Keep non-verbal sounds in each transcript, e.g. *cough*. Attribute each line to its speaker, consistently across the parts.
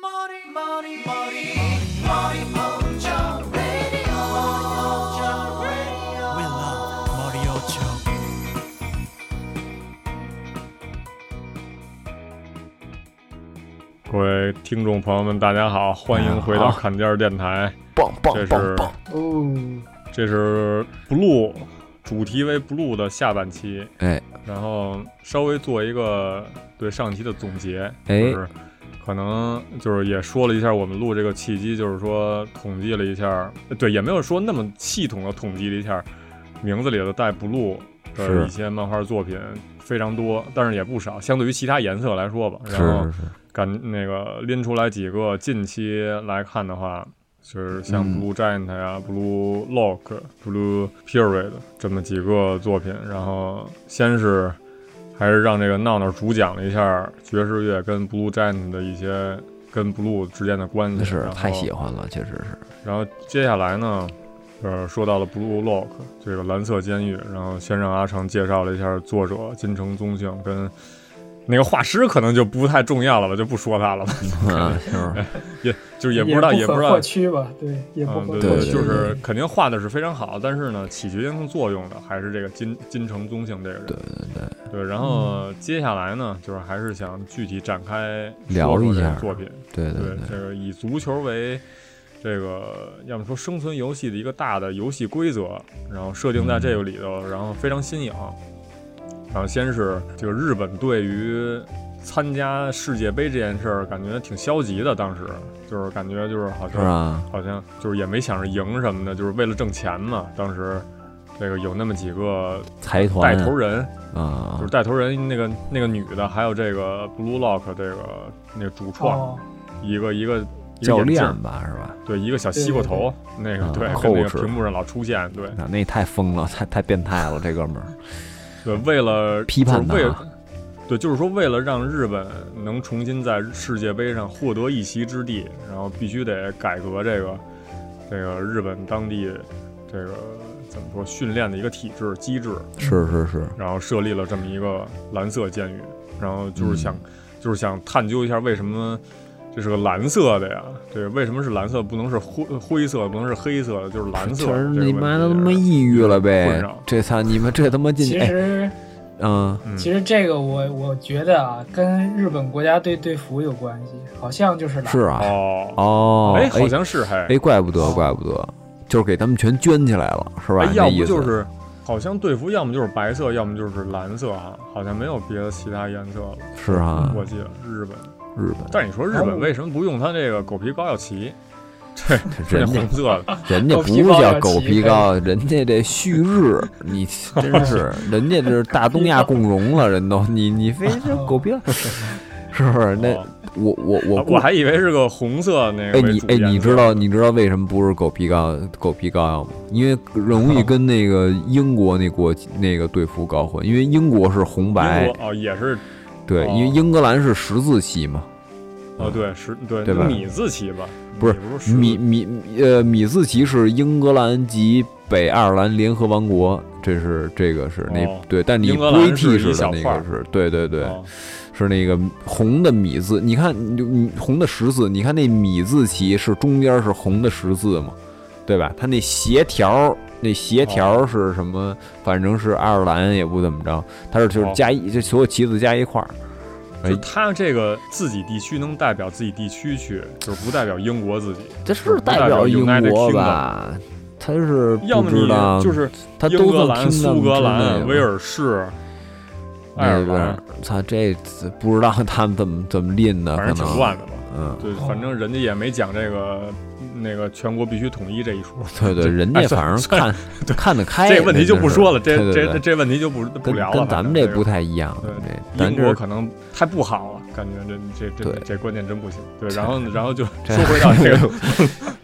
Speaker 1: Mori, Mori, Mori, Mori, Mojo Radio. Mojo Radio. We love Mori Ocho.
Speaker 2: 各位听众朋友们，大家好，欢迎回到砍价电台。
Speaker 3: 哎啊棒棒
Speaker 2: 这
Speaker 3: 棒
Speaker 2: 是
Speaker 3: 棒！
Speaker 2: 这是 blue 主题为 blue 的下半期，
Speaker 3: 哎
Speaker 2: 然后稍微做一个对上期的总结，
Speaker 3: 哎
Speaker 2: 就是可能就是也说了一下我们录这个契机，就是说统计了一下，对，也没有说那么系统的统计了一下名字里的带 blue 的
Speaker 3: 是
Speaker 2: 一些漫画作品非常多，但是也不少，相对于其他颜色来说吧。
Speaker 3: 是
Speaker 2: 然后
Speaker 3: 是是，
Speaker 2: 感那个拎出来几个近期来看的话，就是像
Speaker 3: 嗯
Speaker 2: Blue Giant 呀、Blue Lock、Blue Period 这么几个作品。然后先是还是让这个闹闹主讲了一下爵士乐跟 Blue Giant 的一些跟 Blue 之间的关系，
Speaker 3: 那是
Speaker 2: 然后
Speaker 3: 太喜欢了，确实是。
Speaker 2: *laughs* 然后接下来呢，呃，说到了 Blue Lock 这个蓝色监狱，然后先让阿成介绍了一下作者金城宗幸跟那个画师，可能就不太重要了吧，就不说他了吧，
Speaker 3: 嗯，是，
Speaker 2: 也就是也不知道，也
Speaker 4: 不
Speaker 2: 不
Speaker 4: 可
Speaker 2: 知道
Speaker 4: 或。缺吧，对，也不
Speaker 2: 嗯，
Speaker 4: 可
Speaker 2: 对
Speaker 3: 对
Speaker 4: 或
Speaker 3: 对
Speaker 4: 缺。哦
Speaker 2: 就是肯定画的是非常好，但是呢，起决定性作用的还是这个金金城宗幸这个人。对对对。然后接下来呢，就是还是想具体展开说
Speaker 3: 聊
Speaker 2: 说
Speaker 3: 一
Speaker 2: 这个
Speaker 3: 下
Speaker 2: 作品。
Speaker 3: *laughs* 对
Speaker 2: 对
Speaker 3: 对，对，
Speaker 2: 这个以足球为这个，要么说生存游戏的一个大的游戏规则，然后设定在
Speaker 3: 嗯
Speaker 2: 这个里头，然后非常新颖。然后先是这个日本对于参加世界杯这件事儿，感觉挺消极的，当时就是感觉就是好
Speaker 3: 是
Speaker 2: 像
Speaker 3: 吧？
Speaker 2: 好像就是也没想着赢什么的，就是为了挣钱嘛。当时这个有那么几个
Speaker 3: 财团
Speaker 2: 带头人，
Speaker 3: 啊
Speaker 2: 就是，带头人那个那个女的，还有这个 Blue Lock 这个那个主创，
Speaker 4: 哦，
Speaker 2: 一个一个一个
Speaker 3: 教
Speaker 2: 眼镜
Speaker 3: 练
Speaker 2: 儿
Speaker 3: 吧，是吧？
Speaker 2: 对，一个小西瓜头，那个
Speaker 3: 啊
Speaker 2: 对，跟
Speaker 3: 扣
Speaker 2: 那个
Speaker 3: 齿
Speaker 2: 屏幕上老出现，对
Speaker 3: 啊那那太疯了， *laughs* 太太变态了，这哥们儿。
Speaker 2: 对，为了
Speaker 3: 批判
Speaker 2: 就是为
Speaker 3: 的
Speaker 2: 了
Speaker 3: 啊
Speaker 2: 对，就是说为了让日本能重新在世界杯上获得一席之地，然后必须得改革这个这个日本当地这个怎么说训练的一个体制机制，
Speaker 3: 是是是，
Speaker 2: 然后设立了这么一个蓝色监狱，然后就是想、
Speaker 3: 嗯
Speaker 2: 就是想探究一下为什么这是个蓝色的呀？对，为什么是蓝色，不能是灰灰色，不能是黑色的，就是蓝色
Speaker 3: 确
Speaker 2: 这个问
Speaker 3: 实
Speaker 2: 题也
Speaker 3: 你
Speaker 2: 是。
Speaker 3: 妈都他妈抑郁了
Speaker 2: 混
Speaker 3: 呗
Speaker 2: 上！
Speaker 3: 这操你们这他妈进
Speaker 4: 其
Speaker 3: 哎
Speaker 4: 实
Speaker 3: 嗯
Speaker 2: 嗯
Speaker 4: 其实这个我我觉得啊，跟日本国家队队服有关系，好像就是蓝
Speaker 3: 是啊
Speaker 2: 哦
Speaker 3: 哦
Speaker 2: 哎，好像是还
Speaker 3: 哎，怪不得怪不得，就是给他们全捐起来了，是吧？
Speaker 2: 哎
Speaker 3: 你
Speaker 2: 要
Speaker 3: 这
Speaker 2: 不
Speaker 3: 意
Speaker 2: 就
Speaker 3: 思
Speaker 2: 是好像队服，要么就是白色，要么就是蓝色啊，好像没有别的其他颜色了。
Speaker 3: 是啊，
Speaker 2: 我记得日本，
Speaker 3: 日本
Speaker 2: 但是你说日
Speaker 4: 然后
Speaker 2: 本为什么不用它这个狗皮膏药旗？这这
Speaker 3: 人家
Speaker 2: 红色的， *laughs*
Speaker 3: 人家
Speaker 4: 狗
Speaker 3: 不
Speaker 4: 皮
Speaker 3: 是
Speaker 4: 膏
Speaker 3: 叫
Speaker 4: 要
Speaker 3: 狗
Speaker 4: 齐
Speaker 3: 皮
Speaker 4: 开
Speaker 3: 膏， *laughs* 人家这旭
Speaker 2: *laughs*
Speaker 3: 日，你真是，人家这是大东亚共荣了，人都
Speaker 2: *laughs*
Speaker 3: 你你非这狗皮膏， *laughs* 是不是？ *laughs* 那
Speaker 2: 哦
Speaker 3: 我我我
Speaker 2: 啊
Speaker 3: 估
Speaker 2: 我还以为是个红色那个为
Speaker 3: 哎你
Speaker 2: 主
Speaker 3: 哎
Speaker 2: 颜
Speaker 3: 你
Speaker 2: 色
Speaker 3: 知道你知道为什么不是狗皮膏狗皮膏药吗？因为容
Speaker 2: *laughs*
Speaker 3: 易跟那个英国那国那个队服搞混，因为英国是红白
Speaker 2: 英，国哦也是
Speaker 3: 对，因为
Speaker 2: 哦
Speaker 3: 英格兰是十字旗嘛，
Speaker 2: 哦对十对
Speaker 3: 对吧
Speaker 2: 米字旗吧？
Speaker 3: 不是
Speaker 2: 不是十
Speaker 3: 米米呃米字旗是英格兰及北爱尔兰联合王国，这是这个是那、
Speaker 2: 哦
Speaker 3: 对，但你
Speaker 2: 英格兰是
Speaker 3: VT
Speaker 2: 一
Speaker 3: 式
Speaker 2: 小
Speaker 3: 的那
Speaker 2: 块儿
Speaker 3: 个是对对对，
Speaker 2: 哦
Speaker 3: 是那个红的米字，你看你你红的十字，你看那米字旗是中间是红的十字嘛，对吧？它那斜条儿那斜条
Speaker 2: 哦
Speaker 3: 儿是什么？反正是爱尔兰也不怎么着，它是就是
Speaker 2: 哦
Speaker 3: 加一，就所有旗子加一块儿。哎
Speaker 2: 就他这个自己地区能代表自己地区去，就是不代表英国自己。
Speaker 3: 这是
Speaker 2: 代表
Speaker 3: 英
Speaker 2: United
Speaker 3: 国
Speaker 2: Kingdom
Speaker 3: 吧？他是
Speaker 2: 要
Speaker 3: 不
Speaker 2: 么
Speaker 3: 知道，
Speaker 2: 你就是
Speaker 3: 他
Speaker 2: 英
Speaker 3: 都
Speaker 2: 格
Speaker 3: 算
Speaker 2: 兰、
Speaker 3: 听到
Speaker 2: 苏格
Speaker 3: 之内
Speaker 2: 兰、
Speaker 3: 了
Speaker 2: 威尔士、爱尔
Speaker 3: 那边
Speaker 2: 兰
Speaker 3: 儿，，操，这次不知道他们怎么怎么拎的，
Speaker 2: 反正
Speaker 3: 可能
Speaker 2: 挺乱的吧。
Speaker 3: 嗯，
Speaker 2: 对，反正人家也没讲这个那个全国必须统一这一说。 *laughs*
Speaker 3: 对对，人
Speaker 2: 哎
Speaker 3: 家
Speaker 2: 算
Speaker 3: 反正
Speaker 2: 算
Speaker 3: 看看得开，
Speaker 2: 这问题就不说了，
Speaker 3: 真
Speaker 2: 这
Speaker 3: 是对对
Speaker 2: 这
Speaker 3: 对
Speaker 2: 这问题就不不
Speaker 3: 跟
Speaker 2: 聊了。
Speaker 3: 跟咱们
Speaker 2: 反正
Speaker 3: 这不太一样，
Speaker 2: 对
Speaker 3: 这咱
Speaker 2: 英国
Speaker 3: 这
Speaker 2: 可能太不好了，感觉这这这
Speaker 3: 对
Speaker 2: 这观念真不行。对，然后然后就
Speaker 3: 这嗯
Speaker 2: 说回到
Speaker 3: *laughs*
Speaker 2: 这个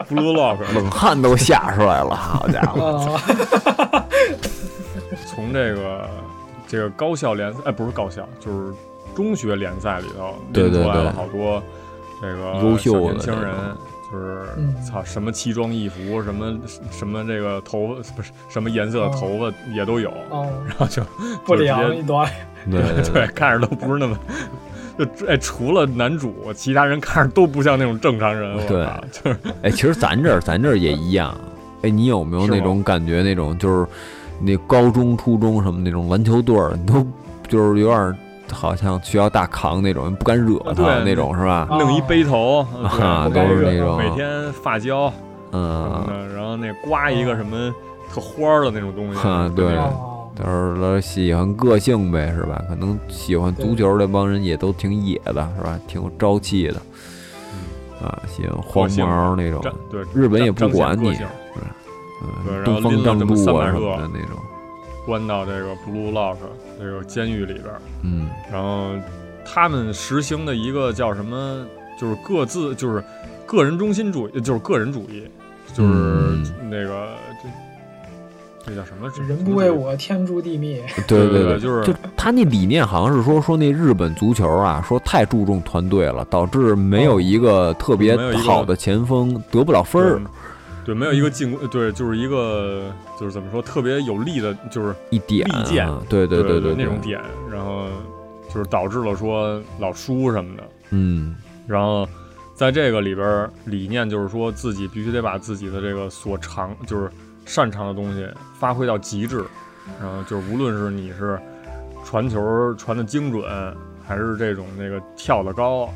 Speaker 2: Blue Lock，
Speaker 3: 冷汗都吓出来了，好家
Speaker 2: *laughs*
Speaker 3: 伙，
Speaker 4: 啊，
Speaker 2: 从这个这个高校联赛，哎，不是高校，就是中学联赛里头
Speaker 3: 对
Speaker 2: 拎出
Speaker 3: 对
Speaker 2: 来
Speaker 3: 对
Speaker 2: 了好多这个
Speaker 3: 优秀
Speaker 2: 小
Speaker 3: 的
Speaker 2: 年轻
Speaker 3: 那
Speaker 2: 人
Speaker 3: 种。
Speaker 2: 就是
Speaker 4: 嗯
Speaker 2: 操什么奇装异服，什么什么这个头发不是什么颜色的
Speaker 4: 哦
Speaker 2: 头发也都有，
Speaker 4: 哦，
Speaker 2: 然后就
Speaker 4: 不
Speaker 2: 就直接
Speaker 4: 良一段，
Speaker 2: *laughs*
Speaker 3: 对对
Speaker 2: 对，看着都不是那么，就哎，除了男主，其他人看着都不像那种正常人。我
Speaker 3: 对
Speaker 2: 靠，就是
Speaker 3: 哎，其实咱这儿咱这儿也一样。哎，你有没有
Speaker 2: 是吗
Speaker 3: 那种感觉？那种就是那高中、初中什么那种篮球队儿，你都就是有点儿好像学校大扛那种，不敢惹
Speaker 2: 啊
Speaker 3: 他
Speaker 2: 对
Speaker 3: 那种是吧？
Speaker 2: 弄一背头，对
Speaker 3: 啊
Speaker 2: 不该
Speaker 4: 都是
Speaker 2: 惹
Speaker 3: 那种
Speaker 2: 每天发胶什么
Speaker 3: 嗯，
Speaker 2: 的，然后那刮一个什么特花儿的那种东西
Speaker 3: 啊，对
Speaker 2: 那种
Speaker 4: 哦，
Speaker 3: 就是说喜欢个性呗，是吧？可能喜欢足球这帮人也都挺野的，是吧？挺有朝气的，
Speaker 2: 嗯
Speaker 3: 啊，喜欢黄
Speaker 2: 个性
Speaker 3: 毛那种，
Speaker 2: 这对
Speaker 3: 日本也不
Speaker 2: 彰显
Speaker 3: 管
Speaker 2: 个
Speaker 3: 你
Speaker 2: 性对
Speaker 3: 嗯，
Speaker 2: 然
Speaker 3: 东
Speaker 2: 后
Speaker 3: 方
Speaker 2: 拎了
Speaker 3: 正
Speaker 2: 这么
Speaker 3: 度
Speaker 2: 300
Speaker 3: 啊
Speaker 2: 个
Speaker 3: 什么的那种，
Speaker 2: 关到这个 Blue Lock 这个监狱里边儿，
Speaker 3: 嗯
Speaker 2: 然后他们实行的一个叫什么，就是各自就是个人中心主义，就是个人主义，就是
Speaker 3: 嗯
Speaker 2: 那个这这叫什么？这
Speaker 4: 人不为，我，天诛地灭。
Speaker 3: 对
Speaker 2: 对
Speaker 3: 对，
Speaker 2: 就是
Speaker 3: 就他那理念好像是说说那日本足球啊，说太注重团队了，导致没有一个特别
Speaker 2: 嗯没有一个
Speaker 3: 好的前锋得不了分儿
Speaker 2: 对，对，没有一个进攻，对，就是一个就是怎么说特别有力的，就是
Speaker 3: 一点
Speaker 2: 利剑，
Speaker 3: 对对
Speaker 2: 对
Speaker 3: 对
Speaker 2: 那种点，然后就是导致了说老输什么的，
Speaker 3: 嗯
Speaker 2: 然后在这个里边儿理念就是说自己必须得把自己的这个所长就是擅长的东西发挥到极致，然后就是无论是你是传球儿传的精准，还是这种那个跳的高，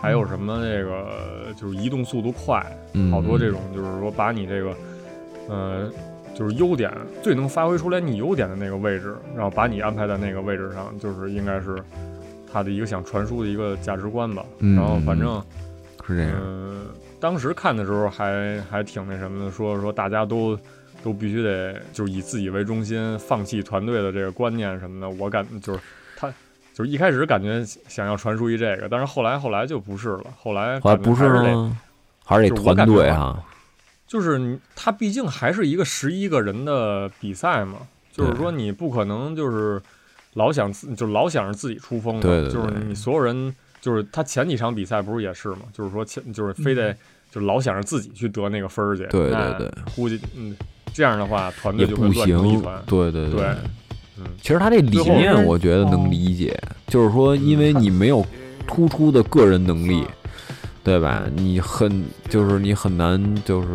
Speaker 2: 还有什么那个就是移动速度快，
Speaker 3: 嗯，
Speaker 2: 好多这种就是说把你这个，呃，就是优点最能发挥出来你优点的那个位置，然后把你安排在那个位置上，就是应该是他的一个想传输的一个价值观吧。
Speaker 3: 嗯
Speaker 2: 然后反正，
Speaker 3: 是这样，
Speaker 2: 嗯、当时看的时候还还挺那什么的，说说大家都。都必须得就是以自己为中心，放弃团队的这个观念什么的。我感就是他就是一开始感觉想要传输一这个，但是后来后来就不是了，后来
Speaker 3: 好
Speaker 2: 感
Speaker 3: 像
Speaker 2: 觉
Speaker 3: 不
Speaker 2: 还
Speaker 3: 是
Speaker 2: 是得
Speaker 3: 吗？还是得
Speaker 2: 就是我
Speaker 3: 团
Speaker 2: 感觉
Speaker 3: 队
Speaker 2: 啊
Speaker 3: 哈，
Speaker 2: 就是你，他毕竟还是一个十一个人的比赛嘛，就是
Speaker 3: 对
Speaker 2: 说你不可能就是老想自，就老想着自己出风头，
Speaker 3: 对对对
Speaker 2: 就是你所有人，就是他前几场比赛不是也是嘛，就是说前就是非得就老想着自己去得那个分儿去，
Speaker 3: 对对
Speaker 2: 那
Speaker 3: 对
Speaker 2: 估计嗯这样的话团
Speaker 3: 也
Speaker 2: 队就会
Speaker 3: 不
Speaker 2: 乱成一
Speaker 3: 行
Speaker 2: 团，，
Speaker 3: 对对
Speaker 2: 对嗯
Speaker 3: 其实他这理
Speaker 2: 最后嗯
Speaker 3: 念
Speaker 4: 是
Speaker 3: 我觉得能
Speaker 4: 嗯
Speaker 3: 理解，就是说，因为你没有突出的个人能
Speaker 2: 啊
Speaker 3: 力，对吧？你很就是你很难就是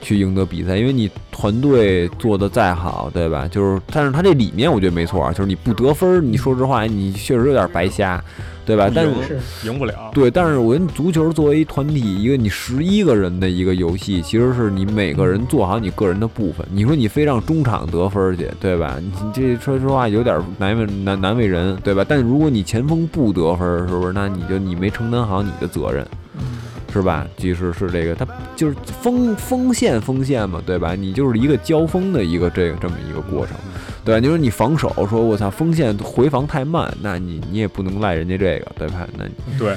Speaker 3: 去赢得比赛，因为你团队做的再好，对吧？就是，但是他这理念我觉得没错啊，就是你不得分儿，你说实话，你确实有点白瞎，对吧？但是
Speaker 2: 赢
Speaker 4: 是
Speaker 2: 赢不了，
Speaker 3: 对，但是我觉得足球作为一团体，一个你十一个人的一个游戏，其实是你每个人做好你个人的部分。你说你非让中场得分儿去，对吧？你这说实话有点儿难为难难为人，对吧？但如果你前锋不得分儿，是不是？那你就你没承担好你的责任，
Speaker 4: 嗯，
Speaker 3: 是吧？即使是这个，他就是锋锋线锋线嘛，对吧？你就是一个交锋的一个这个这么一个过程。对吧？你说你防守，说我操锋线回防太慢，那你你也不能赖人家这个，对吧？那你
Speaker 2: 对，
Speaker 3: 对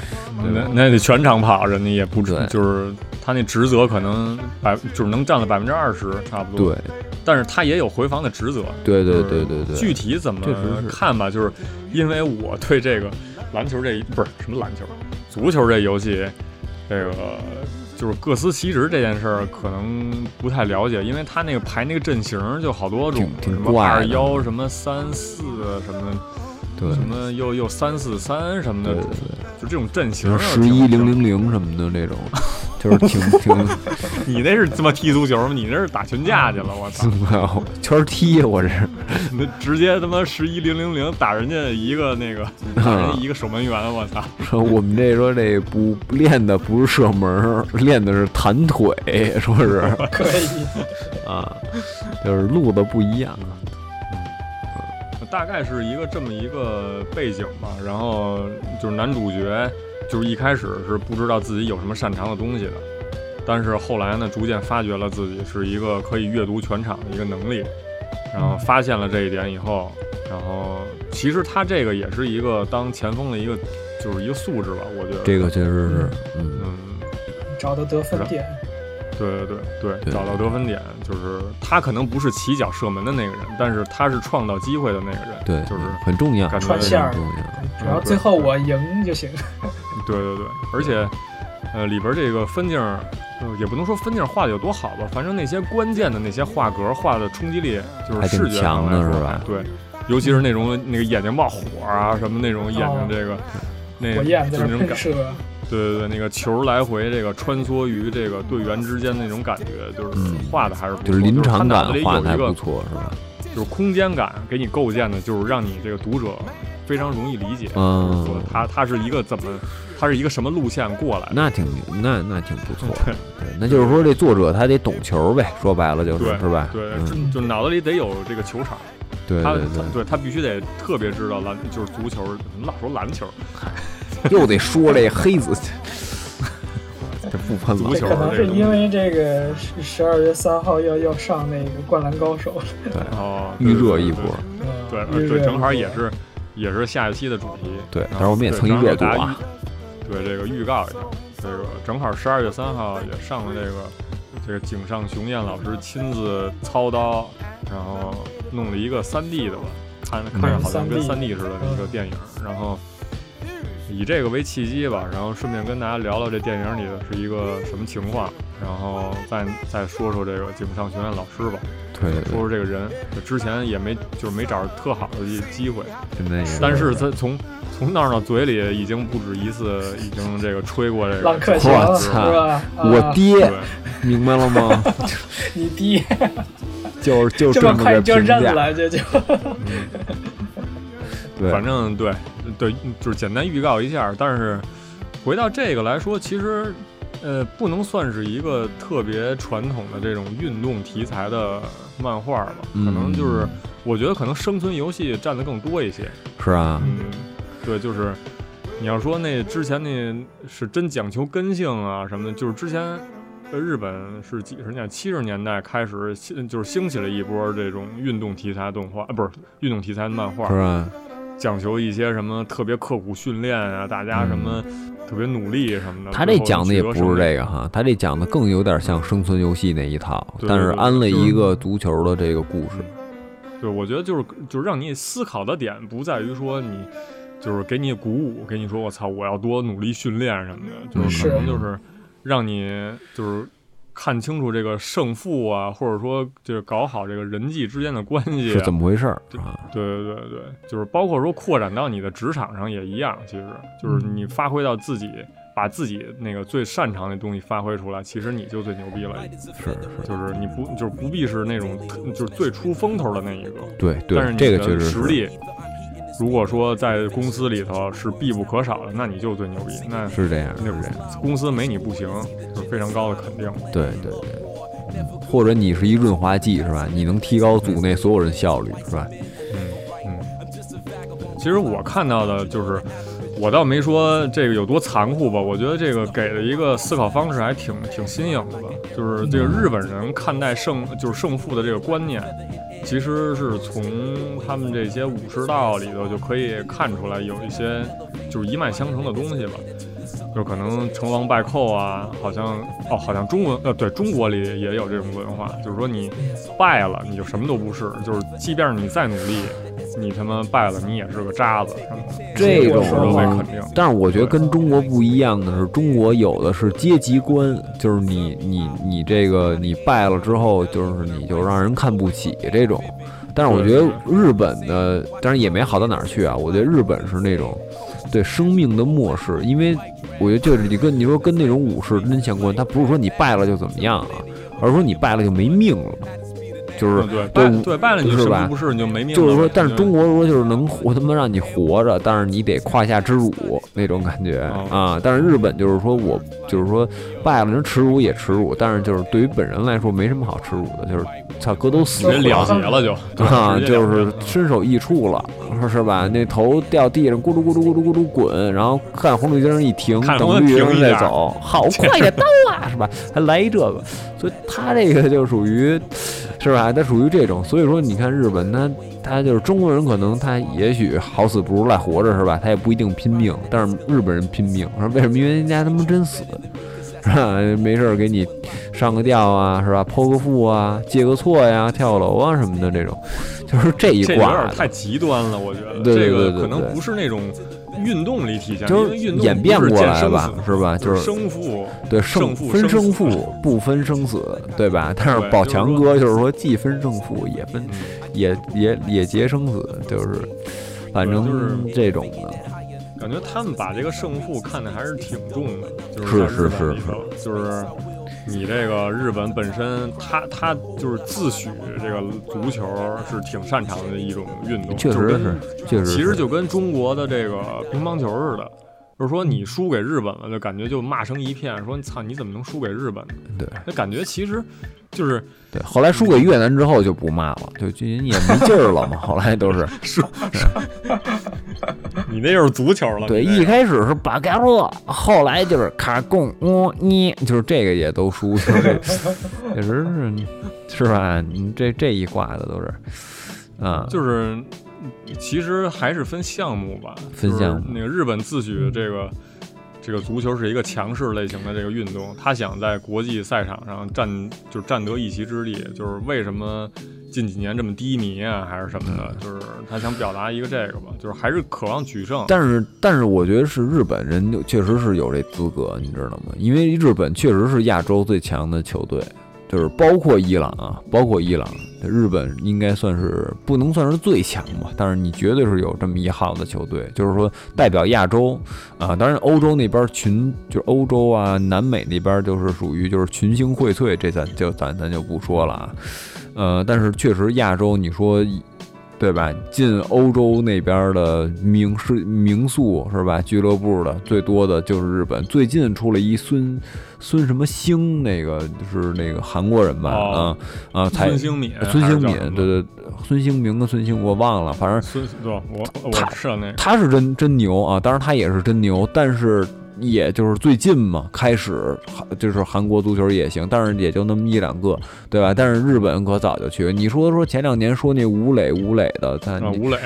Speaker 2: 那那得全场跑，人家也不止
Speaker 3: 对，
Speaker 2: 就是他那职责可能百就是能占了百分之二十差不多，
Speaker 3: 对
Speaker 2: 但是他也有回防的职责，
Speaker 3: 对对
Speaker 2: 就是
Speaker 3: 对对
Speaker 2: 嗯
Speaker 3: 对，
Speaker 2: 具体怎么
Speaker 3: 确实是
Speaker 2: 看吧，就是因为我对这个篮球这不是什么篮球，足球这游戏，这个就是各司其职这件事儿可能不太了解，因为他那个排那个阵型就好多种，
Speaker 3: 挺挺
Speaker 2: 什么
Speaker 3: 怪的
Speaker 2: 二幺什么三四什么
Speaker 3: 对
Speaker 2: 什么又又三四三什么
Speaker 3: 对
Speaker 2: 的
Speaker 3: 对，对，
Speaker 2: 就这种阵
Speaker 3: 什
Speaker 2: 型
Speaker 3: 么
Speaker 2: 儿
Speaker 3: 十
Speaker 2: 挺
Speaker 3: 一零，零零什么的
Speaker 2: *laughs*
Speaker 3: 这种，就是挺挺
Speaker 2: 你那是他妈踢足球吗？你那是打群架去了，我操
Speaker 3: *laughs* 怎！么样圈儿踢我这是，
Speaker 2: 那直接他妈十一零零零打人家一个那个打人家一个守门员，我操！
Speaker 3: 说我们这说这不练的不是射门儿，练的是弹腿，说是
Speaker 2: *laughs*
Speaker 4: 可以。
Speaker 3: 啊，就是路子不一样。啊
Speaker 2: 大概是一个这么一个背景吧。然后就是男主角，就是一开始是不知道自己有什么擅长的东西的，但是后来呢，逐渐发掘了自己是一个可以阅读全场的一个能力，然后发现了这一点以后，然后其实他这个也是一个当前锋的一个就是一个素质吧，我觉得
Speaker 3: 这个确实是，嗯，
Speaker 2: 嗯。
Speaker 4: 找到得
Speaker 2: 啊
Speaker 4: 分点，
Speaker 2: 对对对
Speaker 3: 对
Speaker 2: 对，找到得分点，就是他可能不是起脚射门的那个人，但是他是创造机会的那个人，
Speaker 3: 对，
Speaker 2: 就是
Speaker 3: 很重要，
Speaker 2: 感觉
Speaker 3: 很
Speaker 2: 穿
Speaker 3: 重
Speaker 4: 线儿
Speaker 3: 要。
Speaker 2: 啊
Speaker 4: 只要最后我赢就行。
Speaker 2: 对对对，而且，呃，里边这个分镜儿，呃，也不能说分镜儿画的有多好吧，反正那些关键的那些画格画的冲击力，就
Speaker 3: 还
Speaker 2: 是
Speaker 3: 挺
Speaker 2: 视觉上
Speaker 3: 强的
Speaker 2: 来说
Speaker 3: 是吧
Speaker 2: 对，尤其是那种那个眼睛冒火啊，什么那种眼睛这个，那
Speaker 4: 哦火焰在
Speaker 2: 就是那种
Speaker 4: 那喷
Speaker 2: 感，
Speaker 4: 射，
Speaker 2: 对对对，那个球来回这个穿梭于这个队员之间那种感觉，就是
Speaker 3: 嗯
Speaker 2: 画的还是不错，
Speaker 3: 就是临场感画的
Speaker 2: 的
Speaker 3: 还
Speaker 2: 有
Speaker 3: 不
Speaker 2: 一个
Speaker 3: 错，是吧？
Speaker 2: 就是空间感给你构建的，就是让你这个读者非常容易理解，
Speaker 3: 嗯
Speaker 2: 说他他是一个怎么，他是一个什么路线过来的。
Speaker 3: 那挺那那挺不
Speaker 2: *laughs*
Speaker 3: 错的，对，那就是说这作者他得懂球呗，说白了就是
Speaker 2: 对
Speaker 3: 是吧？
Speaker 2: 对，
Speaker 3: 嗯，
Speaker 2: 就就脑子里得有这个球场，
Speaker 3: 对
Speaker 2: 他
Speaker 3: 对对，
Speaker 2: 对他必须得特别知道篮，就是足球，怎么老说篮球，
Speaker 3: 又得说这黑子， *laughs* 这不喷了
Speaker 2: 足，球
Speaker 4: 可能是
Speaker 2: 这个
Speaker 4: 因为这个十十二月三号要要上那个《灌篮高手》
Speaker 2: 哦，
Speaker 3: 嗯预热一波，
Speaker 4: 嗯，
Speaker 2: 对，对
Speaker 4: 日
Speaker 2: 对，
Speaker 4: 月
Speaker 2: 正好
Speaker 4: 如
Speaker 2: 也
Speaker 4: 火
Speaker 2: 是也是下一期的主题，
Speaker 3: 对，
Speaker 2: 然
Speaker 3: 当
Speaker 2: 后
Speaker 3: 然我们也
Speaker 2: 对
Speaker 3: 曾
Speaker 2: 正
Speaker 3: 经
Speaker 2: 好
Speaker 3: 热度
Speaker 2: 大家
Speaker 3: 啊，
Speaker 2: 预对这个预告一下，这个正好十二月三号也上了这个这个井上雄彦老师亲自操刀，然后弄了一个三 D 的吧，看
Speaker 3: 嗯
Speaker 2: 看着好像跟三 D 嗯似的这么个电影，然后。以这个为契机吧，然后顺便跟大家聊聊这电影里的是一个什么情况，然后再再说说这个井上雄彦老师吧，
Speaker 3: 对
Speaker 2: 说
Speaker 3: 对对，
Speaker 2: 说这个人，就之前也没就是没找着特好的机机会，
Speaker 3: 真的也是，
Speaker 2: 但是他从从那儿到嘴里已经不止一次，已经这个吹过这个
Speaker 4: 浪客
Speaker 3: 行
Speaker 4: 行
Speaker 3: 我
Speaker 4: 了
Speaker 2: 是
Speaker 4: 是
Speaker 3: 操
Speaker 2: 吧
Speaker 4: 吧？
Speaker 3: 我
Speaker 4: 啊
Speaker 3: 爹
Speaker 2: 对，
Speaker 3: 明白了吗？
Speaker 4: 你爹
Speaker 3: 就是就
Speaker 4: 这
Speaker 3: 么
Speaker 4: 么快
Speaker 3: 个
Speaker 4: 就
Speaker 3: 评
Speaker 4: 认
Speaker 3: 价，啊
Speaker 4: 了，这就
Speaker 3: 对，
Speaker 2: 反正对对，就是简单预告一下。但是回到这个来说，其实呃，不能算是一个特别传统的这种运动题材的漫画吧，可能就是
Speaker 3: 嗯
Speaker 2: 我觉得可能生存游戏占的更多一些。
Speaker 3: 是啊，
Speaker 2: 嗯，对，就是你要说那之前那是真讲求根性啊什么的，就是之前呃日本是几十年七十年代开始兴就是兴起了一波这种运动题材动画，啊、不是运动题材的漫画
Speaker 3: 是，啊，
Speaker 2: 讲求一些什么特别刻苦训练啊，大家什么特别努力什么的。
Speaker 3: 嗯他这讲的也不是
Speaker 2: 个，
Speaker 3: 这个哈，他这讲的更有点像生存游戏那一套，
Speaker 2: 对
Speaker 3: 但是
Speaker 2: 对对
Speaker 3: 安了
Speaker 2: 就是
Speaker 3: 一个足球的这个故事，
Speaker 2: 对，我觉得就是就是让你思考的点不在于说你。就是给你鼓舞，给你说我操，我要多努力训练什么的，就是
Speaker 3: 嗯
Speaker 4: 是
Speaker 2: 可能就是让你就是看清楚这个胜负啊，或者说就是搞好这个人际之间的关系、
Speaker 3: 是
Speaker 2: 啊
Speaker 3: 怎。么回事儿啊？
Speaker 2: 对对对对，就是包括说扩展到你的职场上也一样，其实就是
Speaker 3: 嗯
Speaker 2: 你发挥到自己，把自己那个最擅长的东西发挥出来，其实你就最牛逼了。
Speaker 3: 是是，
Speaker 2: 就是你不就是不必是那种特就是最出风头的那一个，
Speaker 3: 对
Speaker 2: 但是
Speaker 3: 对，
Speaker 2: 你
Speaker 3: 这个
Speaker 2: 的
Speaker 3: 确实
Speaker 2: 实
Speaker 3: 是。
Speaker 2: 力，如果说在公司里头是必不可少的，那你就最牛逼。那
Speaker 3: 是这样，是
Speaker 2: 那
Speaker 3: 这样，
Speaker 2: 公司没你不行，就是非常高的肯定。
Speaker 3: 对对对，嗯或者你是一润滑剂是吧？你能提高组内所有人效率是吧？
Speaker 2: 嗯，其实我看到的就是，我倒没说这个有多残酷吧，我觉得这个给的一个思考方式还挺挺新颖的吧，就是这个日本人看待胜就是胜负的这个观念。其实是从他们这些武士道里头就可以看出来，有一些就是一脉相承的东西吧，就是可能成王败寇啊，好像哦，好像中国呃对中国里也有这种文化，就是说你败了你就什么都不是，就是即便是你再努力，你他妈败了你也是个渣子什么的，
Speaker 3: 这种
Speaker 2: 我说被
Speaker 3: 啊
Speaker 2: 肯定。
Speaker 3: 但是我觉得跟中国不一样的是，中国有的是阶级观，就是你你你这个你败了之后，就是你就让人看不起这种。但是我觉得日本的，当然也没好到哪儿去啊。我觉得日本是那种对生命的漠视，因为我觉得就是你跟你说跟那种武士真相关，他不是说你败了就怎么样啊，而是说你败了就没命了，就是
Speaker 2: 嗯对，败
Speaker 3: 对
Speaker 2: 对败了你
Speaker 3: 是
Speaker 2: 什么
Speaker 3: 吧
Speaker 2: 都不是，你就没命了。
Speaker 3: 就是说，但是
Speaker 2: 你就
Speaker 3: 中国如果就是能活，他妈让你活着，但是你得胯下之辱那种感觉
Speaker 2: 哦
Speaker 3: 啊。但是日本就是说我就是说败了，人耻辱也耻辱，但是就是对于本人来说没什么好耻辱的，就是操哥都死
Speaker 2: 直接
Speaker 3: 了
Speaker 2: 了结了就，对
Speaker 3: 啊，
Speaker 2: 直接
Speaker 3: 就
Speaker 2: 了结
Speaker 3: 是
Speaker 2: 了
Speaker 3: 身首异处了，是吧？那头掉地上咕噜咕噜咕噜咕噜滚，然后看红绿灯一停，
Speaker 2: 看红
Speaker 3: 等
Speaker 2: 灯
Speaker 3: 绿
Speaker 2: 停
Speaker 3: 灯
Speaker 2: 一
Speaker 3: 再
Speaker 2: 下
Speaker 3: 走，
Speaker 2: *laughs*
Speaker 3: 好快呀，刀啊，是吧？还来一这个，所以他这个就属于，是吧？他属于这种，所以说你看日本他。他就是中国人，可能他也许好死不如赖活着，是吧？他也不一定拼命，但是日本人拼命，是吧为什么？因为人家他妈真死，是吧？没事儿给你上个吊啊，是吧？剖个腹啊，借个错呀，跳个楼啊什么的这种，就是这一
Speaker 2: 这有
Speaker 3: 挂
Speaker 2: 点
Speaker 3: 的。
Speaker 2: 太极端了，我觉得
Speaker 3: 对对
Speaker 2: 这
Speaker 3: 对
Speaker 2: 个
Speaker 3: 对
Speaker 2: 可能
Speaker 3: 对
Speaker 2: 不是那种运动里体现，
Speaker 3: 就
Speaker 2: 因
Speaker 3: 是
Speaker 2: 为运动
Speaker 3: 演
Speaker 2: 不
Speaker 3: 变
Speaker 2: 是
Speaker 3: 过
Speaker 2: 见
Speaker 3: 来
Speaker 2: 生
Speaker 3: 吧
Speaker 2: 死
Speaker 3: 是吧
Speaker 2: 就是
Speaker 3: 就是
Speaker 2: 生父，
Speaker 3: 对
Speaker 2: 胜
Speaker 3: 胜
Speaker 2: 负
Speaker 3: 分
Speaker 2: 生
Speaker 3: 胜
Speaker 2: 死
Speaker 3: 负不分生死，对吧？但是
Speaker 2: 对
Speaker 3: 宝
Speaker 2: 就是
Speaker 3: 强
Speaker 2: 说
Speaker 3: 哥就是说既分胜负也分
Speaker 2: 嗯
Speaker 3: 也也也结生死，就是反
Speaker 2: 对就
Speaker 3: 正
Speaker 2: 是
Speaker 3: 这种的，
Speaker 2: 感感觉他们把这个胜负看得还是挺重的，就是在日
Speaker 3: 是
Speaker 2: 本
Speaker 3: 是
Speaker 2: 里头，就是你这个日本本身，他他就是自诩这个足球是挺擅长的一种运动，
Speaker 3: 确
Speaker 2: 就
Speaker 3: 实
Speaker 2: 跟
Speaker 3: 是，确实
Speaker 2: 其
Speaker 3: 是
Speaker 2: 实就跟中国的这个乒乓球似的，就是说你输给日本了，就感觉就骂声一片，说操你怎么能输给日本呢？
Speaker 3: 对
Speaker 2: 那感觉其实就是
Speaker 3: 对。后来输给越南之后就不骂了，就就也没劲儿了嘛。 *laughs* 后来
Speaker 2: *laughs*
Speaker 3: 都是
Speaker 2: *laughs* 你那就是足球了，
Speaker 3: 对，
Speaker 2: 你那
Speaker 3: 一开始是巴嘎洛，后来就是卡贡乌尼，就是这个也都输，就是确实是是吧？你这这一挂的都是，啊，
Speaker 2: 就是其实还是分项目吧，
Speaker 3: 分
Speaker 2: 就是
Speaker 3: 项目
Speaker 2: 那个日本自诩这个这个足球是一个强势类型的这个运动，他想在国际赛场上占就是占得一席之地，就是为什么近几年这么低迷啊，还是什么
Speaker 3: 嗯
Speaker 2: 的，就是他想表达一个这个吧，就是还是渴望取胜。
Speaker 3: 但是，但是我觉得是日本人就确实是有这资格，你知道吗？因为日本确实是亚洲最强的球队，就是包括伊朗啊，包括伊朗，日本应该算是不能算是最强吧，但是你绝对是有这么一号的球队，就是说代表亚洲啊。当然，欧洲那边群就是欧洲啊，南美那边就是属于就是群星荟萃，这咱就咱咱就不说了啊。呃，但是确实亚洲，你说对吧？进欧洲那边的名是名宿是吧？俱乐部的最多的就是日本。最近出了一孙孙什么星，那个就是那个韩国人吧？
Speaker 2: 哦
Speaker 3: 啊啊，才
Speaker 2: 孙兴敏，
Speaker 3: 孙兴
Speaker 2: 还
Speaker 3: 敏
Speaker 2: 是叫什，么
Speaker 3: 对，对，孙兴民跟孙兴我忘了，反正
Speaker 2: 孙对吧？我我
Speaker 3: 他
Speaker 2: 是那个，
Speaker 3: 他是真真牛啊，当然他也是真牛，但是也就是最近嘛，开始韩就是韩国足球也行，但是也就那么一两个，对吧？但是日本可早就去了。你说说前两年说那吴磊吴磊的，他
Speaker 2: 啊，
Speaker 3: 你
Speaker 2: 吴磊，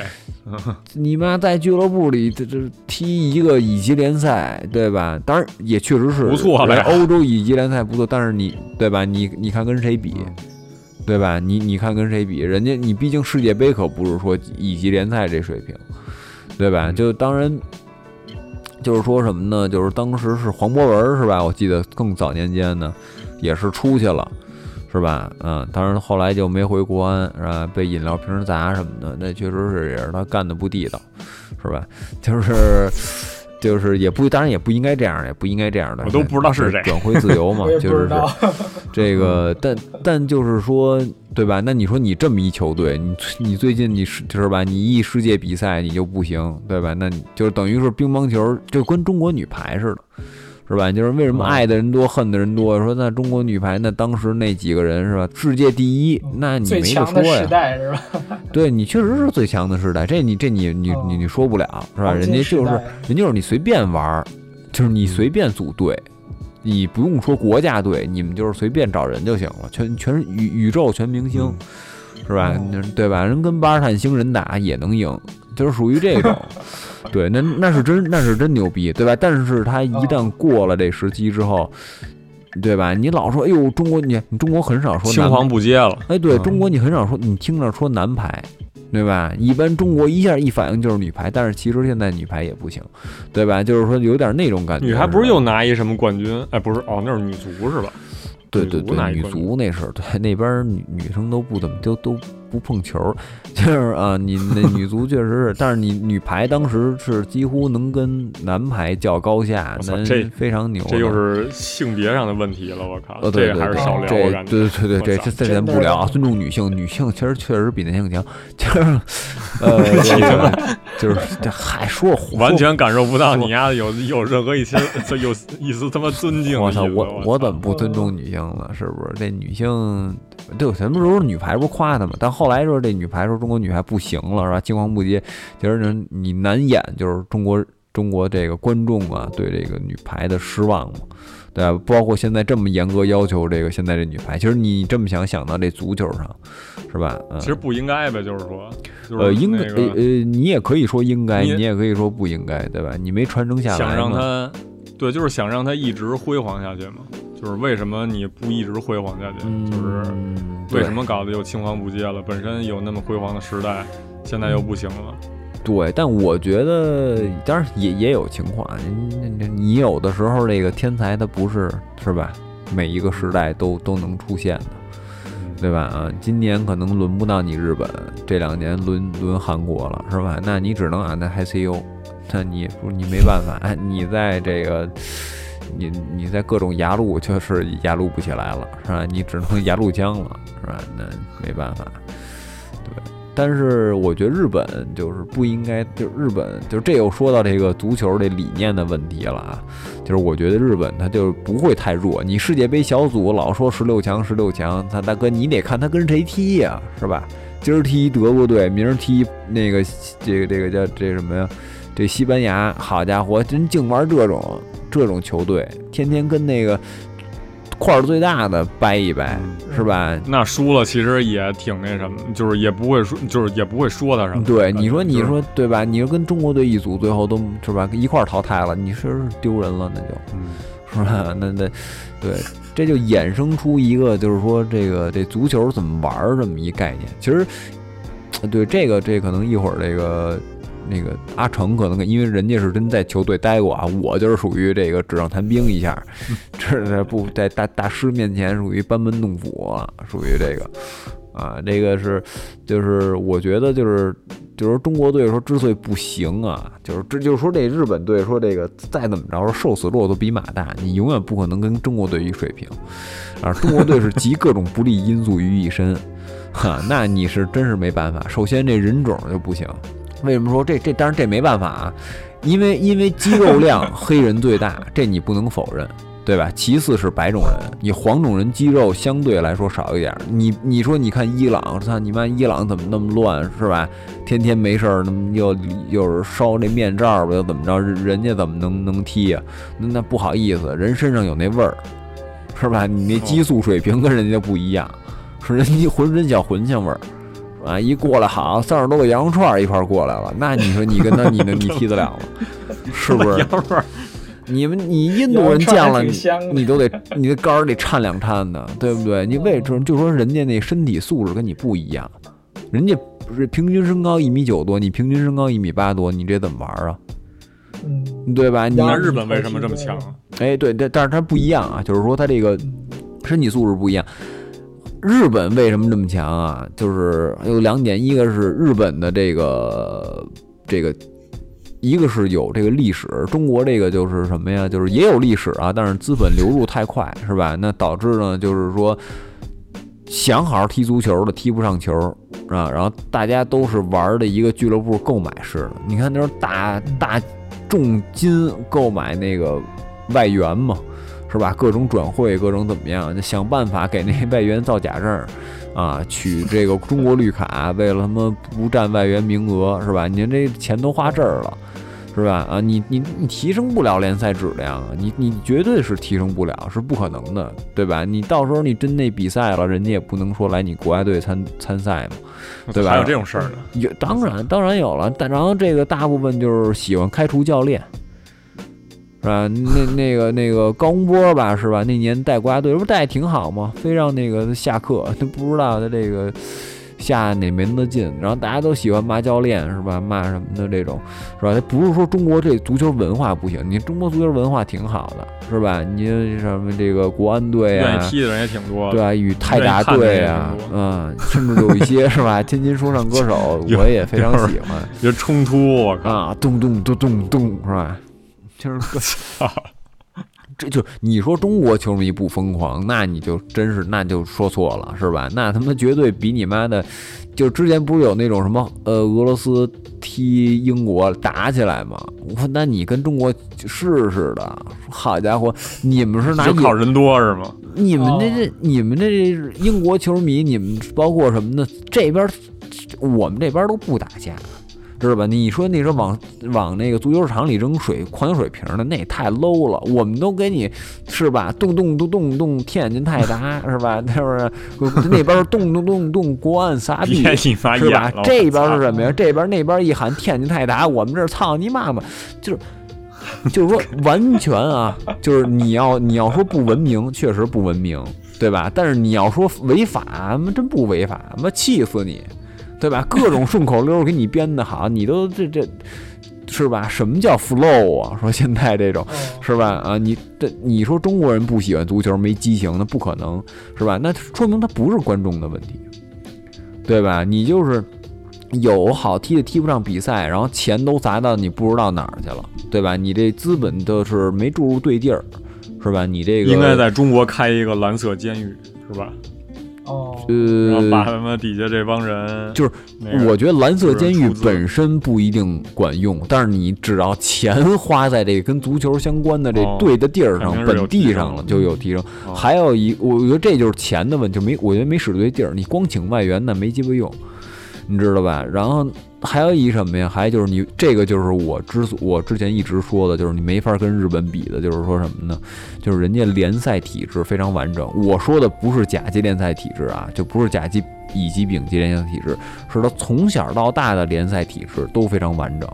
Speaker 3: 你妈在俱乐部里这这踢一个乙级联赛，对吧？当然也确实是
Speaker 2: 不错了呀
Speaker 3: 欧洲乙级联赛不错，但是你对吧？你你看跟谁比？
Speaker 2: 嗯
Speaker 3: 对吧？你你看跟谁比？人家你毕竟世界杯可不是说乙级联赛这水平，对
Speaker 2: 嗯
Speaker 3: 吧？就当然，就是说什么呢？就是当时是黄博文是吧？我记得更早年间呢，也是出去了，是吧？嗯，当然后来就没回国安，是吧？被饮料瓶砸什么的，那确实是也是他干的不地道，是吧？就是。就是也不，当然也不应该这样，也不应该这样的。
Speaker 2: 我都不知道是谁
Speaker 3: 转会自由嘛
Speaker 4: *laughs* 我也，不
Speaker 3: 就是
Speaker 4: 知道，
Speaker 3: 这个，但但就是说，对吧？那你说你这么一球队，你你最近你是就是吧？你一世界比赛你就不行，对吧？那你就是等于是乒乓球就跟中国女排似的，是吧？就是为什么
Speaker 2: 嗯
Speaker 3: 爱的人多，恨的人
Speaker 4: 嗯
Speaker 3: 多？说那中国女排那当时那几个人是吧？世界第一，那你
Speaker 4: 嗯最
Speaker 3: 没得
Speaker 4: 强
Speaker 3: 说
Speaker 4: 的时
Speaker 3: 呀。
Speaker 4: 代是吧？
Speaker 3: 对你确实是最强的时代，这你这你你你你说不了是吧？
Speaker 4: 黄
Speaker 3: 人
Speaker 4: 金
Speaker 3: 家
Speaker 4: 哦时
Speaker 3: 就是
Speaker 4: 代
Speaker 3: 人就是你随便玩儿，就是你随便组队，你不用说国家队，你们就是随便找人就行了，全全是宇宇宙全明星，是吧
Speaker 4: 哦？
Speaker 3: 那对吧？人跟巴尔坦星人打也能赢，就是属于这种。对，那那是真那是真牛逼，对吧？但是他一旦过了这时期之后，对吧？你老说哎呦中国你你中国很少说
Speaker 2: 青
Speaker 3: 南
Speaker 2: 黄不接了，
Speaker 3: 哎，对
Speaker 2: 嗯
Speaker 3: 中国你很少说，你听着说男排，对吧？一般中国一下一反应就是女排，但是其实现在女排也不行，对吧？就是说有点那种感觉。
Speaker 2: 女排不是
Speaker 3: 吧
Speaker 2: 又拿一什么冠军？哎，不是，哦，那是女足是吧？
Speaker 3: 对
Speaker 2: 女
Speaker 3: 对
Speaker 2: 足
Speaker 3: 对
Speaker 2: 拿一
Speaker 3: 女
Speaker 2: 冠军
Speaker 3: 足那是对 *laughs* 那边女女生都不怎么都都不碰球， *laughs* 就是啊，你那女足确实是，但是你女排当时是几乎能跟男排较高下
Speaker 2: 我，操
Speaker 3: 那
Speaker 2: 这
Speaker 3: 非常牛的。
Speaker 2: 这又是性别上的问题了，我靠，
Speaker 3: 呃，对
Speaker 2: 这个还是
Speaker 3: 对对
Speaker 2: 少聊，
Speaker 3: 这
Speaker 2: 我感觉。
Speaker 3: 对对对对，
Speaker 2: 我
Speaker 3: 这
Speaker 2: 操
Speaker 3: 这
Speaker 4: 真
Speaker 3: 咱
Speaker 4: 的
Speaker 3: 不聊啊，
Speaker 4: 是
Speaker 3: 尊重女性，女性其实确实比男性强，就是 *laughs* 呃，这个就是这嗨，说说
Speaker 2: 完全感受不到你丫的有有任何一丝有一丝他妈尊敬的
Speaker 3: 我
Speaker 2: 意思。
Speaker 3: 操，我我怎
Speaker 2: 么
Speaker 3: 么不尊重女性了？是不是？这女性，对，什么时候女排不是夸她嘛？但后来说这女排说中国女排不行了，是吧？青黄不接，其实呢，你难掩就是中国中国这个观众啊对这个女排的失望嘛。对吧？包括现在这么严格要求这个现在这女排，其实你这么想想到这足球上，是吧？嗯、
Speaker 2: 其实不应该呗，就是说，就是
Speaker 3: 呃，应该、
Speaker 2: 那
Speaker 3: 呃
Speaker 2: 个
Speaker 3: 呃，你也可以说应该，
Speaker 2: 你也
Speaker 3: 你也可以说不应该，对吧？你没传承呃下来嘛
Speaker 2: 想让他，对，就是想让他一直辉煌下去嘛。就是为什么你不一直辉煌下去？就是
Speaker 3: 嗯，
Speaker 2: 为什么搞得又青黄不接了？本身有那么辉煌的时代，现在又不行了。
Speaker 3: 对？对，但我觉得，当然也也有情况，你你你有的时候这个天才他不是是吧？每一个时代都都能出现的，对吧？啊，今年可能啊轮不到你日本，这两年轮轮韩国了，是吧？那你只能俺那 ICU，但你不是你没办法，哎你在这个。你你在各种崖路就是崖路不起来了，是吧？你只能崖路江了，是吧？那没办法，对。但是我觉得日本就是不应该，就是日本，就是这又说到这个足球这理念的问题了啊。就是我觉得日本它就是不会太弱。你世界杯小组老说十六强，十六强，他大哥你得看他跟谁踢呀、是吧？今儿踢德国队，明儿踢那个这个这个叫这什么呀？这西班牙，好家伙，真净玩这种这种球队，天天跟那个块儿最大的掰一掰，是吧？
Speaker 2: 那输了其实也挺那什么，就是也不会说，就是也不会说他什么。
Speaker 3: 对，
Speaker 2: 感觉
Speaker 3: 你说你
Speaker 2: 就是
Speaker 3: 说对吧？你说跟中国队一组，最后都是吧一块儿淘汰了，你是不是丢人了，那就。
Speaker 2: 嗯
Speaker 3: 是吧？那那对，这就衍生出一个就是说这个这足球怎么玩儿这么一概念。其实，对这个这可能一会儿这个那个阿成可能因为人家是真在球队待过啊，我就是属于这个纸上谈兵一下，
Speaker 2: 嗯
Speaker 3: 这这不在大大师面前属于班门弄斧啊，属于这个。啊，这个是，就是我觉得就是就是中国队说之所以不行啊，就是这就是说这日本队说这个再怎么着说瘦死骆驼比马大，你永远不可能跟中国队一水平啊！中国队是集各种不利因素于一身，哈，那你是真是没办法。首先这人种就不行，为什么说这这当然这没办法啊？因为因为肌肉量黑人最大，这你不能否认。对吧？其次是白种人，你黄种人肌肉相对来说少一点儿。你你说，你看伊朗，操你妈，伊朗怎么那么乱，是吧？天天没事儿，那么又又是烧那面罩吧，又怎么着？人人家怎么能能踢呀、那那不好意思，人身上有那味儿，是吧？你那激素水平跟人家不一样，是人家浑身小茴香味儿。啊！一过来好，三十多个羊肉串儿一块儿过来了，那你说你跟他，你能你踢得了吗？是不是？
Speaker 2: 不
Speaker 3: *laughs*
Speaker 2: 是嗯
Speaker 3: 你们你印度人见了
Speaker 4: 羊肉串还挺
Speaker 3: 你
Speaker 4: 香的，
Speaker 3: 你都得 *laughs* 你的肝儿得颤两颤
Speaker 4: *laughs*
Speaker 3: 的，对不对？你为什么就说人家那身体素质跟你不一样？人家不是平均身高一米九多，你平均身高一米八多，你这怎么玩儿啊？
Speaker 4: 嗯，
Speaker 3: 对吧？你
Speaker 2: 那
Speaker 4: 羊
Speaker 2: 日本为什么这么强？
Speaker 3: 哎，对，但但是它不一样啊，就是说它这个身体素质不一样。日本为什么这么强啊？就是有两点，一个是日本的这个这个，一个是有这个历史，中国这个就是什么呀？就是也有历史啊，但是资本流入太快，是吧？那导致呢，就是说想好好踢足球的踢不上球啊，然后大家都是玩的一个俱乐部购买式的。你看那时候大大重金购买那个外援嘛，是吧？各种转会，各种怎么样，就想办法给那外援造假证儿，啊，取这个中国绿卡，为了他妈不占外援名额，是吧？你这钱都花这儿了。是吧？啊，你你你提升不了联赛质量，啊你你绝对是提升不了，是不可能的，对吧？你到时候你真那比赛了，人家也不能说来你国家队参参赛嘛，对吧
Speaker 2: 还有这种事儿呢？
Speaker 3: 有，当然当然有了，但然后这个大部分就是喜欢开除教练，是吧？那那个那个高洪波吧，是吧？那年带国家队，这不带挺好吗？非让那个下课， *laughs* 他不知道他这个下哪门子劲，然后大家都喜欢骂教练，是吧？骂什么的这种，是吧？他不是说中国这足球文化不行，你中国足球文化挺好的，是吧？你什么这个国安队啊，
Speaker 2: 愿意踢的人也挺多
Speaker 3: 对
Speaker 2: 的。
Speaker 3: 啊，与泰
Speaker 2: 愿意
Speaker 3: 达
Speaker 2: 看的
Speaker 3: 队
Speaker 2: 也
Speaker 3: 啊
Speaker 2: 挺，
Speaker 3: 嗯，甚至有一些是吧，天津说唱歌手，
Speaker 2: *laughs* 有
Speaker 3: 我也非常
Speaker 2: 有
Speaker 3: 喜欢
Speaker 2: 别冲突，我靠！
Speaker 3: 啊，咚咚咚咚咚，是吧？就是歌这就你说中国球迷不疯狂，那你就真是那就说错了，是吧？那他妈绝对比你妈的，就之前不是有那种什么呃俄罗斯踢英国打起来吗？我那你跟中国试试的，好家伙，你们是拿
Speaker 2: 就
Speaker 3: 眼
Speaker 2: 靠人多是吗？
Speaker 3: 你们这
Speaker 4: 哦
Speaker 3: 这，你们这英国球迷，你们包括什么呢？这边儿我们这边儿都不打架，知道吧？你说那时候往往那个足球场里扔水矿泉水瓶儿的，那也太 low 了。我们都给你是吧？动动动动动，天眼金泰达是吧？ *laughs* 那不是那边儿动动动动国安撒币
Speaker 2: 别。你妈
Speaker 3: 啊是
Speaker 2: 演
Speaker 3: 吧
Speaker 2: 了！？
Speaker 3: 这边
Speaker 2: 我操
Speaker 3: 是什么呀？这边那边一喊天津泰达，我们这儿操你妈妈，就是就是说完全啊，就是你要你要说不文明，确实不文明，对吧？但是你要说违法，妈真不违法，妈气死你，对吧？各种顺口溜给你编的好，你都这这是吧？什么叫 flow 啊？说现在这种。
Speaker 4: 哦
Speaker 3: 是吧？啊，你这你说中国人不喜欢足球没激情，那不可能是吧？那说明他不是观众的问题，对吧？你就是有好踢的踢不上比赛，然后钱都砸到你不知道哪儿去了，对吧？你这资本就是没注入对地儿，是吧？你这个
Speaker 2: 应该在中国开一个蓝色监狱，是吧？
Speaker 4: 哦，
Speaker 2: 然后把
Speaker 3: 呃，
Speaker 2: 他们底下这帮人
Speaker 3: 就是
Speaker 2: 那个
Speaker 3: 我觉得蓝色监
Speaker 2: 就是
Speaker 3: 狱
Speaker 2: 出资
Speaker 3: 本身不一定管用，但是你只要钱花在这个跟足球相关的这
Speaker 2: 哦
Speaker 3: 对的地儿上、
Speaker 2: 肯定是有
Speaker 3: 本地
Speaker 2: 提
Speaker 3: 上
Speaker 2: 升
Speaker 3: 了，
Speaker 2: 的
Speaker 3: 就有提升。
Speaker 2: 哦
Speaker 3: 还有一，我觉得这就是钱的问题，就没我觉得没使对地儿，你光请外援那没鸡巴用，你知道吧？然后还有一什么呀？还有就是你这个就是我之所我之前一直说的，就是你没法跟日本比的，就是说什么呢？就是人家联赛体制非常完整。我说的不是甲级联赛体制啊，就不是甲级乙级、丙级联赛体制，是他从小到大的联赛体制都非常完整。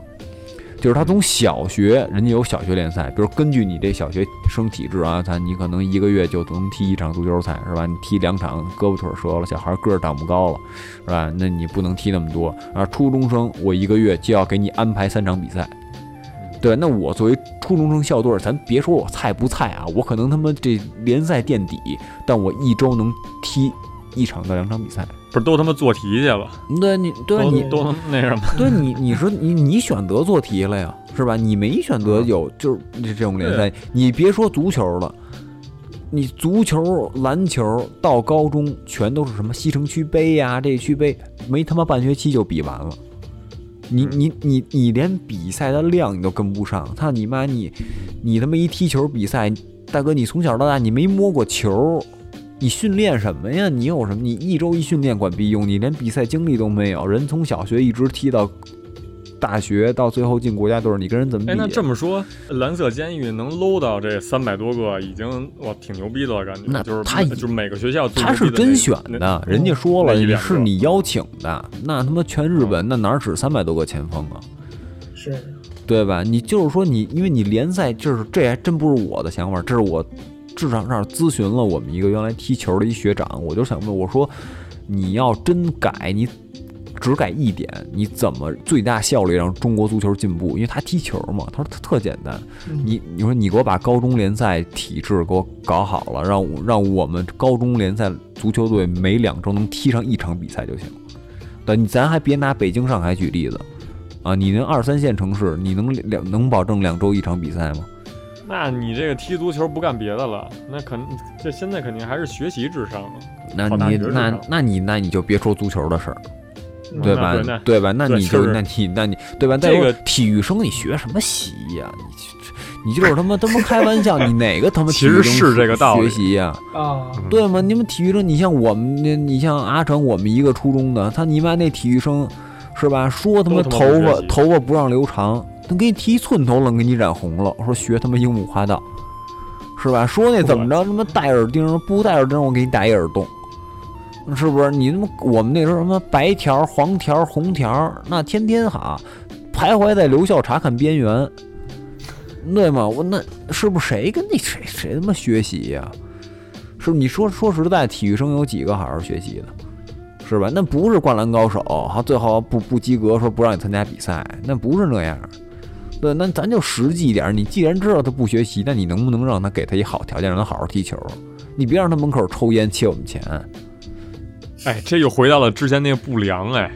Speaker 3: 就是他从小学，人家有小学联赛，比如根据你这小学生体制啊，他你可能一个月就能踢一场足球赛，是吧？你踢两场，胳膊腿儿折了，小孩儿个儿长不高了，是吧？那你不能踢那么多。啊，初中生我一个月就要给你安排三场比赛，对，那我作为初中生校队儿，咱别说我菜不菜啊，我可能他妈这联赛垫底，但我一周能踢一场到两场比赛。
Speaker 2: 不是都他妈做题去了，
Speaker 3: 对你，对
Speaker 2: 都
Speaker 3: 你，
Speaker 2: 都他妈那什么，
Speaker 3: *laughs* 对你，你说你你选择做题了呀，是吧？你没选择有就是这种联赛，你别说足球了，你足球、篮球到高中全都是什么西城区杯呀、这区杯，没他妈半学期就比完了。你你你你连比赛的量你都跟不上，操你妈你你他妈一踢球比赛，大哥你从小到大你没摸过球，你训练什么呀？你有什么？你一周一训练管屁用？你连比赛经历都没有，人从小学一直踢到大学，到最后进国家队儿，你跟人怎么比
Speaker 2: 哎，
Speaker 3: 呀？
Speaker 2: 那这么说，蓝色监狱能搂到这三百多个，已经哇挺牛逼的了，感觉。
Speaker 3: 那
Speaker 2: 就是
Speaker 3: 他已
Speaker 2: 就是每个学校最
Speaker 3: 他
Speaker 2: 牛逼
Speaker 3: 是
Speaker 2: 的
Speaker 3: 甄
Speaker 2: 那
Speaker 3: 选
Speaker 2: 那
Speaker 3: 的，人家说了
Speaker 2: 那一两个
Speaker 3: 是你邀请的，那他妈全日本那哪儿止三百多个前锋啊？
Speaker 4: 是
Speaker 3: 对吧？你就是说你，因为你联赛，就是这还真不是我的想法，这是我至少那儿咨询了我们一个原来踢球的一学长，我就想问我说，你要真改，你只改一点，你怎么最大效率让中国足球进步？因为他踢球嘛，他说他特简单，你你说你给我把高中联赛体制给我搞好了，让我让我们高中联赛足球队每两周能踢上一场比赛就行。对，你咱还别拿北京、上海举例子，啊，你能二三线城市，你能两能保证两周一场比赛吗？
Speaker 2: 那你这个踢足球不干别的了，那肯这现在肯定还是学习至上啊。
Speaker 3: 那
Speaker 2: 跑大
Speaker 3: 你
Speaker 2: 学是
Speaker 3: 那
Speaker 2: 吧
Speaker 3: 那你那你就别说足球的事儿，
Speaker 4: 嗯
Speaker 3: 对
Speaker 2: 那
Speaker 3: 吧
Speaker 2: 对那？
Speaker 3: 对吧？那
Speaker 2: 对
Speaker 3: 你
Speaker 2: 确
Speaker 3: 就
Speaker 2: 实
Speaker 3: 那你那你对吧？再
Speaker 2: 这
Speaker 3: 说
Speaker 2: 个
Speaker 3: 体育生你学什么习呀？你你就是他妈他妈开玩笑，你哪个他妈
Speaker 2: 其
Speaker 3: 体
Speaker 2: 实
Speaker 3: 育生
Speaker 2: 是
Speaker 3: 学
Speaker 2: 这个道理
Speaker 3: 学习呀，
Speaker 4: 啊，
Speaker 2: 嗯
Speaker 3: 对吗？你们体育生，你像我们，你你像阿成，我们一个初中的，他你妈那体育生是吧？说他妈
Speaker 2: 都他妈
Speaker 3: 头
Speaker 2: 不学
Speaker 3: 发
Speaker 2: 习
Speaker 3: 头发不让留长，能给你剃一寸头，能给你染红了，说学他妈樱木花道是吧？说那怎么着，他妈戴耳钉不戴耳钉，我给你打一耳洞。是不是你他妈我们那时候什么白条、黄条、红条，那天天哈徘徊在留校查看边缘，对吗？我那是不是谁跟那谁谁他妈学习呀、是不是？你说说实在，体育生有几个好好学习的，是吧？那不是灌篮高手，还最后不不及格，说不让你参加比赛，那不是那样。对，那咱就实际一点。你既然知道他不学习，那你能不能让他给他一好条件，让他好好踢球？你别让他门口抽烟切我们钱，
Speaker 2: 哎，这又回到了之前那个不良哎，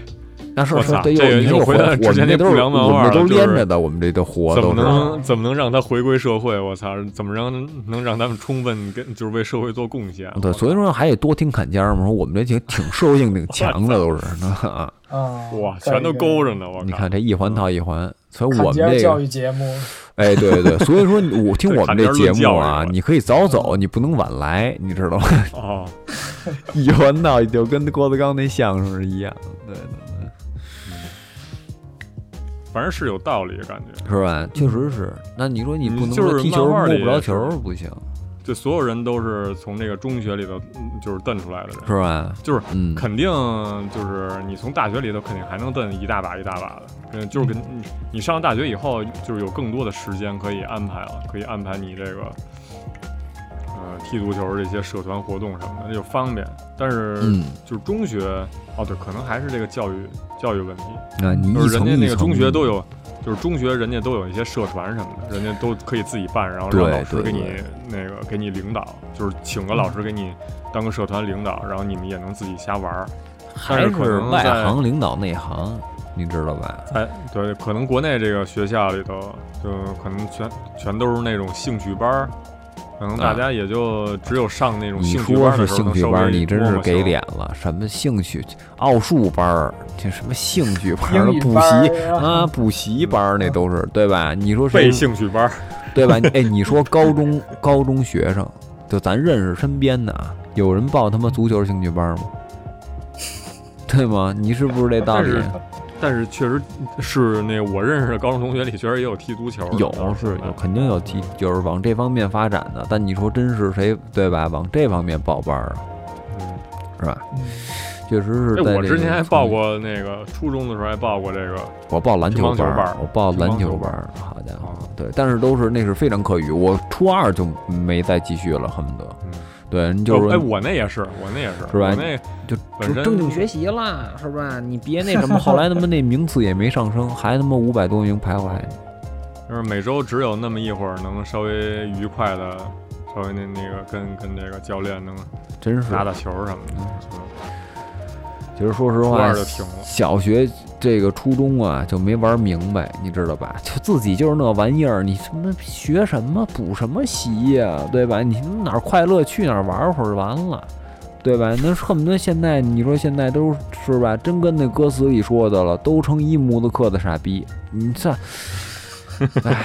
Speaker 3: 那是
Speaker 2: 我
Speaker 3: 是
Speaker 2: 操
Speaker 3: 对，
Speaker 2: 这
Speaker 3: 又
Speaker 2: 个
Speaker 3: 你
Speaker 2: 又
Speaker 3: 又
Speaker 2: 回
Speaker 3: 回
Speaker 2: 到
Speaker 3: 我
Speaker 2: 之
Speaker 3: 们
Speaker 2: 前
Speaker 3: 那
Speaker 2: 那
Speaker 3: 都
Speaker 2: 不
Speaker 3: 是
Speaker 2: 良漫
Speaker 3: 我
Speaker 2: 画
Speaker 3: 们
Speaker 2: 了
Speaker 3: 都
Speaker 2: 就
Speaker 3: 连
Speaker 2: 是
Speaker 3: 着的，我们这都活
Speaker 2: 怎么
Speaker 3: 都是。
Speaker 2: 能怎么能让他回归社会？我操，怎么让能让他们充分跟就是为社会做贡献？
Speaker 3: 对，所以说还得多听坎肩儿嘛。说我们这挺挺社会性挺强的，都是。那
Speaker 4: 啊，
Speaker 2: 哇，
Speaker 4: 再一
Speaker 2: 全都
Speaker 4: 个
Speaker 2: 勾着呢，我
Speaker 3: 你
Speaker 2: 靠
Speaker 3: 看！这一环套一环，所以
Speaker 4: 坎
Speaker 3: 我们
Speaker 4: 肩
Speaker 3: 这
Speaker 4: 教
Speaker 3: 个，
Speaker 4: 育节目，
Speaker 3: 哎，对对对，所以说
Speaker 2: *laughs*
Speaker 3: 我听我们这节
Speaker 2: 坎肩儿论
Speaker 3: 目啊
Speaker 2: 教育，嘛嗯
Speaker 3: 你可以早走，你不能晚来，你知道吗？ *laughs*
Speaker 2: 哦，
Speaker 3: 一环套就跟郭德纲那相声是一样，对的，
Speaker 2: 反正是有道理，感觉
Speaker 3: 是吧？确实是。那你说你不能
Speaker 2: 嗯就是
Speaker 3: 说踢球
Speaker 2: 漫画
Speaker 3: 摸
Speaker 2: 里
Speaker 3: 不着
Speaker 2: 也是
Speaker 3: 球不行，
Speaker 2: 这所有人都是从这个中学里头嗯就是蹬出来的人，
Speaker 3: 是吧？
Speaker 2: 就是
Speaker 3: 嗯，
Speaker 2: 肯定就是你从大学里头肯定还能蹬一大把一大把的，嗯，就是跟你你上了大学以后，就是有更多的时间可以安排了，可以安排你这个呃踢足球这些社团活动什么的，就方便。但是
Speaker 3: 嗯
Speaker 2: 就是中学哦，对，可能还是这个教育教育问题，
Speaker 3: 啊，你
Speaker 2: 就
Speaker 3: 一
Speaker 2: 是人
Speaker 3: 层
Speaker 2: 家
Speaker 3: 一
Speaker 2: 那个
Speaker 3: 层
Speaker 2: 中学都有。就是中学，人家都有一些社团什么的，人家都可以自己办，然后让
Speaker 3: 对
Speaker 2: 老师
Speaker 3: 对
Speaker 2: 给你
Speaker 3: 对嗯
Speaker 2: 那个给你领导，就是请个老师给你当个社团领导，然后你们也能自己瞎玩儿。
Speaker 3: 还
Speaker 2: 但是可
Speaker 3: 是
Speaker 2: 能
Speaker 3: 外
Speaker 2: 在
Speaker 3: 行领导内行，你知道吧？
Speaker 2: 哎，对，可能国内这个学校里头，就可能全全都是那种兴趣班儿，可能大家也就只有上那种
Speaker 3: 啊你
Speaker 2: 兴趣
Speaker 3: 说
Speaker 2: 班
Speaker 3: 是
Speaker 2: 的时候
Speaker 3: 兴
Speaker 2: 能
Speaker 3: 趣
Speaker 2: 稍
Speaker 3: 班儿，
Speaker 2: 微
Speaker 3: 你真
Speaker 2: 摸
Speaker 3: 是
Speaker 2: 摸
Speaker 3: 给
Speaker 2: 清
Speaker 3: 脸了。什么兴趣奥数班儿，这什么兴趣班儿
Speaker 4: 英语
Speaker 3: 补
Speaker 4: 班
Speaker 3: 习
Speaker 4: 儿啊
Speaker 3: 啊，补习班儿那都是对吧？你说
Speaker 2: 背
Speaker 3: 谁
Speaker 2: 兴趣班儿，
Speaker 3: 对吧？ *laughs* 哎，你说高中高中学生，就咱认识身边的啊，有人报他妈足球兴趣班儿吗？ *laughs* 对吗？你是不是这道
Speaker 2: 但
Speaker 3: 理
Speaker 2: 是？但是确实是那我认识的高中同学里，确实也有踢足球的，
Speaker 3: 有
Speaker 2: 倒
Speaker 3: 是有，
Speaker 2: 哎
Speaker 3: 肯定有提，就是往这方面发展的。但你说真是谁对吧？往这方面报班儿啊，
Speaker 2: 嗯
Speaker 3: 是吧？
Speaker 4: 嗯
Speaker 3: 确实是在、
Speaker 2: 哎，我之前还报，过那个初中的时候还报过这个，
Speaker 3: 我报篮
Speaker 2: 乒
Speaker 3: 球
Speaker 2: 乓球
Speaker 3: 班
Speaker 2: 班
Speaker 3: 儿
Speaker 2: 儿，
Speaker 3: 我报
Speaker 2: 乒
Speaker 3: 篮
Speaker 2: 乓
Speaker 3: 球
Speaker 2: 球
Speaker 3: 班
Speaker 2: 班
Speaker 3: 儿，好家伙，对，但是都是那是非常课余，我初二就没再继续了，恨不得，
Speaker 2: 嗯，
Speaker 3: 对，你就是
Speaker 2: 哎，我那也是，我那也是，
Speaker 3: 是吧
Speaker 2: 我那
Speaker 3: 就
Speaker 2: 本
Speaker 3: 就
Speaker 2: 身
Speaker 3: 正经学习啦，是吧？你别那什 *laughs* 么，后来他妈那名次也没上升，还他妈五百多名徘徊。
Speaker 2: 就是每周只有那么一会儿能稍微愉快的，稍微那那个跟跟这个教练能
Speaker 3: 真是
Speaker 2: 打打球什么的。嗯
Speaker 3: 其实说实
Speaker 2: 初
Speaker 3: 话
Speaker 2: 二就停了，
Speaker 3: 小学这个初中啊就没玩明白，你知道吧？就自己就是那玩意儿，你他妈学什么补什么习呀、对吧？你哪儿快乐去哪儿玩会儿完了，对吧？那恨不得现在你说现在都是吧，真跟那歌词里说的了，都成一模子刻的傻逼，你这。哎，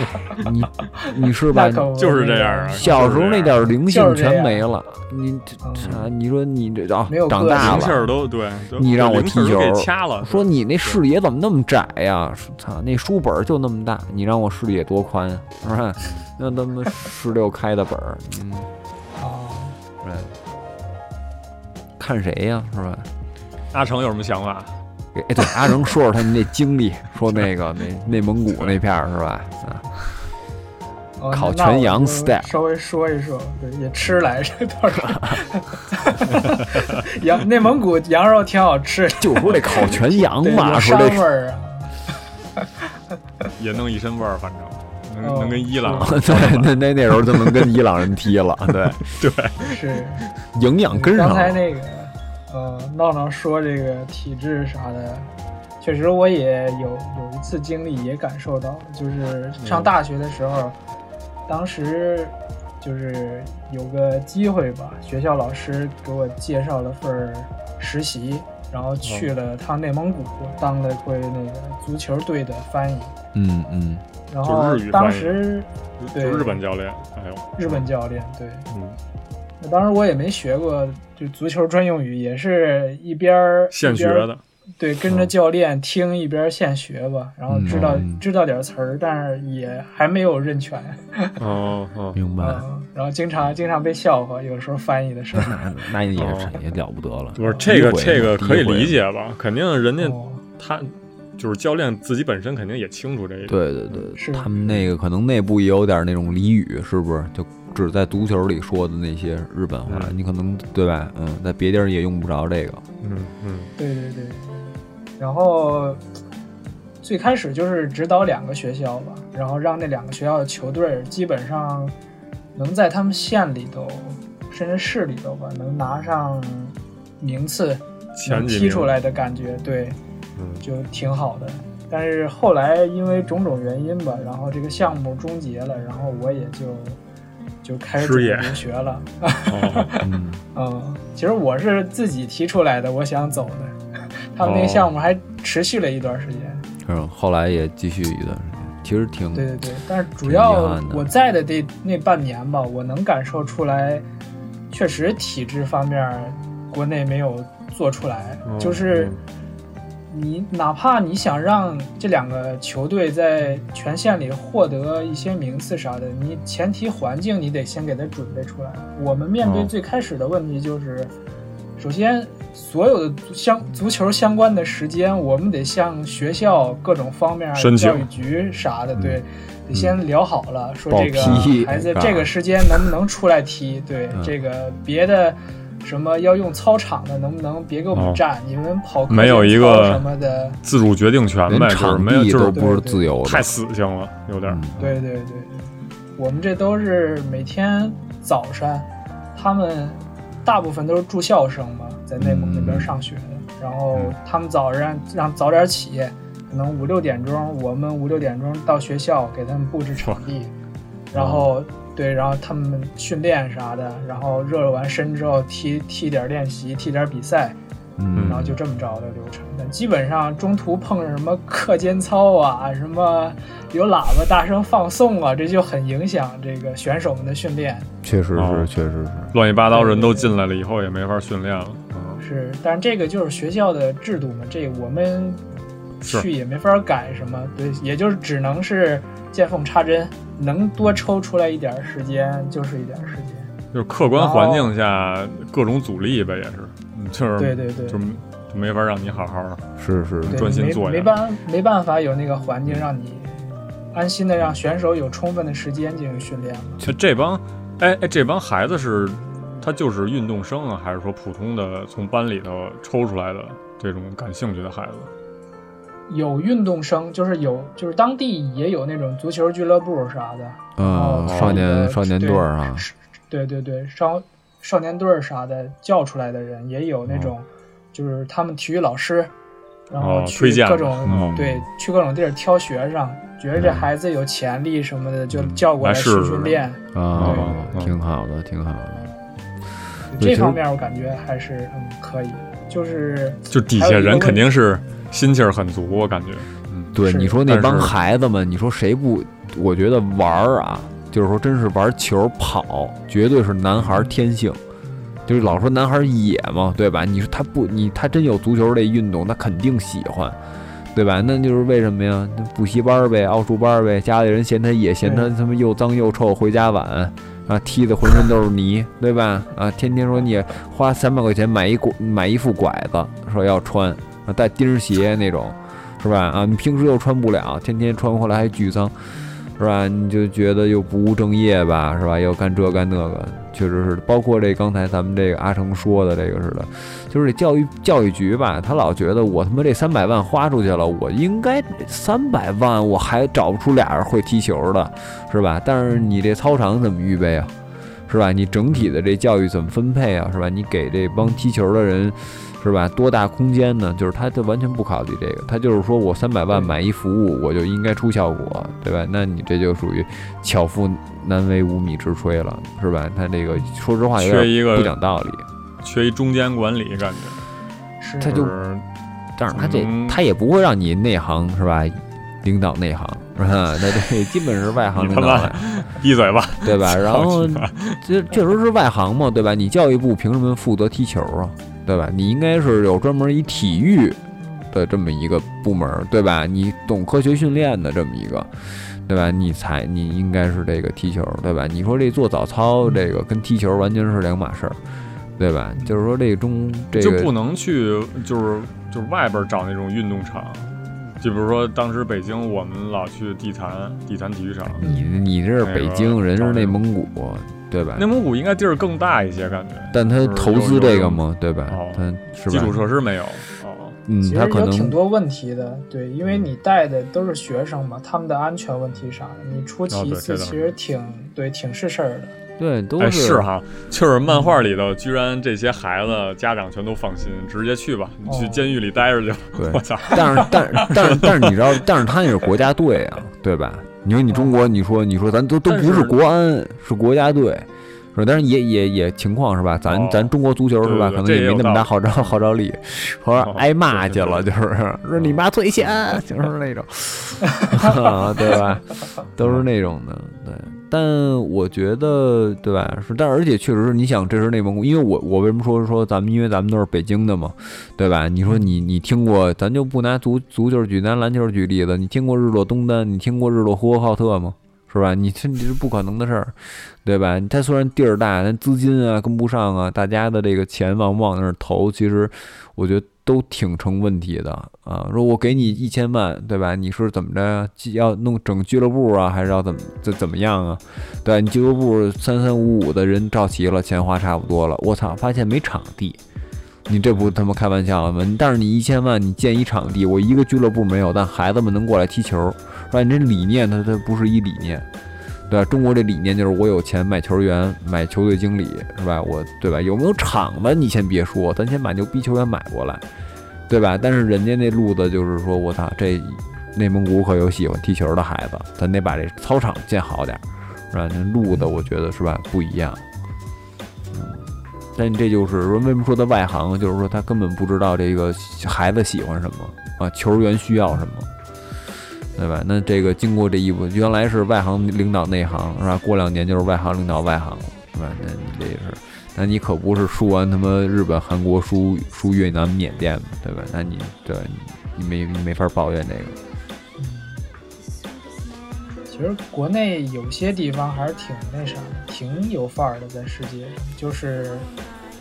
Speaker 3: 你你是吧？
Speaker 4: 那可不
Speaker 2: 就是这样啊
Speaker 3: 小时候那点灵性全没了，你这
Speaker 4: 就是这
Speaker 3: 这
Speaker 4: 样
Speaker 3: 啊，你说你这啊
Speaker 4: 没有，
Speaker 3: 长
Speaker 4: 个
Speaker 3: 大
Speaker 2: 零气
Speaker 3: 了，
Speaker 2: 儿都对，都
Speaker 3: 你让我
Speaker 2: 零气儿
Speaker 3: 踢
Speaker 2: 都给
Speaker 3: 球
Speaker 2: 掐了，
Speaker 3: 说你那视野怎么那么窄呀？说操，那书本儿就那么大，你让我视野多宽啊？是
Speaker 2: *laughs*
Speaker 3: 吧？那他妈十六开的本儿，嗯，
Speaker 4: 哦，
Speaker 3: 是吧看谁呀？是吧？
Speaker 2: 阿成有什么想法？
Speaker 3: 给哎，对，阿成说说他们那经历，说那个那内蒙古那片儿是吧？啊，
Speaker 4: 哦
Speaker 3: 烤
Speaker 4: 那我
Speaker 3: 全羊
Speaker 4: 就
Speaker 3: style
Speaker 4: 稍微说一说，对，也吃来着， *laughs* 到时候
Speaker 3: *laughs*
Speaker 4: 羊内蒙古羊肉挺好吃的，
Speaker 3: 就说这烤全 *laughs* 羊
Speaker 4: 对，
Speaker 3: 嘛，
Speaker 4: 有
Speaker 3: 说
Speaker 4: 膻味
Speaker 3: 这
Speaker 4: 儿啊，
Speaker 2: 也弄一身味儿，反正能
Speaker 4: 哦
Speaker 2: 能跟伊啊朗
Speaker 3: *laughs* 对，那那那时候就能跟伊朗人踢了，
Speaker 4: *laughs*
Speaker 3: 对，
Speaker 4: 是。
Speaker 3: 营养跟上
Speaker 4: 刚才
Speaker 3: 了。
Speaker 4: 那个，呃，闹闹说这个体质啥的，确实我也有有一次经历也感受到了，就是
Speaker 2: 嗯
Speaker 4: 上大学的时候，当时就是有个机会吧，学校老师给我介绍了份儿实习，然
Speaker 2: 哦
Speaker 4: 后去了趟内蒙古，当了回那个足球队的翻译，
Speaker 3: 嗯嗯，
Speaker 4: 然后
Speaker 2: 日语
Speaker 4: 当
Speaker 2: 翻译
Speaker 4: 时
Speaker 2: 就
Speaker 4: 对
Speaker 2: 日本教练，哎呦，
Speaker 4: 日本教练对。
Speaker 2: 嗯，
Speaker 4: 那当时我也没学过，就足球专用语，也是一边儿
Speaker 2: 现
Speaker 4: 一
Speaker 2: 学
Speaker 4: 边儿
Speaker 2: 的，嗯
Speaker 4: 对，跟着教练听一边儿现学吧，然后知道、
Speaker 3: 嗯
Speaker 4: 知道点词儿，但是也还没有认全，
Speaker 2: 哦哦，
Speaker 3: 明白。
Speaker 4: 嗯，然后经常经常被笑话，有时候翻译的时候，
Speaker 3: *laughs* 那那也是也了不得了。
Speaker 2: 不是这个
Speaker 3: 诋毁
Speaker 2: 这个可以
Speaker 3: 诋毁
Speaker 2: 理解吧？肯定人家
Speaker 4: 哦
Speaker 2: 他就是教练自己本身肯定也清楚这一点，
Speaker 3: 对对
Speaker 4: 是
Speaker 3: 对，他们那个可能内部也有点那种俚语，是不是？就只在足球里说的那些日本话，
Speaker 2: 嗯
Speaker 3: 你可能对吧？嗯，在别地儿也用不着这个。
Speaker 2: 嗯嗯
Speaker 4: 对对对，然后最开始就是指导两个学校吧，然后让那两个学校的球队儿基本上能在他们县里头，甚至市里头吧，能拿上名次，
Speaker 2: 前
Speaker 4: 能
Speaker 2: 几
Speaker 4: 踢
Speaker 2: 名
Speaker 4: 出来的感觉，对，
Speaker 2: 嗯
Speaker 4: 就挺好的。但是后来因为种种原因吧，然后这个项目终结了，然后我也就就开始
Speaker 2: 失业
Speaker 4: 留学了。
Speaker 2: 哦
Speaker 3: 嗯，
Speaker 4: 嗯，其实我是自己提出来的，我想走的。 *laughs* 他们
Speaker 2: 哦
Speaker 4: 那个项目还持续了一段时间，
Speaker 3: 嗯，后来也继续一段时间，其实挺
Speaker 4: 对对对。但是主
Speaker 3: 挺遗
Speaker 4: 要
Speaker 3: 憾的
Speaker 4: 我在的这那半年吧，我能感受出来，确实体制方面儿国内没有做出来，
Speaker 2: 嗯
Speaker 4: 就是你哪怕你想让这两个球队在全县里获得一些名次啥的，你前提环境你得先给它准备出来。我们面对
Speaker 2: 嗯
Speaker 4: 最开始的问题就是，首先所有的足相足球相关的时间，我们得向学校各种方面、
Speaker 2: 申请
Speaker 4: 教育局啥的，
Speaker 2: 嗯
Speaker 4: 对，得先聊好了，说这
Speaker 3: 报批
Speaker 4: 个孩子
Speaker 3: 啊
Speaker 4: 这个时间能不能出来踢，对
Speaker 3: 嗯，
Speaker 4: 这个别的。什么要用操场的，能不能别给我
Speaker 2: 哦
Speaker 4: 们占？你们跑
Speaker 2: 没有一
Speaker 4: 操
Speaker 2: 个
Speaker 4: 什么的，
Speaker 2: *laughs* 自主决定权呗，
Speaker 3: 连
Speaker 2: 就是
Speaker 3: 场
Speaker 2: 没有
Speaker 3: 地
Speaker 2: 就
Speaker 3: 都
Speaker 2: 是
Speaker 3: 不是自由
Speaker 2: 太
Speaker 3: 的。
Speaker 2: 死性了，有点儿
Speaker 3: 嗯
Speaker 4: 对对对，我们这都是每天早上，他们大部分都是住校生嘛，在内蒙那边上学的，然后他们早让让早点起，可能五六点钟，我们五六点钟到学校给他们布置场地，然后对，然后他们训练啥的，然后热了完身之后踢踢点练习，踢点比赛，
Speaker 3: 嗯
Speaker 4: 然后就这么着的流程。但基本上中途碰上什么课间操啊，什么有喇叭大声放送啊，这就很影响这个选手们的训练。
Speaker 3: 确实
Speaker 2: 哦
Speaker 3: 是，确实是。
Speaker 2: 乱七八糟人都进来了，以后也没法训练了。嗯
Speaker 4: 是，但是这个就是学校的制度嘛，这我们
Speaker 2: 是
Speaker 4: 去也没法改什么，对，也就是只能是见缝插针，能多抽出来一点儿时间就是一点儿时间。
Speaker 2: 就是客观环境下各种阻力呗，也是，嗯就是
Speaker 4: 对对对
Speaker 2: 就就没法让你好好的。
Speaker 3: 是是，
Speaker 4: 对，
Speaker 2: 专心
Speaker 4: 没
Speaker 2: 做呀
Speaker 4: 没办没办法有那个环境让你安心的让选手有充分的时间进行训练嘛。
Speaker 2: 就这帮，哎哎，这帮孩子是，他就是运动生啊，还是说普通的从班里头抽出来的这种感兴趣的孩子？
Speaker 4: 有运动生，就是有就是当地也有那种足球俱乐部啥的，
Speaker 3: 嗯，
Speaker 4: 哦
Speaker 3: 少年
Speaker 4: 呃
Speaker 3: 少年
Speaker 4: 对
Speaker 3: 队儿啊，
Speaker 4: 是对对对，少少年队儿啥的叫出来的人，也有
Speaker 3: 哦
Speaker 4: 那种、就是他们体育老师，然后
Speaker 2: 哦
Speaker 4: 去
Speaker 2: 推荐
Speaker 4: 各
Speaker 2: 的
Speaker 4: 种、
Speaker 3: 嗯
Speaker 4: 对去各种地儿挑学生，觉得这孩子有潜力什么的，就
Speaker 3: 嗯
Speaker 4: 叫过
Speaker 2: 来
Speaker 4: 来
Speaker 2: 试
Speaker 4: 去
Speaker 2: 试
Speaker 4: 训练。
Speaker 3: 啊
Speaker 2: 嗯，
Speaker 3: 挺好的，挺好的。对
Speaker 4: 这
Speaker 3: 其实
Speaker 4: 方面我感觉还是嗯可以，就是
Speaker 2: 就底
Speaker 4: 还
Speaker 2: 下
Speaker 4: 有一个
Speaker 2: 人
Speaker 4: 问
Speaker 2: 肯定是心气儿很足，我感觉。嗯，
Speaker 3: 对，
Speaker 4: 是
Speaker 3: 你说那
Speaker 2: 但
Speaker 3: 帮
Speaker 2: 是
Speaker 3: 孩子们，你说谁不？我觉得玩儿啊，就是说真是玩球跑，绝对是男孩儿天性。就是老说男孩儿野嘛，对吧？你说他不，你他真有足球类运动，他肯定喜欢，对吧？那就是为什么呀？那补习班儿呗，奥数班儿呗，家里人嫌他野，嫌他他妈又脏又臭，回家晚啊，踢得浑身都是泥，对吧？啊，天天说你花三百块钱买一拐买一副拐子，说要穿啊，带钉儿鞋那种，是吧？啊，你平时又穿不了，天天穿回来还巨脏，是吧？你就觉得又不务正业吧，是吧？又干这干那个，确实是。包括这刚才咱们这个阿成说的这个似的，就是这教育教育局吧，他老觉得我他妈这三百万花出去了，我应该三百万我还找不出俩人会踢球的，是吧？但是你这操场怎么预备啊？是吧？你整体的这教育怎么分配啊？是吧？你给这帮踢球的人，是吧？多大空间呢？就是他，就完全不考虑这个，他就是说我三百万买一服务，我就应该出效果，对吧？那你这就属于巧妇难为无米之炊了，是吧？他这个说实话有
Speaker 2: 缺
Speaker 3: 点
Speaker 2: 一
Speaker 3: 不
Speaker 2: 个
Speaker 3: 讲道理。
Speaker 2: 缺一中间管理，感觉
Speaker 4: 是
Speaker 3: 他
Speaker 2: 就
Speaker 3: 就
Speaker 2: 是
Speaker 3: 但是他这
Speaker 2: 嗯
Speaker 3: 他也不会让你内行是吧？领导内行是吧？ *laughs* 那这基本是外行
Speaker 2: 你
Speaker 3: 领
Speaker 2: 他
Speaker 3: 导
Speaker 2: 妈
Speaker 3: 内行，
Speaker 2: 闭嘴吧。*laughs*
Speaker 3: 对吧？然后
Speaker 2: 操你妈
Speaker 3: 这确实是外行嘛，对吧？你教育部凭什么负责踢球啊？对吧？你应该是有专门以体育的这么一个部门，对吧？你懂科学训练的这么一个，对吧？你才你应该是这个踢球，对吧？你说这做早操这个跟踢球完全是两码事儿，对吧？就是说这个中这
Speaker 2: 就
Speaker 3: 个
Speaker 2: 不能去，就是就是外边找那种运动场，就比如说当时北京我们老去地坛，地坛体育场，
Speaker 3: 你
Speaker 4: 嗯
Speaker 3: 你这是北京人，是内蒙古，对吧
Speaker 2: 内？蒙古应该地儿更大一些，感觉
Speaker 3: 但他投资这个嘛，对吧
Speaker 2: 哦？
Speaker 3: 他是
Speaker 2: 基础
Speaker 3: 吧？
Speaker 2: 设施没有。哦，
Speaker 3: 嗯，
Speaker 4: 其
Speaker 3: 他
Speaker 4: 实
Speaker 3: 可
Speaker 4: 有挺
Speaker 3: 能
Speaker 4: 多问题的，对，因为你带的都是学生嘛，他们的安全问题啥的，你出
Speaker 2: 哦
Speaker 4: 题一
Speaker 2: 对
Speaker 4: 次
Speaker 2: 这倒
Speaker 4: 其实挺、对挺是事儿的。
Speaker 3: 对都
Speaker 2: 哎
Speaker 3: 是
Speaker 2: 是哈，就是漫画里头，居然这些孩子家长全都放心，直接去吧，你去
Speaker 4: 哦
Speaker 2: 监狱里待着去。
Speaker 3: 对
Speaker 2: 我操，
Speaker 3: 但是，但是，但是，但是，你知道，但是他那是国家队啊，对吧？你说你中国，你说你说咱都都
Speaker 2: 但
Speaker 3: 不是
Speaker 2: 是
Speaker 3: 国安，是国家队，是吧？但是也也也情况是吧？咱、
Speaker 2: 哦
Speaker 3: 咱中国足球是
Speaker 2: 对对对
Speaker 3: 吧？可能
Speaker 2: 这也
Speaker 3: 没
Speaker 2: 有
Speaker 3: 那么
Speaker 2: 道
Speaker 3: 大
Speaker 2: 嗯
Speaker 3: 号召号召力，后来
Speaker 2: 哦
Speaker 3: 挨骂去了，
Speaker 2: 对哦
Speaker 3: 就是说你妈退钱，就是
Speaker 2: *laughs*
Speaker 3: 那种，啊对吧？都是那种的，对。但我觉得，对吧？是，但而且确实是，你想，这是内蒙古，因为我我为什么说说咱们，因为咱们都是北京的嘛，对吧？你说你你听过，咱就不拿足足球举，拿篮球举例子，你听过日落东单，你听过日落呼和浩特吗？是吧？你这这是不可能的事儿，对吧？它虽然地儿大，但资金啊跟不上啊，大家的这个钱往不往那儿投，其实我觉得都挺成问题的啊。说我给你一千万，对吧？你是怎么着呀？既要弄整俱乐部啊，还是要怎么怎怎么样啊？对吧你俱乐部三三五五的人照齐了，钱花差不多了，我操，发现没场地，你这不他妈开玩笑了吗？但是你一千万，你建一场地，我一个俱乐部没有，但孩子们能过来踢球，是吧？你这理念它它不是一理念，对吧？中国这理念就是我有钱买球员，买球队经理，是吧？我对吧？有没有场子你先别说，咱先把牛逼球员买过来，对吧？但是人家那路子就是说，我操，这内蒙古可有喜欢踢球的孩子，咱得把这操场建好点儿，是吧？那路子我觉得是吧不一样。嗯，但这就是说，为什么说他外行，就是说他根本不知道这个孩子喜欢什么啊，球员需要什么。对吧？那这个经过这一步，原来是外行领导内行，是吧？过两年就是外行领导外行了，是吧？那你这也是，那你可不是输完他妈日本、韩国、输输越南、缅甸嘛，对吧？那你对吧你没你没法抱怨这个，
Speaker 4: 其实国内有些地方还是挺那啥，挺有范儿的，在世界上就是。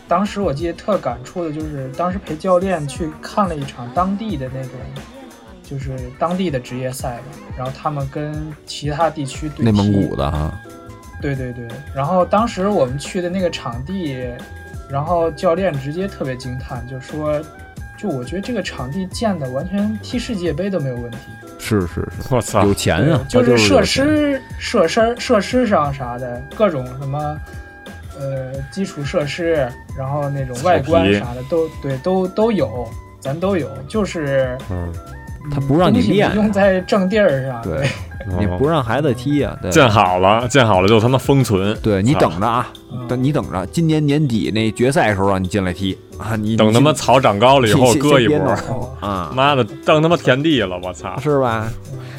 Speaker 4: 当时我记得特感触的就是，当时陪教练去看了一场当地的那个，就是当地的职业赛吧。然后他们跟其他地区对
Speaker 3: 内蒙
Speaker 4: 踢
Speaker 3: 古的哈，
Speaker 4: 对对对，然后当时我们去的那个场地，然后教练直接特别惊叹，就说，就我觉得这个场地建的完全踢世界杯都没有问题，
Speaker 3: 是是是，
Speaker 2: 我操
Speaker 3: 有，钱啊，
Speaker 4: 就
Speaker 3: 他就是
Speaker 4: 设
Speaker 3: 有钱，
Speaker 4: 施、设施、设施上啥的各种什么，呃，基础设施，然后那种外观啥的都对都都有，咱都有，就是
Speaker 2: 嗯，
Speaker 3: 他不让你练
Speaker 4: 东西不用在正地儿上，哎 *laughs*
Speaker 3: 对，你
Speaker 2: 哦
Speaker 3: 不让孩子踢啊，对吧
Speaker 2: 建好了，建好了就他妈封存，
Speaker 3: 对你
Speaker 2: 操
Speaker 3: 等着啊，
Speaker 4: 嗯
Speaker 3: 等你等着，今年年底那决赛时候让你进来踢啊，你
Speaker 2: 等他妈
Speaker 3: 先
Speaker 2: 草长高了以后
Speaker 3: 先
Speaker 2: 割一
Speaker 3: 先
Speaker 2: 波
Speaker 3: 编，着
Speaker 4: 哦
Speaker 3: 啊，
Speaker 2: 妈的，当他妈田地了，我操，
Speaker 3: 是吧？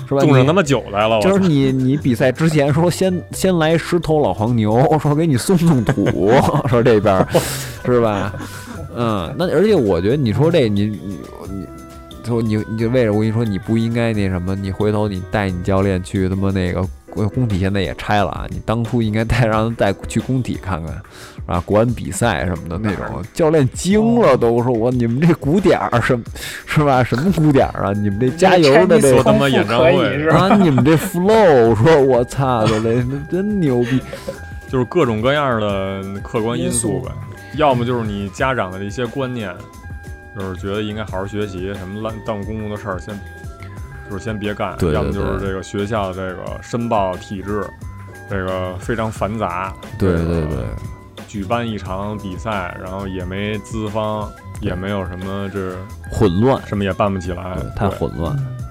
Speaker 3: 是吧？
Speaker 2: 种上
Speaker 3: 你
Speaker 2: 他妈韭菜了，我
Speaker 3: 就是
Speaker 2: 操，
Speaker 3: 你，你比赛之前说先先来十头老黄牛，说给你松松土， *laughs* 说这边儿是吧？嗯，那而且我觉得你说这你你你，就你你就为了我跟你说你不应该那什么，你回头你带你教练去他妈那个呃工体现在也拆了啊，你当初应该带让他带去工体看看。啊，国安比赛什么的那种，教练惊了都，说我你们这鼓点儿什么是吧？什么鼓点儿啊？你们这加油的这
Speaker 2: 说
Speaker 3: 个
Speaker 2: 他妈演唱会
Speaker 4: 可以是吧？
Speaker 3: 啊，你们这 flow，说我操的嘞，那真牛逼！
Speaker 2: 就是各种各样的客观因素
Speaker 4: 因素
Speaker 2: 呗，要么就是你家长的一些观念，就是觉得应该好好学习，什么乱耽误公公的事儿先就是先别干，
Speaker 3: 对对
Speaker 2: 要么就
Speaker 3: 对
Speaker 2: 是这个学校的这个申报体制，这个非常繁杂，
Speaker 3: 对
Speaker 2: 这个
Speaker 3: 对对，
Speaker 2: 举办一场比赛，然后也没资方，也没有什么这
Speaker 3: 混乱，
Speaker 2: 什么也办不起来
Speaker 3: 对，太
Speaker 2: 对
Speaker 3: 混乱，
Speaker 4: 嗯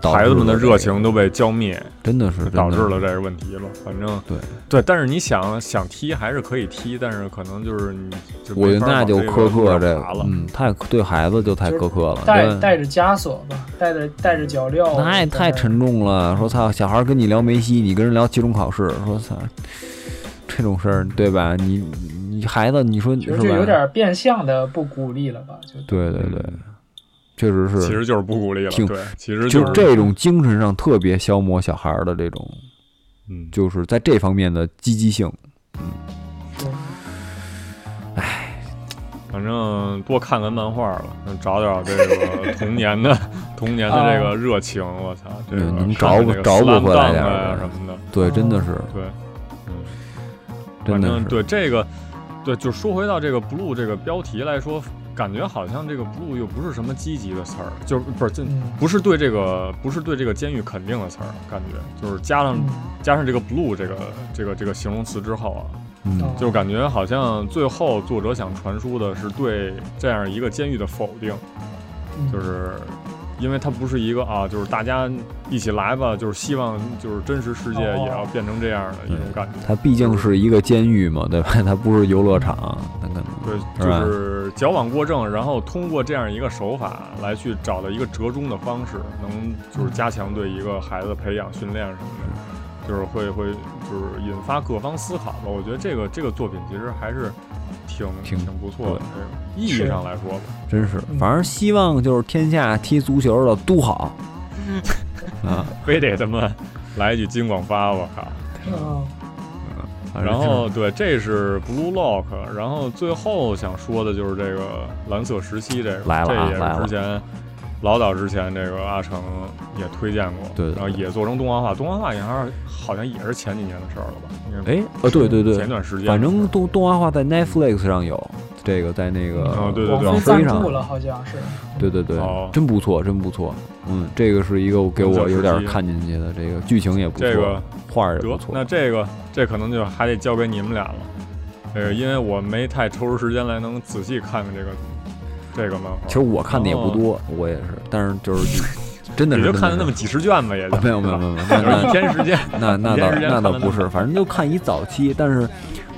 Speaker 3: 导
Speaker 2: 孩子们的
Speaker 3: 致了
Speaker 2: 热
Speaker 3: 这个
Speaker 2: 情都被浇灭，
Speaker 3: 真的
Speaker 2: *laughs*
Speaker 3: 是
Speaker 2: 导致
Speaker 3: 真的
Speaker 2: 了
Speaker 3: 是
Speaker 2: 这个问题吧。反正
Speaker 3: 对
Speaker 2: 对，但是你想想踢还是可以踢，但是可能就是你就
Speaker 3: 我
Speaker 2: 没
Speaker 3: 觉得
Speaker 2: 法
Speaker 3: 那
Speaker 2: 往
Speaker 3: 就
Speaker 2: 这个
Speaker 3: 苛
Speaker 2: 路
Speaker 3: 刻
Speaker 2: 上
Speaker 3: 这
Speaker 2: 爬了，
Speaker 3: 嗯，太对孩子就太
Speaker 4: 就是
Speaker 3: 苛刻了，
Speaker 4: 带
Speaker 3: 对
Speaker 4: 带着枷锁吧，带着带着脚镣，
Speaker 3: 那也太沉重了。说操，小孩儿跟你聊梅西，你跟人聊期中考试，说操，这种事儿对吧？你你孩子，你说
Speaker 4: 其
Speaker 3: 是吧？
Speaker 4: 实就有点变相的不鼓励了吧？就
Speaker 3: 对对对，确实是，
Speaker 2: 嗯其实就是不鼓励了。
Speaker 3: 挺
Speaker 2: 对，其实
Speaker 3: 就是这种精神上特别消磨小孩儿的这种，
Speaker 2: 嗯，
Speaker 3: 就是在这方面的积极性。
Speaker 4: 是
Speaker 2: 反正多看看漫画吧，找找这个童年的童年的这个热情。我操，这个
Speaker 3: 啊对能
Speaker 2: 看
Speaker 3: 找
Speaker 2: 看
Speaker 3: 不
Speaker 2: 这个
Speaker 3: 找不
Speaker 2: slam
Speaker 3: 回来
Speaker 2: dunk
Speaker 3: 点儿
Speaker 2: 啊
Speaker 3: 的
Speaker 2: 什么的。
Speaker 3: 对，真的是，
Speaker 2: 对，嗯，
Speaker 3: 真
Speaker 2: 哦反
Speaker 3: 的
Speaker 2: 正
Speaker 3: 是
Speaker 2: 对这个，对，就说回到这个 blue 这个标题来说，感觉好像这个 blue 又不是什么积极的词儿，就是不是这
Speaker 4: 嗯
Speaker 2: 不是对这个不是对这个监狱肯定的词儿，感觉就是加上、
Speaker 4: 嗯
Speaker 2: 加上这个 blue 这个这个这个形容词之后啊，
Speaker 3: 嗯
Speaker 4: 哦，
Speaker 2: 就感觉好像最后作者想传输的是对这样一个监狱的否定，
Speaker 4: 嗯
Speaker 2: 就是。因为它不是一个啊，就是大家一起来吧，就是希望就是真实世界
Speaker 4: 哦
Speaker 2: 也要变成这样的一种感觉。
Speaker 3: 它毕竟是一个监狱嘛，对吧？ *laughs* 它不是游乐场，那可能
Speaker 2: 对，
Speaker 3: 是吧
Speaker 2: 就是矫枉过正，然后通过这样一个手法来去找到一个折中的方式，能就是
Speaker 3: 嗯
Speaker 2: 加强对一个孩子培养、训练什么的，就是会会就是引发各方思考吧。我觉得这个这个作品其实还是挺
Speaker 3: 挺
Speaker 2: 不错的，这个意
Speaker 4: 是
Speaker 2: 义上来说吧。
Speaker 3: 真是，
Speaker 4: 嗯
Speaker 3: 反正希望就是天下踢足球的都好。
Speaker 4: *laughs*
Speaker 3: 啊，
Speaker 2: 非得他妈来一句金广发，我靠！
Speaker 4: 嗯
Speaker 3: 反
Speaker 2: 啊然
Speaker 3: 正 *laughs*
Speaker 2: 后对，这是 Blue Lock，然后最后想说的就是这个蓝色时期这个，
Speaker 3: 来了啊
Speaker 2: 这也
Speaker 3: 来
Speaker 2: 是
Speaker 3: 了
Speaker 2: 之前老早之前这个阿成也推荐过，
Speaker 3: 对对
Speaker 2: 然后也做成动画化，动画化也还是好像也是前几年的事儿了吧？应该
Speaker 3: 哎，呃，对对
Speaker 2: 前
Speaker 3: 对，
Speaker 2: 段时间，
Speaker 3: 反正动动画化在 Netflix 上有，这个在那个
Speaker 2: 哦对对对
Speaker 4: 王
Speaker 3: 网
Speaker 4: 菲
Speaker 3: 飞
Speaker 4: 赞
Speaker 3: 上
Speaker 4: 助，了，好像是。
Speaker 3: 对对对
Speaker 2: 哦，
Speaker 3: 真不错，真不错。嗯，这个是一个我给
Speaker 2: 蓝色
Speaker 3: 我有
Speaker 2: 时
Speaker 3: 点
Speaker 2: 期
Speaker 3: 看进去的，这个剧情也不
Speaker 2: 这
Speaker 3: 错
Speaker 2: 个，
Speaker 3: 画儿也不
Speaker 2: 得，
Speaker 3: 错
Speaker 2: 那。这个这可能就还得交给你们俩了。这个因为我没太抽出时间来能仔细看看这个这个漫画。
Speaker 3: 其实我看的也不
Speaker 2: 哦
Speaker 3: 多，我也是，但是就是
Speaker 2: *laughs*
Speaker 3: 真的是
Speaker 2: 也就
Speaker 3: 真
Speaker 2: 看了那
Speaker 3: 是
Speaker 2: 么几十卷吧，也就
Speaker 3: 啊没有没有没有没有，那
Speaker 2: 就是
Speaker 3: 那
Speaker 2: 一天时间。
Speaker 3: 那那
Speaker 2: 一
Speaker 3: 倒
Speaker 2: 天时间
Speaker 3: 那
Speaker 2: 看
Speaker 3: 倒
Speaker 2: 了
Speaker 3: 不
Speaker 2: 那
Speaker 3: 是，反正就看一早期，但是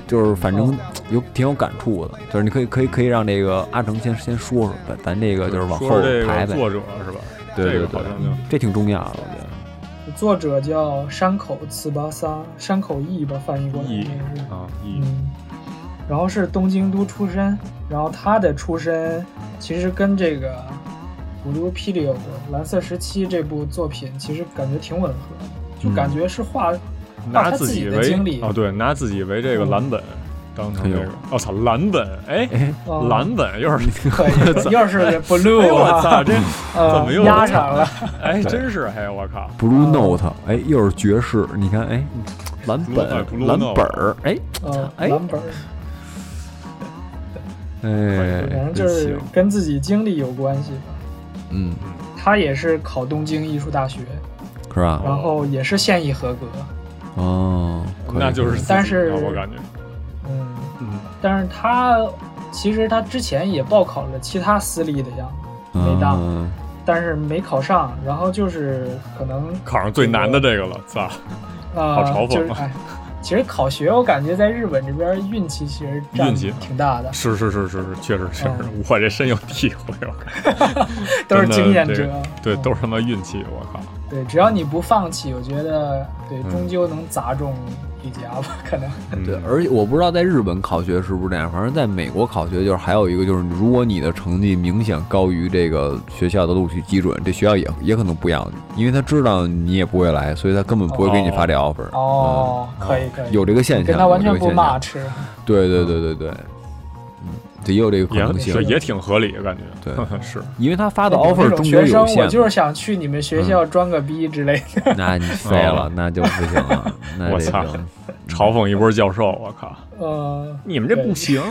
Speaker 3: 就是反
Speaker 2: 哦
Speaker 3: 正有挺有感触的，就是你可以可以可以让这个阿成先先说说，咱咱这个就是往
Speaker 2: 说
Speaker 3: 后
Speaker 2: 说这
Speaker 3: 排
Speaker 2: 个
Speaker 3: 呗，
Speaker 2: 作者是吧？
Speaker 3: 对
Speaker 2: 这
Speaker 3: 对
Speaker 2: 个
Speaker 3: 对
Speaker 2: 好像就，
Speaker 3: 这挺重要的，我觉得。
Speaker 4: 作者叫山口次巴萨，山口义吧，翻译过来应
Speaker 2: 义
Speaker 4: 该是。
Speaker 2: 啊，一
Speaker 4: 嗯，然后是东京都出身，然后他的出身其实跟这个《古都霹雳》有关，《蓝色时期》这部作品其实感觉挺吻合的，就感觉是画、画
Speaker 2: 拿
Speaker 4: 他自己
Speaker 2: 嗯己
Speaker 4: 的
Speaker 2: 为
Speaker 4: 经历
Speaker 2: 哦，对，拿自己为这个蓝本，当成这
Speaker 3: 哎
Speaker 2: 个
Speaker 3: 呦。
Speaker 2: 我操，蓝本，哎，
Speaker 4: 哦
Speaker 2: 蓝本又
Speaker 3: *laughs*
Speaker 2: 是那
Speaker 4: 可
Speaker 2: 个，
Speaker 4: 以，又是
Speaker 2: *laughs* 哎
Speaker 4: blue
Speaker 2: 呦我操，
Speaker 4: 啊，
Speaker 2: 这
Speaker 4: *laughs* 呃
Speaker 2: 怎么又
Speaker 4: 压上了？
Speaker 2: *laughs* 哎，
Speaker 3: 对
Speaker 2: 真是嘿，我靠，
Speaker 3: Blue Note，哎，又是爵士，你看，哎，蓝本
Speaker 2: Blue- Blue
Speaker 3: 蓝
Speaker 2: Note
Speaker 3: 本儿，哎
Speaker 4: 呃，
Speaker 3: 哎
Speaker 4: 蓝本儿，反
Speaker 3: 哎，
Speaker 4: 正就
Speaker 3: 真
Speaker 4: 是
Speaker 3: 行，
Speaker 4: 跟自己经历有关系吧。
Speaker 3: 嗯，
Speaker 4: 他也是考东京艺术大学，
Speaker 3: 是
Speaker 2: 哦
Speaker 3: 吧？
Speaker 4: 然后也是现役合格，
Speaker 3: 哦，可以
Speaker 2: 那就是
Speaker 3: 可以
Speaker 2: 自己
Speaker 4: 但是
Speaker 2: 的我感觉，
Speaker 4: 嗯，
Speaker 2: 嗯，
Speaker 4: 但是他其实他之前也报考了其他私立的样子，没当
Speaker 3: 嗯
Speaker 4: 但是没考上，然后就是可能
Speaker 2: 考上最难的这个了，
Speaker 3: *laughs*
Speaker 2: 操，
Speaker 4: 呃，
Speaker 2: 好嘲讽
Speaker 4: 就是哎，其实考学我感觉在日本这边运气其实占
Speaker 2: 运气
Speaker 4: 挺大的，
Speaker 2: 是是是是是，确实确实 *laughs*
Speaker 4: 嗯，
Speaker 2: 我这深有体会，我靠，
Speaker 4: 都是
Speaker 2: 真的
Speaker 4: 经验
Speaker 2: 这
Speaker 4: 者
Speaker 2: 个，对，
Speaker 4: 嗯
Speaker 2: 都是他妈运气，我靠，
Speaker 4: 对，只要你不放弃，我觉得对，
Speaker 3: 嗯
Speaker 4: 终究能砸中一家
Speaker 3: *laughs*
Speaker 4: 吧，可能。
Speaker 2: 嗯
Speaker 3: 对，而且我不知道在日本考学是不是这样，反正在美国考学就是还有一个就是，如果你的成绩明显高于这个学校的录取基准，这学校也也可能不要你，因为他知道你也不会来，所以他根本不会给你发这 offer。
Speaker 4: 哦，可以可
Speaker 3: 嗯，
Speaker 4: 以，
Speaker 3: 有这个现象，
Speaker 4: 跟他完全
Speaker 3: 有这
Speaker 4: 不
Speaker 3: 个现象
Speaker 4: match，
Speaker 3: 对对对对对，嗯，这也有这个可
Speaker 2: 也
Speaker 3: 能性
Speaker 2: 对，也挺合理，感觉，
Speaker 3: 对
Speaker 2: *laughs* 是，
Speaker 3: 因为他发的
Speaker 4: 有这
Speaker 3: offer
Speaker 4: 种
Speaker 3: 中
Speaker 4: 学
Speaker 3: 间
Speaker 4: 生
Speaker 3: 有限
Speaker 4: 我
Speaker 3: 嘛，嗯
Speaker 4: 就是想去你们学校装个逼之类的。
Speaker 3: 那你废了，那就不行了，那
Speaker 2: 哦我
Speaker 3: 这
Speaker 2: 操
Speaker 3: 就
Speaker 2: 嘲讽一波教授，我靠，
Speaker 4: 呃，
Speaker 2: 你们这
Speaker 4: 对
Speaker 2: 不行，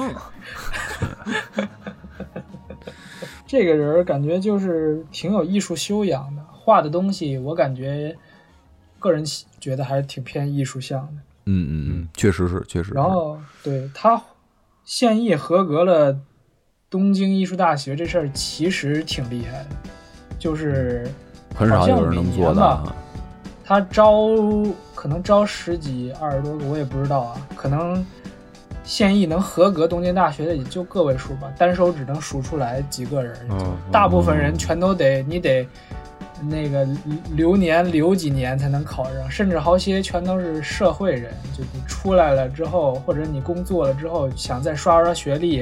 Speaker 4: 这个人儿感觉就是挺有艺术修养的，画的东西我感觉个人喜觉得还是挺偏艺术向的。
Speaker 3: 嗯嗯嗯，确实是确实是。
Speaker 4: 然后对他现役合格了东京艺术大学这事儿其实挺厉害的，就是
Speaker 3: 很少有人能做到
Speaker 4: 好像每年
Speaker 3: 啊，
Speaker 4: 他招可能招十几二十多个，我也不知道啊，可能。现役能合格东京大学的也就个位数吧，单手只能数出来几个人，
Speaker 2: 嗯，
Speaker 4: 大部分人全都得你得那个留年留几年才能考上，甚至好些全都是社会人，就你出来了之后，或者你工作了之后，想再刷刷学历，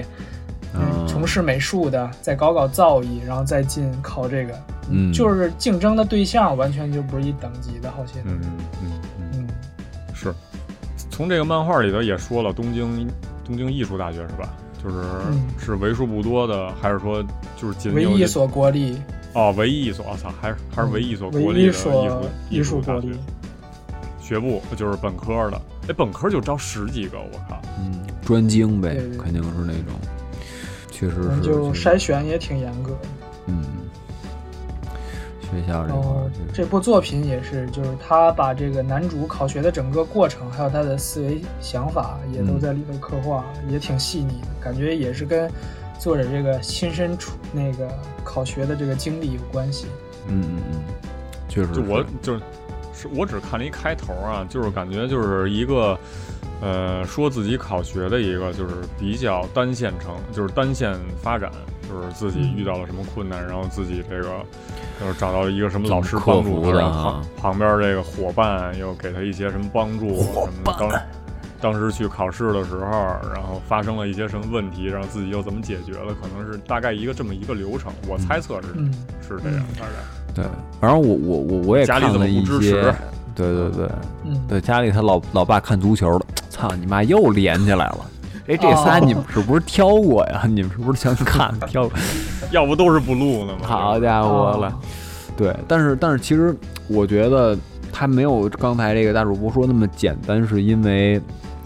Speaker 4: 嗯，
Speaker 3: 嗯
Speaker 4: 从事美术的，再搞搞造诣，然后再进考这个，
Speaker 3: 嗯，
Speaker 4: 就是竞争的对象完全就不是一等级的，好些都
Speaker 2: 嗯
Speaker 4: 是，
Speaker 2: 嗯嗯嗯。
Speaker 4: 嗯，
Speaker 2: 是，从这个漫画里头也说了，东京东京艺术大学是吧？就是、
Speaker 4: 嗯
Speaker 2: 是为数不多的，还是说就是仅
Speaker 4: 唯
Speaker 2: 有
Speaker 4: 一
Speaker 2: 这
Speaker 4: 一所国立，
Speaker 2: 哦，唯一一所，我操，还是还是唯一一所国立
Speaker 4: 唯一
Speaker 2: 的
Speaker 4: 一
Speaker 2: 艺术
Speaker 4: 所
Speaker 2: 艺术
Speaker 4: 国
Speaker 2: 大学
Speaker 4: 立，
Speaker 2: 学部，就是本科的。哎，本科就招十几个，我靠！
Speaker 3: 嗯，专精呗
Speaker 4: 对对，对
Speaker 3: 肯定是那种，确实
Speaker 4: 可
Speaker 3: 是
Speaker 4: 能就
Speaker 3: 确实
Speaker 4: 筛选也挺严格的。
Speaker 3: 嗯，学校这块
Speaker 4: 然后
Speaker 3: 儿确实
Speaker 4: 哦这部作品也是，就是他把这个男主考学的整个过程，还有他的思维想法，也都在里头刻画，也挺细腻的，感觉也是跟作者这个亲身处那个考学的这个经历有关系。
Speaker 3: 嗯嗯嗯，确实
Speaker 2: 就是我就是是我只看了一开头啊，就是感觉就是一个呃说自己考学的一个就是比较单线程，就是单线发展，就是自己遇到了什么困难，然后自己这个就是找到一个什么老师
Speaker 3: 怎么克
Speaker 2: 帮
Speaker 3: 服
Speaker 2: 助他，
Speaker 3: 的
Speaker 2: 然
Speaker 3: 啊
Speaker 2: 后旁旁边这个伙伴又给他一些什么帮助啊什么的。当当时去考试的时候，然后发生了一些什么问题，然后自己又怎么解决了，可能是大概一个这么一个流程。我猜测是、
Speaker 4: 嗯
Speaker 2: 是这样，大概。
Speaker 3: 对，反正我我我我也
Speaker 2: 家
Speaker 3: 看
Speaker 2: 里怎么
Speaker 3: 了
Speaker 2: 不
Speaker 3: 一
Speaker 2: 支
Speaker 3: 些
Speaker 2: 持，
Speaker 3: 对对对
Speaker 4: 嗯，
Speaker 3: 对，家里他老老爸看足球的，操你妈又连起来
Speaker 2: *laughs*
Speaker 3: 了。哎，这仨
Speaker 4: 哦
Speaker 3: 你们是不是挑过呀？ *laughs* 你们是不是想看挑过？
Speaker 2: 要不都是不录呢吗？
Speaker 3: 好家伙了，对，但是但是其实我觉得他没有刚才这个大主播说那么简单，是因为，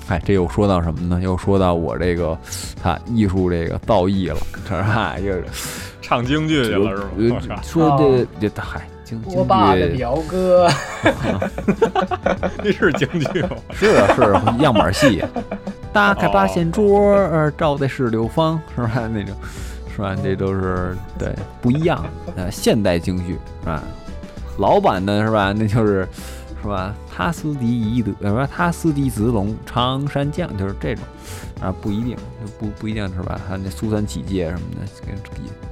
Speaker 3: 哎，这又说到什么呢？又说到我这个啊艺术这个造诣了，这哎又
Speaker 2: 唱京剧去了是吗？我
Speaker 3: 呃
Speaker 2: 靠
Speaker 3: 说这这嗨，京
Speaker 2: 嗯
Speaker 3: 京
Speaker 4: 我爸的
Speaker 3: 剧
Speaker 4: 表哥，
Speaker 2: 那是京剧
Speaker 3: *laughs*
Speaker 2: 吗？
Speaker 3: 是啊是啊样 *laughs* 哦呃板戏，打开八仙桌儿，照的是刘芳，是吧？那种是吧？这都是对不一样，呃，现代京剧是吧？老版的是吧？那就是是吧？他斯迪伊德，呃不是他斯迪子龙，常山将，就是这种啊，不一定，就不不一定是吧？还有那苏三起解什么的，这个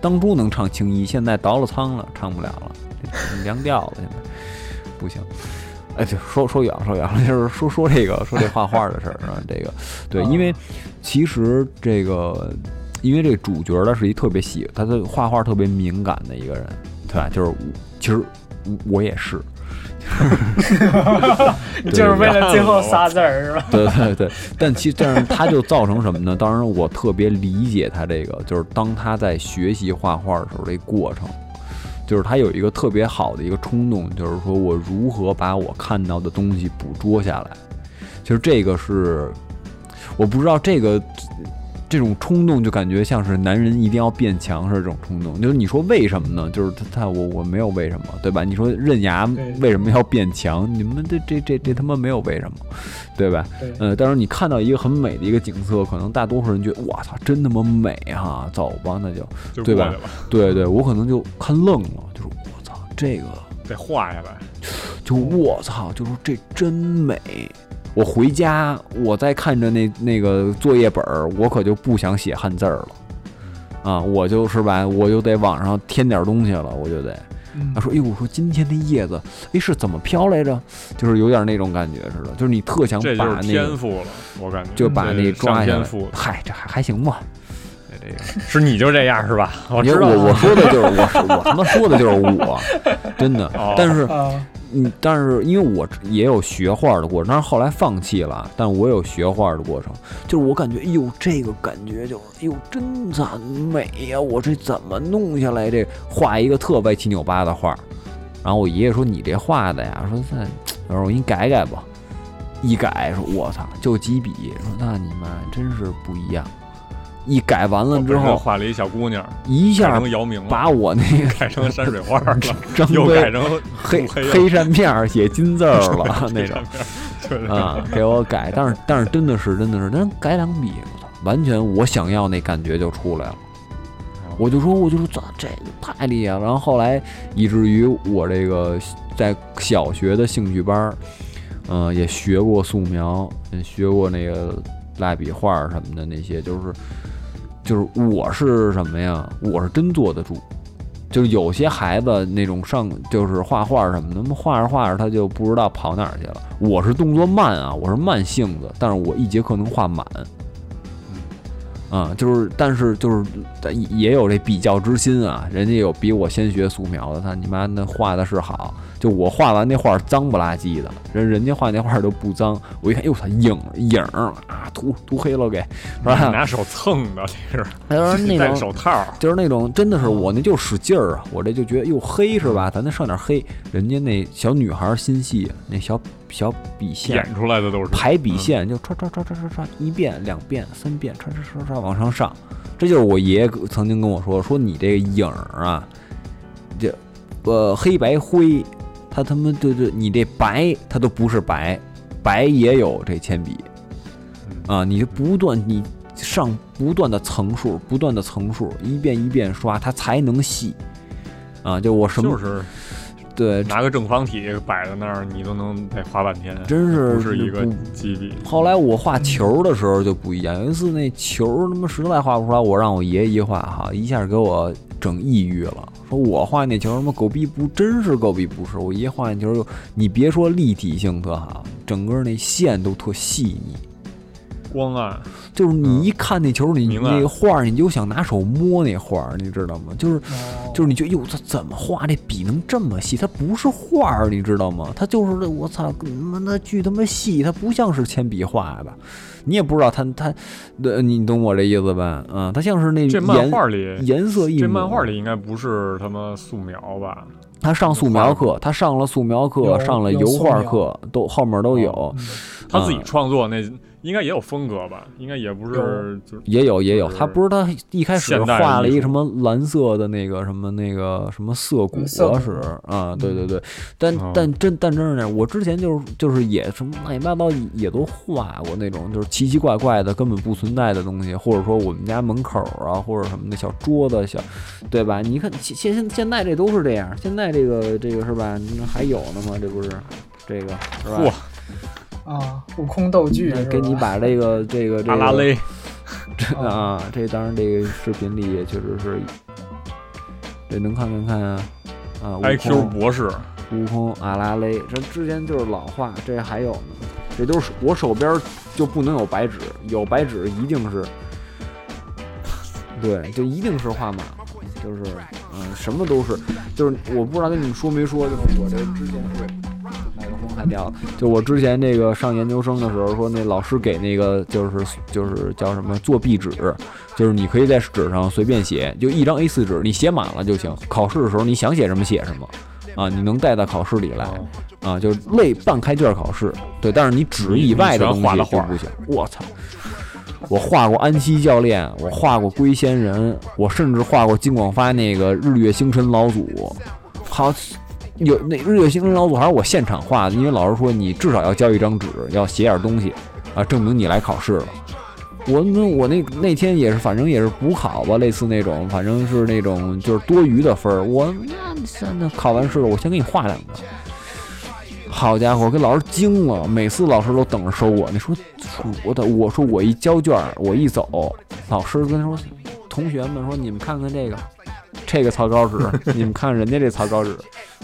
Speaker 3: 当初能唱青衣，现在倒了仓了，唱不了了，这凉调了，现在不行。哎，对，说说远了，说远了， *laughs* 就是说说这个说这画画的事儿啊，这个对，因为其实这个，因为这个主角儿他是一特别喜，他对画画特别敏感的一个人，对吧？就是我其实我也是，
Speaker 4: 你就是为了最后仨字儿是吧？
Speaker 3: 对 *laughs* 对对，但其实但是他就造成什么呢？当然我特别理解他这个，就是当他在学习画画的时候这过程，就是他有一个特别好的一个冲动，就是说我如何把我看到的东西捕捉下来。其实这个是我不知道这个这种冲动，就感觉像是男人一定要变强似的这种冲动。就是你说为什么呢？就是他他我我没有为什么，对吧？你说刃牙
Speaker 4: 对
Speaker 3: 为什么要变强？你们这这这这他妈没有为什么，对吧？
Speaker 4: 对，
Speaker 3: 呃，但是你看到一个很美的一个景色，可能大多数人觉得，哇操，真他妈美哈、走吧，那就
Speaker 2: 就
Speaker 3: 对
Speaker 2: 过去
Speaker 3: 吧
Speaker 2: 了，
Speaker 3: 对对，我可能就看愣了，就是我操，这个
Speaker 2: 得画下来。
Speaker 3: 就我操，就是这真美。我回家，我再看着那那个作业本儿，我可就不想写汉字儿了，啊，我就是吧，我就得往上添点儿东西了，我就得。
Speaker 4: 嗯
Speaker 3: 他，说：“哎呦，我说今天那叶子，哎是怎么飘来着？就是有点那种感觉似的，就是你特想
Speaker 2: 这
Speaker 3: 把
Speaker 2: 就是
Speaker 3: 那个
Speaker 2: 天赋了，我感觉
Speaker 3: 就把
Speaker 2: 这
Speaker 3: 那
Speaker 2: 嗯
Speaker 3: 抓
Speaker 2: 上
Speaker 3: 下
Speaker 2: 天
Speaker 3: 来
Speaker 2: 赋。
Speaker 3: 嗨，这还还行吧。这这个，
Speaker 2: 是你就这样是吧？我
Speaker 3: 因
Speaker 2: 哦知
Speaker 3: 为
Speaker 2: 道
Speaker 3: 我
Speaker 2: 了
Speaker 3: 我说的就是我是我他妈说的就是我，真的
Speaker 2: 哦。
Speaker 3: 但是
Speaker 2: *laughs*
Speaker 4: 啊，
Speaker 3: 嗯，但是因为我也有学画的过程，但是后来放弃了。但我有学画的过程，就是我感觉，哎呦，这个感觉就是，哎呦，真赞美呀、我这怎么弄下来这画一个特歪七扭八的画？然后我爷爷说：“你这画的呀，说那，我说我给你改改吧。”一改说：“我操，就几笔。”说：“那你妈真是不一样。”一改完了
Speaker 2: 我
Speaker 3: 之
Speaker 2: 本身
Speaker 3: 后，
Speaker 2: 画了一小姑娘，
Speaker 3: 一
Speaker 2: 改
Speaker 3: 下
Speaker 2: 成姚明了，
Speaker 3: 把我那个
Speaker 2: 改成山水画
Speaker 3: *laughs*
Speaker 2: 了，
Speaker 3: 张
Speaker 2: 又
Speaker 3: 飞
Speaker 2: 改成
Speaker 3: 黑
Speaker 2: *laughs* 黑
Speaker 3: 黑扇片儿写金字儿
Speaker 2: *laughs*
Speaker 3: 了那
Speaker 2: 那
Speaker 3: 种
Speaker 2: 种，对
Speaker 3: 啊，给我改，但是但是真的是真的是，但是改两笔，我操，完全我想要那感觉就出来了。我就说，我就说，操，这个太厉害了。然后后来，以至于我这个在小学的兴趣班儿，嗯、也学过素描，也学过那个蜡笔画儿什么的那些，就是就是我是什么呀？我是真坐得住。就是有些孩子那种上就是画画什么的，那么画着画着他就不知道跑哪儿去了。我是动作慢啊，我是慢性子，但是我一节课能画满。啊、就是，但是就是但也有这比较之心啊，人家有比我先学素描的，他你妈那画的是好，就我画完那画脏不拉几的，人人家画那画都不脏，我一看，哟，他影影儿啊，涂涂黑了给，是吧？
Speaker 2: 拿手蹭的，这是
Speaker 3: 他说那
Speaker 2: 戴
Speaker 3: 种
Speaker 2: 手套，
Speaker 3: 就是那种真的是我那就使劲儿啊，我这就觉得哟黑是吧？咱再上点黑，人家那小女孩儿心细，那小小笔线
Speaker 2: 演出来的都是嗯
Speaker 3: 排笔线就刷刷刷刷刷刷一遍两遍三遍刷刷刷刷往上上，这就是我爷爷跟曾经跟我说说你这个影儿啊，这呃黑白灰，他他妈对对，你这白它都不是白，白也有这铅笔，
Speaker 2: 嗯
Speaker 3: 啊，你就不断你上不断的层数，不断的层数，一遍一遍刷，它才能细。啊，就我什么、
Speaker 2: 就是
Speaker 3: 对，
Speaker 2: 拿个正方体摆在那儿，你都能得画半天，
Speaker 3: 真是
Speaker 2: 不是一个
Speaker 3: 不
Speaker 2: 基地。
Speaker 3: 后来我画球的时候就不一样，有一次那球他妈实在画不出来，我让我爷爷一画哈，一下给我整抑郁了。说我画那球他妈狗逼不真是狗逼不是，我爷画那球就你别说立体性特好，整个那线都特细腻，
Speaker 2: 光暗，
Speaker 3: 就是你一看那球，你
Speaker 2: 明白
Speaker 3: 那个画儿你就想拿手摸那画儿，你知道吗？就是
Speaker 4: 哦
Speaker 3: 就是你觉得哟，这怎么画这笔能这么细？它不是画儿，你知道吗？它就是我操，他妈那巨他妈细，它不像是铅笔画的，你也不知道它它，呃你懂我这意思吧？嗯，它像是那
Speaker 2: 这
Speaker 3: 颜
Speaker 2: 漫画里，
Speaker 3: 颜色一嗯
Speaker 2: 这
Speaker 3: 抹
Speaker 2: 漫画里应该不是他妈素描吧？
Speaker 3: 他上素描课，他上了素描课，
Speaker 4: 有
Speaker 3: 上了
Speaker 4: 有
Speaker 3: 油
Speaker 4: 素
Speaker 3: 画
Speaker 4: 描哦嗯
Speaker 3: 课，都后面都有。
Speaker 2: 他自己创作那应该也有风格吧？应该也不是就是
Speaker 3: 也有也有，
Speaker 2: 就是
Speaker 3: 他不是他一开始
Speaker 2: 现代
Speaker 3: 画了一
Speaker 2: 艺
Speaker 3: 个
Speaker 2: 术
Speaker 3: 什么蓝色的那个什么那个什么涩谷
Speaker 4: 嗯涩谷
Speaker 3: 是啊，对对对，但
Speaker 2: 嗯哦
Speaker 3: 但真但真是那样，我之前就是就是也什么乱七八糟也都画过那种就是奇奇怪怪的根本不存在的东西，或者说我们家门口啊或者什么的小桌子小，对吧？你看现现现现在这都是这样，现在这个这个是吧？你看还有呢吗？这不是这个是吧？
Speaker 2: 嚯
Speaker 4: 啊，悟空斗剧
Speaker 3: 那
Speaker 4: 是吧
Speaker 3: 给你把这个这个这
Speaker 2: 阿
Speaker 3: 个
Speaker 2: 拉蕾，
Speaker 3: 这
Speaker 4: *laughs*
Speaker 3: 啊，这当然这个视频里也确实是，这能看看看啊啊，悟
Speaker 2: IQ
Speaker 3: 空
Speaker 2: 博士，
Speaker 3: 悟空阿拉蕾，这之前就是老话，这还有呢，这都是我手边就不能有白纸，有白纸一定是，对，就一定是画满，就是嗯，什么都是，就是我不知道跟你们说没说，就是我这之前是。麦克风还掉了，就我之前那个上研究生的时候，说那老师给那个就是就是叫什么做壁纸，就是你可以在纸上随便写，就一张 A4 纸，你写满了就行。考试的时候你想写什么写什么，啊，你能带到考试里来，啊，就是类半开卷考试，对。但是你纸以外的东
Speaker 2: 你全画了
Speaker 3: 西就
Speaker 2: 画
Speaker 3: 不行。我操！我画过安西教练，我画过龟仙人，我甚至画过金广发那个日月星辰老祖，好。有那日月星辰老祖还是我现场画的，因为老师说你至少要交一张纸，要写点东西，啊，证明你来考试了。我那我那那天也是，反正也是补考吧，类似那种，反正是那种就是多余的分儿。我那那那考完试了，我先给你画两个。好家伙，给老师惊了，每次老师都等着收我。你说我的，我说我一交卷儿，我一走，老师跟他说，同学们说你们看看这个，这个草稿纸，你们看人家这草稿纸。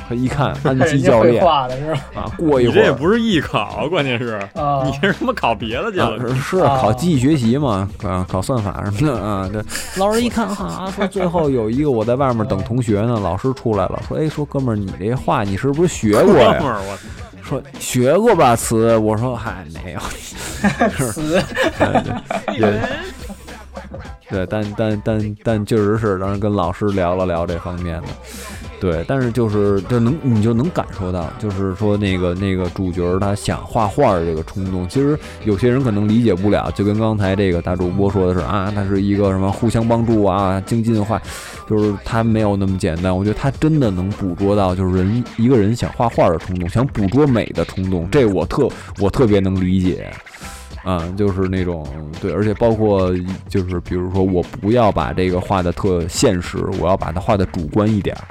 Speaker 3: 他一看安
Speaker 4: 看人
Speaker 3: 西
Speaker 4: 家
Speaker 3: 教
Speaker 4: 会
Speaker 3: 练
Speaker 4: 画的是吧？
Speaker 3: 啊，过一
Speaker 2: *laughs* 你
Speaker 3: 会
Speaker 2: 这也
Speaker 3: 儿。
Speaker 2: 不是艺考，关键是
Speaker 3: *laughs*
Speaker 4: 啊
Speaker 2: 你这他妈考别的去
Speaker 3: 啊
Speaker 2: 了，，
Speaker 3: 是
Speaker 4: 啊
Speaker 3: 考机器学习嘛，啊，考算法什么的啊。这老师一看，哈，说最后有一个我在外面等同学呢，老师出来了，说，哎，说哥们儿，你这画你是不是学
Speaker 2: 哥
Speaker 3: 过
Speaker 2: 们 *laughs*
Speaker 3: 呀？
Speaker 2: 儿，我
Speaker 3: 说学过吧，词。我说嗨，没有。 *laughs*
Speaker 4: 词
Speaker 3: 哎对也对，但但但但确实是，当时跟老师聊了聊这方面的，对，但是就是就能你就能感受到，就是说那个那个主角他想画画儿这个冲动，其实有些人可能理解不了，就跟刚才这个大主播说的是啊，他是一个什么互相帮助啊，精进画，就是他没有那么简单，我觉得他真的能捕捉到，就是人一个人想画画儿的冲动，想捕捉美的冲动，这我特我特别能理解。啊、就是那种对，而且包括就是比如说，我不要把这个画的特现实，我要把它画的主观一点儿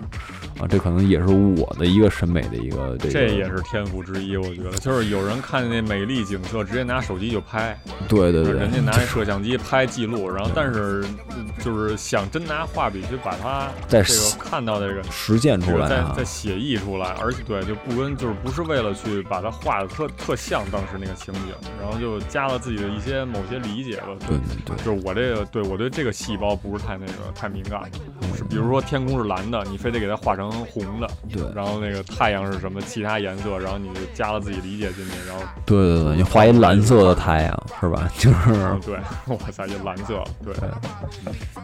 Speaker 3: 啊，这可能也是我的一个审美的一个这个，
Speaker 2: 这也是天赋之一，我觉得就是有人看见那美丽景色，直接拿手机就拍，
Speaker 3: 对对对
Speaker 2: 人家拿那摄像机拍记录，然后但是就是想真拿画笔去把它
Speaker 3: 再
Speaker 2: 这
Speaker 3: 实
Speaker 2: 个看到这个。
Speaker 3: 实践
Speaker 2: 这
Speaker 3: 出
Speaker 2: 个
Speaker 3: 来
Speaker 2: 再
Speaker 3: 啊
Speaker 2: 再，写意出来，而且对，就不跟就是不是为了去把它画的特特像当时那个情景，然后就加了自己的一些某些理解吧。
Speaker 3: 对对对，
Speaker 2: 就是我这个对我对这个细胞不是太那个太敏感，
Speaker 3: 嗯
Speaker 2: 是比如说天空是蓝的，你非得给它画成红的，
Speaker 3: 对
Speaker 2: 然后那个太阳是什么其他颜色，然后你就加了自己理解进去，然后
Speaker 3: 对对对，你画一蓝色的太阳是吧？ *laughs* 就是
Speaker 2: 嗯，对， *laughs* 我操，就蓝色，对，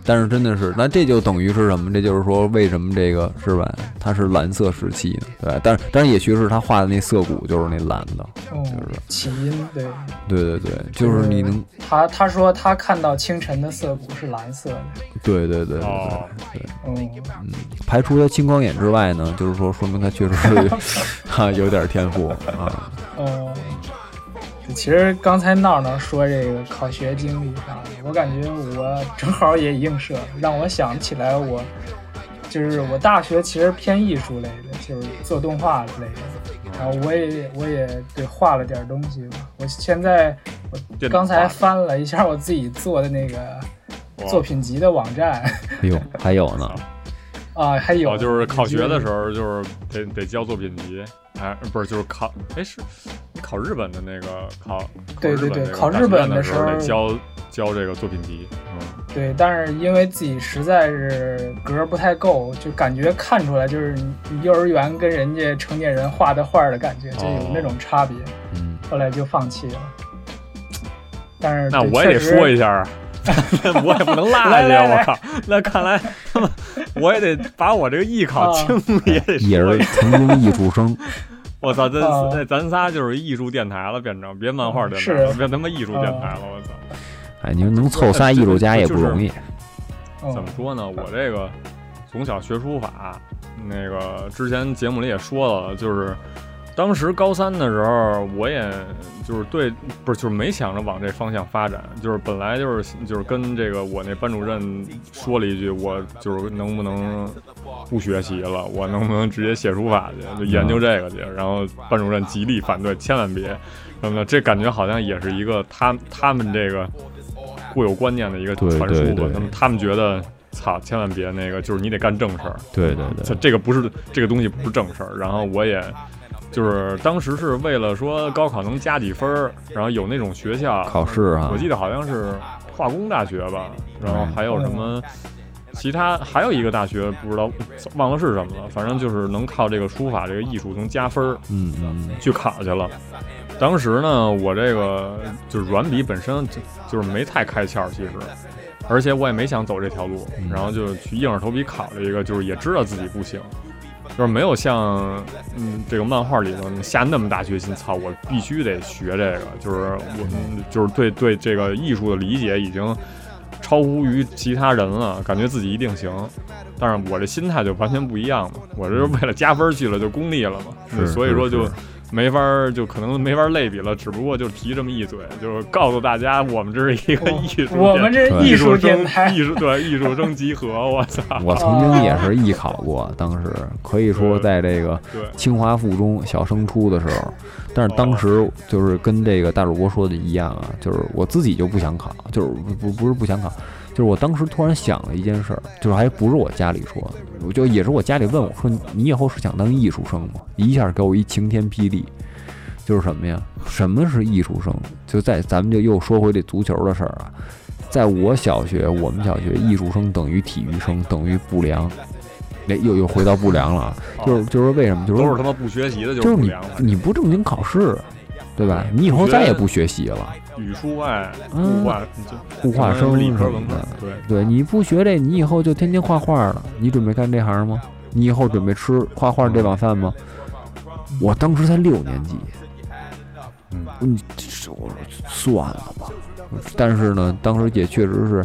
Speaker 3: 但是真的是，那这就等于是什么？这就是说，为什么这个是吧？它是蓝色时期呢？对吧，但是但是也许是他画的那涩谷就是那蓝的，
Speaker 4: 嗯，起因对，
Speaker 3: 对对对，就是你
Speaker 2: 哦
Speaker 3: 能，
Speaker 4: 他他说他看到清晨的涩谷是蓝色的，
Speaker 3: 对对对对对
Speaker 2: 哦，
Speaker 4: 嗯，
Speaker 3: 排除他青光眼之外呢，就是说说明他确实是
Speaker 2: *laughs*
Speaker 3: 哈、有点天赋啊，
Speaker 4: 呃，其实刚才闹闹说这个考学经历啥的，我感觉我正好也映射，让我想起来我就是我大学其实偏艺术类的，就是做动画之类的，然后我也我也对画了点东西吧。我现在我
Speaker 2: 电脑
Speaker 4: 刚才
Speaker 2: 画
Speaker 4: 翻了一下我自己做的那个
Speaker 2: 哇
Speaker 4: 作品集的网站 *laughs*
Speaker 3: 哎呦，还有呢，
Speaker 4: 啊，还有嗯
Speaker 2: 哦，就是考学的时
Speaker 4: 候
Speaker 2: 候，就是得得交作品集，哎，不是，就是考，哎，是考日本的那个考，考
Speaker 4: 对对
Speaker 2: 日本
Speaker 4: 对
Speaker 2: 那个
Speaker 4: 考
Speaker 2: 大
Speaker 4: 日
Speaker 2: 学
Speaker 4: 本
Speaker 2: 院
Speaker 4: 的
Speaker 2: 的
Speaker 4: 时
Speaker 2: 候得
Speaker 4: 候
Speaker 2: 交交这个作品集，嗯，
Speaker 4: 对，但是因为自己实在是格儿不太够，就感觉看出来就是你你幼儿园跟人家成年人画的画儿的感觉，就
Speaker 2: 哦
Speaker 4: 有那种差别，
Speaker 3: 嗯，
Speaker 4: 后来就放弃了。但是
Speaker 2: 那
Speaker 4: 对
Speaker 2: 我也得说一
Speaker 4: 确实
Speaker 2: 下 *laughs* 啊，我也不能落下去啊，我靠，那看 *laughs* 来他妈我也得把我这个艺考
Speaker 4: 啊
Speaker 2: 经历也得
Speaker 4: *laughs*
Speaker 3: 也
Speaker 2: 说一
Speaker 3: 是
Speaker 2: 下， *laughs*
Speaker 3: 曾经艺术生，
Speaker 2: 我操，这
Speaker 4: 啊
Speaker 2: 这咱仨就是艺术电台了，变成别漫画电台
Speaker 4: 是
Speaker 2: 了，别他妈艺术电台了，我操！
Speaker 3: 哎，你们能凑仨艺术家也不容易。
Speaker 2: 怎么
Speaker 4: 嗯
Speaker 2: 说呢？我这个从小学书法，那个之前节目里也说了，就是当时高三的时候，我也就是对，不是就是没想着往这方向发展，就是本来就是就是跟这个我那班主任说了一句，我就是能不能不学习了，我能不能直接写书法去，就研究这个去。然后班主任极力反对，千万别什么的，这感觉好像也是一个他他们这个固有观念的一个
Speaker 3: 对
Speaker 2: 传输吧，
Speaker 3: 对对
Speaker 2: 他们他们觉得。操，千万别那个，就是你得干正事儿。
Speaker 3: 对对
Speaker 2: 这，这个不是这个东西不是正事儿。然后我也就是当时是为了说高考能加几分儿，然后有那种学校，
Speaker 3: 考试啊哈
Speaker 2: 我，记得好像是化工大学吧，然后还有什
Speaker 3: 哦
Speaker 2: 么其他还有一个大学不知道忘了是什么了，反正就是能靠这个书法这个艺术能加分儿。
Speaker 3: 嗯嗯，
Speaker 2: 去考去了。当时呢，我这个就是软笔本身就就是没太开窍，其实，而且我也没想走这条路，然后就去硬着头皮考了一个，就是也知道自己不行，就是没有像嗯这个漫画里头下那么大决心，操，我必须得学这个，就是我就是对对这个艺术的理解已经超乎于其他人了，感觉自己一定行。但是我这心态就完全不一样嘛，我这是为了加分去了，就功利了嘛，
Speaker 3: 是
Speaker 2: 所以说就是没法儿，就可能没法儿类比了，只不过就提这么一嘴，就是告诉大家我们这是一个艺术电，
Speaker 4: 我们这是
Speaker 3: 对
Speaker 4: 艺
Speaker 2: 艺
Speaker 4: 术
Speaker 2: 术
Speaker 4: 电
Speaker 2: 生
Speaker 4: 台，
Speaker 2: 艺术对艺术生集合，我操，
Speaker 3: 我曾经也是艺考过，当时可以说在这个
Speaker 2: 对，
Speaker 3: 清华附中小升初的时候，但是当时就是跟这个大主播说的一样啊，就是我自己就不想考，就是不不不是不想考，就是我当时突然想了一件事儿，就是还不是我家里说的，我就也是我家里问我说你你以后是想当艺术生吗？一下给我一晴天霹雳。就是什么呀？什么是艺术生？就在咱们就又说回这足球的事儿啊，在我小学，我们小学艺术生等于体育生等于不良，那又又回到不良了啊，就是就是为什么？就是
Speaker 2: 都是他妈不学习的，就
Speaker 3: 就是
Speaker 2: 不
Speaker 3: 你
Speaker 2: 良了。
Speaker 3: 你不正经考试，对吧？你以后再也不学习了，
Speaker 2: 语数外、
Speaker 3: 嗯
Speaker 2: 物化、就
Speaker 3: 互化生
Speaker 2: 理科
Speaker 3: 什
Speaker 2: 文
Speaker 3: 么
Speaker 2: 科
Speaker 3: 的，，
Speaker 2: 对，
Speaker 3: 对你不学这，你以后就天天画画了。你准备干这行吗？你以后准备吃画画这碗饭吗？我当时才六年级，
Speaker 2: 嗯
Speaker 3: 嗯，这我说算了吧。但是呢，当时也确实是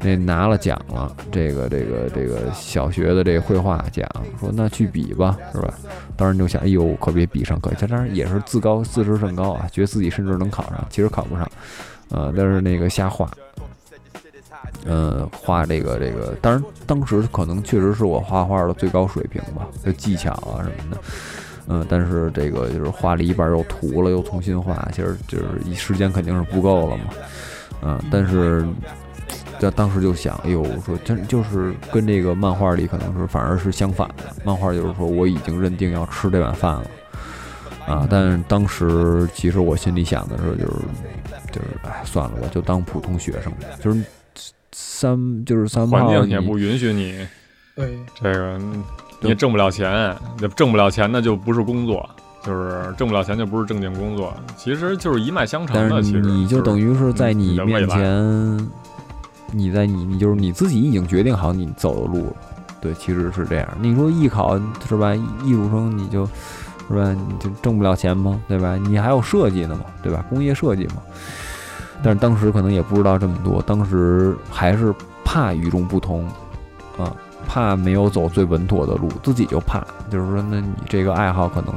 Speaker 3: 那拿了奖了，这个这个这个小学的这个绘画奖，说那去比吧，是吧？当时就想，哎呦，可别比上，可他当然也是自高自视甚高啊，觉得自己甚至能考上，其实考不上，呃，但是那个瞎画，呃，画这个这个，当然当时可能确实是我画画的最高水平吧，就技巧啊什么的。嗯，但是这个就是画了一半儿又涂了，又重新画，其实就是一时间肯定是不够了嘛。嗯，但是在当时就想，哎呦，我说真就是跟这个漫画里可能是反而是相反的，漫画就是说我已经认定要吃这碗饭了。啊！但是当时其实我心里想的是，就是就是，哎，算了吧，就当普通学生吧，就是三就是三
Speaker 2: 环
Speaker 3: 炮
Speaker 2: 境也
Speaker 3: 你
Speaker 2: 不允许你
Speaker 4: 对，
Speaker 2: 这个，你也挣不了钱，那挣不了钱那就不是工作，就是挣不了钱就不是正经工作，其实就是一脉相承
Speaker 3: 但
Speaker 2: 的。其
Speaker 3: 是
Speaker 2: 实
Speaker 3: 你
Speaker 2: 就
Speaker 3: 就等
Speaker 2: 于
Speaker 3: 于是在
Speaker 2: 你
Speaker 3: 你
Speaker 2: 的未
Speaker 3: 面
Speaker 2: 来
Speaker 3: 前，你在你你就是你自己已经决定好你走的路了，对，其实是这样。你说艺考是吧？艺术生你就是吧，你就挣不了钱吗？对吧？你还有设计呢嘛，对吧？工业设计嘛。但是当时可能也不知道这么多，当时还是怕与众不同，啊，怕没有走最稳妥的路，自己就怕，就是说，那你这个爱好可能，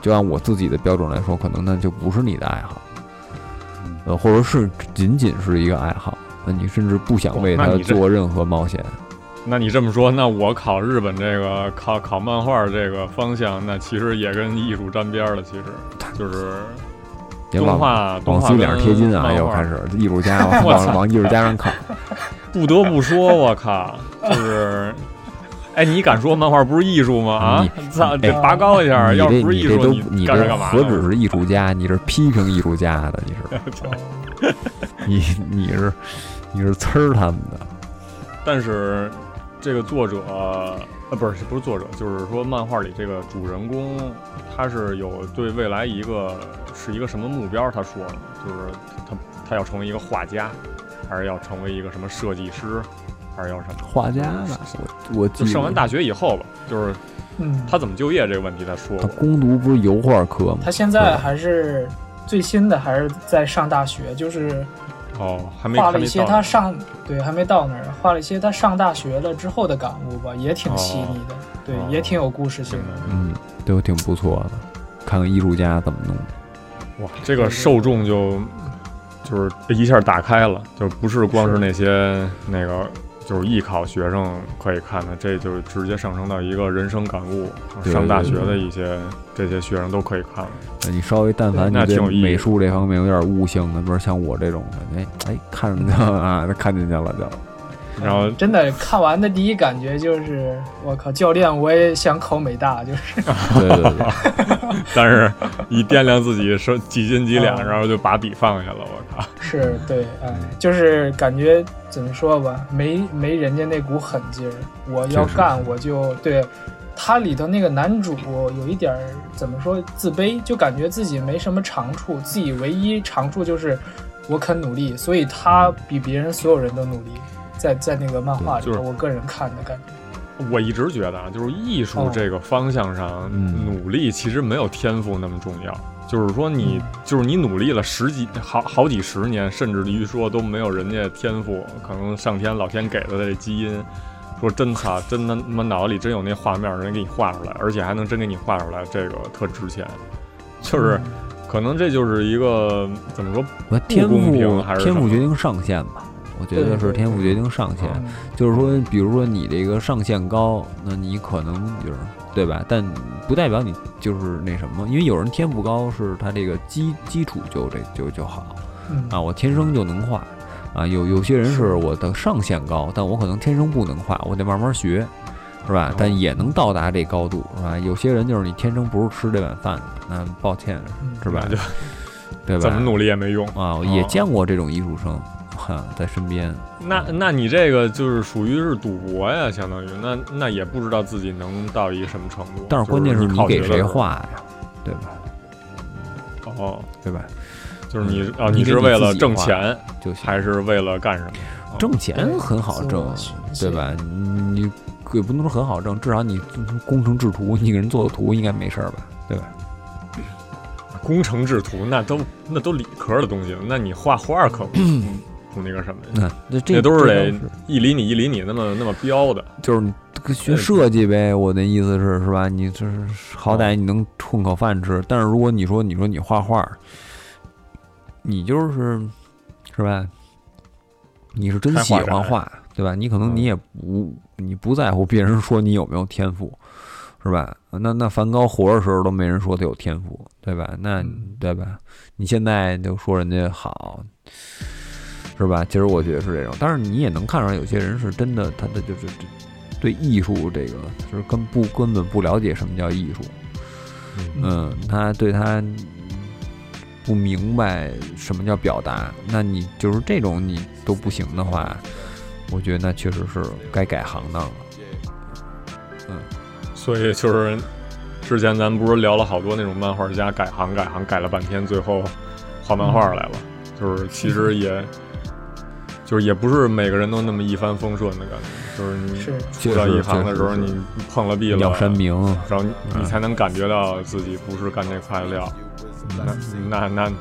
Speaker 3: 就按我自己的标准来说，可能那就不是你的爱好，
Speaker 2: 嗯
Speaker 3: 呃，或者是仅仅是一个爱好，那你甚至不想为
Speaker 2: 哇
Speaker 3: 它
Speaker 2: 那你这
Speaker 3: 做任何冒险。
Speaker 2: 那你这么说，那我考日本这个考考漫画这个方向，那其实也跟艺术沾边儿了。其实就是
Speaker 3: 别
Speaker 2: 动
Speaker 3: 往
Speaker 2: 画动
Speaker 3: 往
Speaker 2: 画
Speaker 3: 死脸贴金啊，
Speaker 2: 跟漫
Speaker 3: 又
Speaker 2: 画
Speaker 3: 开始艺术
Speaker 2: *laughs*
Speaker 3: 家
Speaker 2: 我
Speaker 3: 往
Speaker 2: 操
Speaker 3: 往艺术家
Speaker 2: *laughs*
Speaker 3: 上靠。
Speaker 2: 不得不说，我靠，就是。哎，你敢说漫画不是艺术吗？啊，操，得拔高一下，
Speaker 3: 哎你
Speaker 2: 要
Speaker 3: 这
Speaker 2: 不是
Speaker 3: 你
Speaker 2: 艺
Speaker 3: 这
Speaker 2: 术，
Speaker 3: 都
Speaker 2: 你
Speaker 3: 你
Speaker 2: 干这
Speaker 3: 这
Speaker 2: 干嘛
Speaker 3: 何
Speaker 2: 呢？
Speaker 3: 止是艺术家，你这是批评艺术家的，你是
Speaker 4: 哦
Speaker 3: 你你是你是呲儿他们的。
Speaker 2: 但是这个作者呃，不是不是作者，就是说漫画里这个主人公，他是有对未来一个是一个什么目标？他说了，就是他他要成为一个画家，还是要成为一个什么设计师，还是要什么？
Speaker 3: 画家吧，我我
Speaker 2: 就
Speaker 3: 记
Speaker 2: 上
Speaker 3: 得
Speaker 2: 完大学以后吧，就是
Speaker 4: 嗯，
Speaker 2: 他怎么就业这个问题，他说
Speaker 3: 他
Speaker 2: 过。
Speaker 3: 攻读不是油画科吗
Speaker 4: 他？现在还是最新的，还是在上大学，就是
Speaker 2: 哦，还没
Speaker 4: 画了
Speaker 2: 还
Speaker 4: 一
Speaker 2: 没
Speaker 4: 些他
Speaker 2: 到。
Speaker 4: 上对还没到那儿，画了一些他上大学了之后的感悟吧，也挺细腻的，对，
Speaker 2: 哦
Speaker 4: 也挺有故事性的。
Speaker 3: 嗯，都挺不错的，看看艺术家怎么弄。
Speaker 2: 哇，这个受众就就是一下打开了，就不是光是那些那个就是艺考学生可以看的，这就直接上升到一个人生感悟，
Speaker 3: 对
Speaker 2: 上大
Speaker 3: 对
Speaker 2: 学
Speaker 3: 对
Speaker 2: 的一些这些学生都可以看了。
Speaker 3: 你稍微但凡
Speaker 2: 对
Speaker 3: 你
Speaker 2: 那挺
Speaker 3: 对
Speaker 2: 有意义
Speaker 3: 美术这方面有点悟性的，不是像我这种的，
Speaker 2: *laughs*
Speaker 3: 哎哎，看着呢啊，看进去了就。嗯
Speaker 2: 然后
Speaker 4: 真的看完的第一感觉就是，我靠，教练我也想考美大，就是
Speaker 3: 对对对，
Speaker 2: 但是一掂量自己是几斤几两，
Speaker 4: 嗯
Speaker 2: 然后就把笔放下了。我靠，
Speaker 4: 是对，哎，就是感觉怎么说吧，没没人家那股狠劲儿，我要
Speaker 3: 确实
Speaker 4: 干我就对。他里头那个男主有一点儿怎么说自卑，就感觉自己没什么长处，自己唯一长处就是我肯努力，所以他比别人所有人都努力。在在那个漫画里
Speaker 2: 对
Speaker 4: 头，
Speaker 2: 就是
Speaker 4: 我个人看的感觉，
Speaker 2: 我一直觉得啊，就是艺术
Speaker 4: 哦
Speaker 2: 这个方向上，
Speaker 3: 嗯
Speaker 2: 努力其实没有天赋那么重要。就是说你，
Speaker 3: 嗯
Speaker 2: 就是你努力了十几好好几十年，甚至于说都没有人家天赋，可能上天老天给的这基因，说真操，真他妈脑子里真有那画面儿，人给你画出来，而且还能真给你画出来，这个特值钱。就是，
Speaker 3: 嗯
Speaker 2: 可能这就是一个怎么说
Speaker 3: *laughs* 我天
Speaker 2: 不公
Speaker 3: 赋
Speaker 2: 平还是
Speaker 3: 天赋
Speaker 2: 什么
Speaker 3: 决定上限吧，我觉得
Speaker 4: 对
Speaker 3: 是
Speaker 4: 对
Speaker 3: 天赋决定上限。
Speaker 4: 嗯，
Speaker 3: 就是说，比如说你这个上限高，那你可能就是对吧？但不代表你就是那什么，因为有人天赋高，是他这个基基础就这就就好
Speaker 4: 嗯
Speaker 3: 啊，我天生就能画啊。有有些人是我的上限高，但我可能天生不能画，我得慢慢学，是吧？但也能到达这高度，是吧？有些人就是你天生不是吃这碗饭的，那抱歉，
Speaker 4: 嗯
Speaker 3: 是吧
Speaker 2: 那就？
Speaker 3: 对吧？
Speaker 2: 怎么努力也没用。
Speaker 3: 啊，我也见过这种艺术生，哈、在身边。
Speaker 2: 那那你这个就是属于是赌博呀，相当于那那也不知道自己能到一个什么程度。
Speaker 3: 但是关键
Speaker 2: 就是
Speaker 3: 你
Speaker 2: 考
Speaker 3: 给
Speaker 2: 学的
Speaker 3: 谁
Speaker 2: 时候
Speaker 3: 画呀，对吧？
Speaker 2: 哦，
Speaker 3: 对吧？
Speaker 2: 就是你
Speaker 3: 嗯
Speaker 2: 啊，
Speaker 3: 你给
Speaker 2: 是
Speaker 3: 你
Speaker 2: 为
Speaker 3: 自
Speaker 2: 了
Speaker 3: 己
Speaker 2: 挣
Speaker 3: 画
Speaker 2: 钱
Speaker 3: 就行
Speaker 2: 还是为了干什么？
Speaker 3: 挣钱很好
Speaker 4: 自
Speaker 3: 挣啊
Speaker 4: 我学，
Speaker 3: 对
Speaker 4: 习
Speaker 3: 吧？你你也不能说很好挣，至少你工程制图，你给人做个图应该没事儿吧？对吧？
Speaker 2: 工程制图那都那都理科的东西了，那你画画
Speaker 3: *clears throat*
Speaker 2: 可不不那个什么呀？
Speaker 3: 那这这
Speaker 2: 那都是
Speaker 3: 这
Speaker 2: 得一厘米一厘米那么那么标的。
Speaker 3: 就是你学设计呗，我的意思是是吧？你就是好歹你能混口饭吃，但是如果你说你说你画画，你就是是吧？你是真喜欢
Speaker 2: 开画
Speaker 3: 画，对吧？你可能你也不你不在乎别人说你有没有天赋，是吧？那那梵高活着时候都没人说他有天赋，对吧？那
Speaker 4: 嗯
Speaker 3: 对吧？你现在就说人家好，是吧？其实我觉得是这种，但是你也能看出来，有些人是真的，他的就是这对艺术这个就是根不根本不了解什么叫艺术，嗯，他对他不明白什么叫表达，那你就是这种你都不行的话，我觉得那确实是该改行当了。
Speaker 2: 所以就是之前咱们不是聊了好多那种漫画家改行改行改了半天，最后画漫画来了，就是其实也。就是也不是每个人都那么一帆风顺的感觉，就是你
Speaker 4: 是
Speaker 2: 出到一行的时候，
Speaker 3: 确实是
Speaker 2: 你碰了壁了，
Speaker 3: 鸟山明，
Speaker 2: 然后你你才能感觉到自己不是干这块料，
Speaker 3: 嗯
Speaker 2: 那那那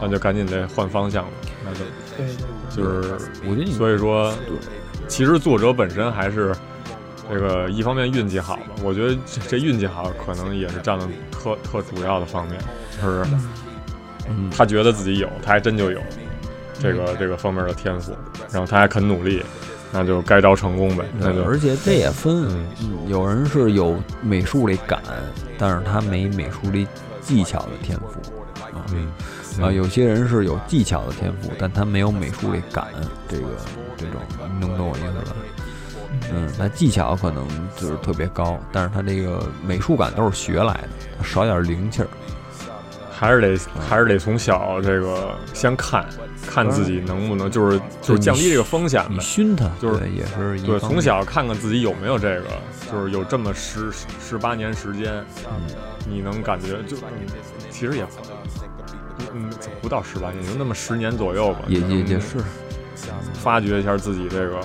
Speaker 2: 那就赶紧得换方向了，那就
Speaker 4: 对对对
Speaker 2: 就是，
Speaker 3: 我觉得你
Speaker 2: 所以说，其实作者本身还是这个一方面运气好吧，我觉得这这运气好可能也是占了特特主要的方面，就是
Speaker 3: 嗯，
Speaker 2: 他觉得自己有，他还真就有这个这个方面的天赋，然后他还肯努力，那就该招成功呗，
Speaker 3: 嗯
Speaker 2: 那就
Speaker 3: 而且这也分
Speaker 2: 嗯，
Speaker 3: 嗯有人是有美术里感，但是他没美术里技巧的天赋啊。
Speaker 2: 嗯
Speaker 3: 啊，有些人是有技巧的天赋，但他没有美术里感，这个这种，你能懂我意思吧？嗯，那技巧可能就是特别高，但是他这个美术感都是学来的，他少点灵气儿。
Speaker 2: 还是得
Speaker 3: 嗯
Speaker 2: 还是得从小这个先看看自己能不能，就是就是降低这个风险
Speaker 3: 你
Speaker 2: 呗。
Speaker 3: 熏他，
Speaker 2: 就是
Speaker 3: 对也是一
Speaker 2: 对，
Speaker 3: 方
Speaker 2: 从
Speaker 3: 面
Speaker 2: 小看看自己有没有这个，就是有这么十十十八年时间，
Speaker 3: 嗯
Speaker 2: 你能感觉就，嗯其嗯实也，嗯，不到十八年，也就那么十年左右吧。
Speaker 3: 也
Speaker 2: 可能
Speaker 3: 也也是，嗯
Speaker 2: 发掘一下自己这个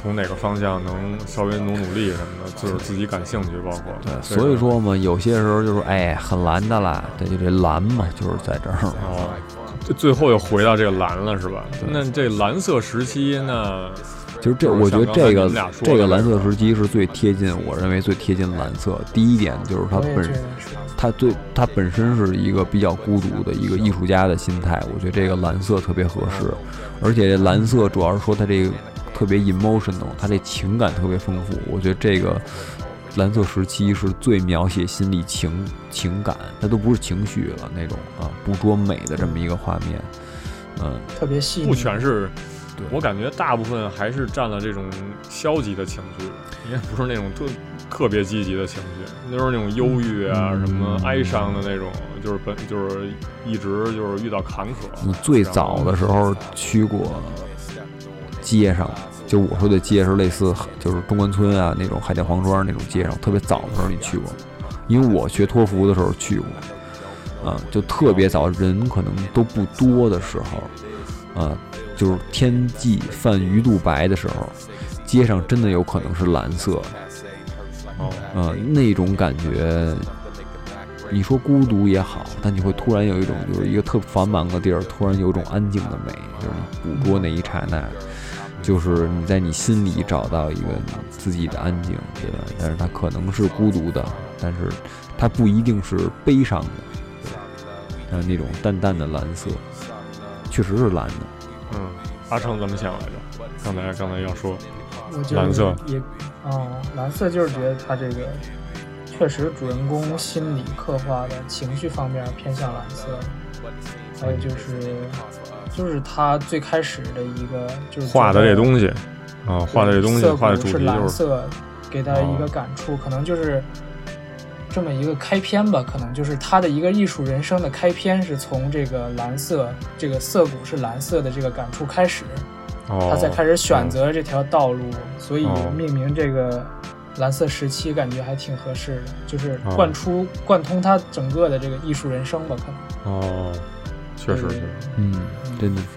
Speaker 2: 从哪个方向能稍微努努力什么的，就是自己感兴趣，包括
Speaker 3: 对，
Speaker 2: 这
Speaker 3: 所以
Speaker 2: 个
Speaker 3: 说嘛，有些时候就是哎，很蓝的啦，对，就这蓝嘛，就是在这儿嘛。
Speaker 2: 哦，最最后又回到这个蓝了，是吧？那这蓝色时期，那
Speaker 3: 其实这，
Speaker 2: 就是
Speaker 3: 我觉得
Speaker 2: 像刚才
Speaker 3: 这
Speaker 2: 你
Speaker 3: 个
Speaker 2: 们俩说的
Speaker 3: 这个蓝
Speaker 2: 那
Speaker 3: 色
Speaker 2: 个
Speaker 3: 时期是最贴近，我认为最贴近蓝色。第一点就是它
Speaker 4: 我也
Speaker 3: 本
Speaker 4: 觉得是。
Speaker 3: 他最他本身是一个比较孤独的一个艺术家的心态，我觉得这个蓝色特别合适，而且这蓝色主要是说他这个特别 emotional，他这情感特别丰富，我觉得这个蓝色时期是最描写心理情情感，它都不是情绪了那种啊，捕捉美的这么一个画面，嗯，
Speaker 4: 特别细腻，
Speaker 2: 不全是
Speaker 3: 对。
Speaker 2: 我感觉大部分还是占了这种消极的情绪，应该不是那种特特别积极的情绪，那都是那种忧郁啊、
Speaker 3: 嗯
Speaker 2: 什么哀伤的那种，就是本就是一直就是遇到坎坷。
Speaker 3: 你最早的时候去过街上，就我说的街是类似就是中关村啊那种海淀黄庄那种街上，特别早的时候你去过吗，因为我学托福的时候去过，啊，就特别早，人可能都不多的时候，啊，就是天际泛鱼肚白的时候，街上真的有可能是蓝色，
Speaker 2: 哦，
Speaker 3: 啊，那种感觉。你说孤独也好，但你会突然有一种就是一个特繁忙的地儿，突然有一种安静的美，就是你捕捉那一刹那，就是你在你心里找到一个你自己的安静，对吧？但是它可能是孤独的，但是它不一定是悲伤的，对呃，那种淡淡的蓝色，确实是蓝的，
Speaker 2: 嗯，阿成怎么想来着？刚才刚才要说，
Speaker 4: 我就
Speaker 2: 啊蓝色
Speaker 4: 也，哦，蓝色就是觉得他这个确实主人公心理刻画的情绪方面偏向蓝色，还有就是就是他最开始的一个就是
Speaker 2: 画的这
Speaker 4: 西，
Speaker 2: 东西，啊，画的这东西，
Speaker 4: 色
Speaker 2: 画的
Speaker 4: 谷
Speaker 2: 主
Speaker 4: 是
Speaker 2: 题就
Speaker 4: 蓝
Speaker 2: 是啊
Speaker 4: 色，给他一个感触，可能就是。这么一个开篇吧，可能就是他的一个艺术人生的开篇是从这个蓝色，这个涩谷是蓝色的这个感触开始，
Speaker 2: 哦，
Speaker 4: 他才开始选择这条道路，所以
Speaker 2: 哦
Speaker 4: 命名这个蓝色时期，感觉还挺合适的，就是
Speaker 2: 哦
Speaker 4: 贯出、贯通他整个的这个艺术人生吧。可能
Speaker 2: 哦，确实
Speaker 4: 对
Speaker 2: 是，
Speaker 3: 嗯，真的是，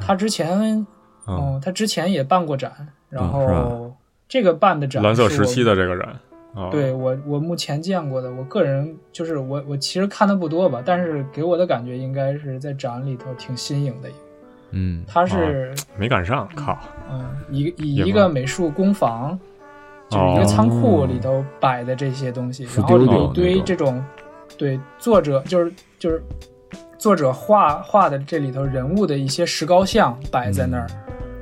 Speaker 4: 他之前，
Speaker 2: 嗯，
Speaker 4: 嗯，他之前也办过展，然
Speaker 3: 是吧
Speaker 4: 后这个办的展
Speaker 2: 蓝色
Speaker 4: 是我
Speaker 2: 时期的这个人，啊，
Speaker 4: 对我我目前见过的，我个人就是我我其实看的不多吧，但是给我的感觉应该是在展里头挺新颖的一个。
Speaker 3: 嗯，
Speaker 4: 他是、
Speaker 2: 没赶上，靠，
Speaker 4: 嗯，一个以
Speaker 2: 哦也
Speaker 4: 一
Speaker 2: 不
Speaker 4: 个美术工坊，就是一个
Speaker 2: 哦
Speaker 4: 仓库里头摆的这些东西，
Speaker 3: 哦
Speaker 4: 然后
Speaker 3: 是丢
Speaker 4: 有
Speaker 3: 丢
Speaker 4: 一
Speaker 3: 那种
Speaker 4: 堆这种，对作者就是就是作者画画的这里头人物的一些石膏像摆在那儿，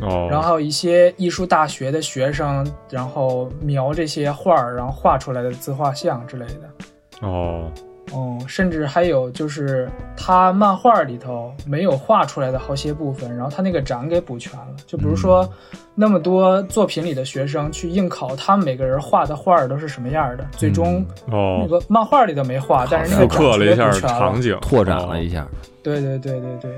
Speaker 3: 嗯
Speaker 2: 哦，
Speaker 4: 然后还有一些艺术大学的学生，然后描这些画儿，然后画出来的自画像之类的。
Speaker 2: 哦，
Speaker 4: 嗯，甚至还有就是他漫画里头没有画出来的好些部分，然后他那个展给补全了。就比如说，那么多作品里的学生去应考，他们每个人画的画儿都是什么样的，最终那
Speaker 2: 哦，
Speaker 4: 个漫画里头没画，但是那
Speaker 2: 复
Speaker 4: 个
Speaker 2: 刻
Speaker 4: 展
Speaker 2: 了一
Speaker 4: 给补
Speaker 2: 下
Speaker 4: 全
Speaker 2: 场
Speaker 4: 了。
Speaker 2: 景，
Speaker 3: 拓展了
Speaker 2: 哦
Speaker 3: 一下，
Speaker 4: 对对对对对。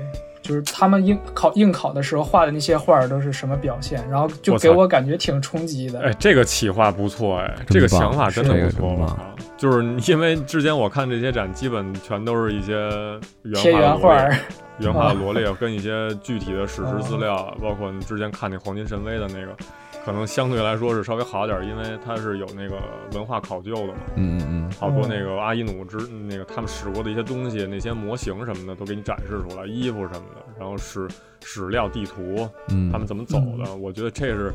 Speaker 4: 就是他们应考应考的时候画的那些画儿都是什么表现，然后就
Speaker 2: 我
Speaker 4: 给
Speaker 2: 操
Speaker 4: 我感觉挺冲击的。
Speaker 2: 哎，这个企划不错哎，
Speaker 3: 真
Speaker 2: 这个
Speaker 3: 棒
Speaker 2: 想法真的
Speaker 4: 是
Speaker 2: 不错。
Speaker 3: 这个真
Speaker 2: 我
Speaker 3: 棒
Speaker 2: 靠就是因为之前我看这些展，基本全都是一些原
Speaker 4: 贴原画
Speaker 2: 画罗
Speaker 4: 儿啊嗯
Speaker 2: 列、原画罗列跟一些具体的史实资料，包括你之前看那黄金神威的那个，可能相对来说是稍微好点儿，因为它是有那个文化考究的嘛，
Speaker 3: 嗯嗯
Speaker 2: 好多那个阿伊努之那个他们使过的一些东西，那些模型什么的都给你展示出来，衣服什么的，然后史史料地图，
Speaker 3: 嗯，
Speaker 2: 他们怎么走的，我觉得这是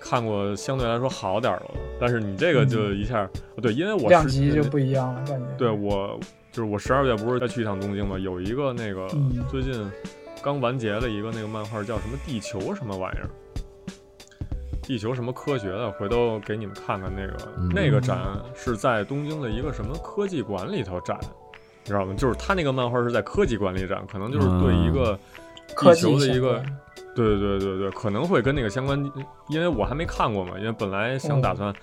Speaker 2: 看过相对来说好点儿的了。但是你这个就一下，哦对，因为我
Speaker 4: 嗯量
Speaker 2: 是
Speaker 4: 级就不一样了，感觉。
Speaker 2: 对我就是我十二月不是再去一趟东京嘛，有一个那个、
Speaker 4: 嗯
Speaker 2: 最近刚完结了一个那个漫画叫什么地球什么玩意儿。地球什么科学的，回头给你们看看那个、
Speaker 3: 嗯
Speaker 2: 那个展是在东京的一个什么科技馆里头展，你知道吗？就是他那个漫画是在科技馆里展，可能就是对一
Speaker 3: 啊
Speaker 2: 个
Speaker 4: 科
Speaker 2: 地
Speaker 4: 技
Speaker 2: 球的一
Speaker 4: 相
Speaker 2: 个
Speaker 4: 关
Speaker 2: 对对对对，可能会跟那个相关，因为我还没看过嘛，因为本来想
Speaker 3: 嗯
Speaker 4: 哦
Speaker 2: 打算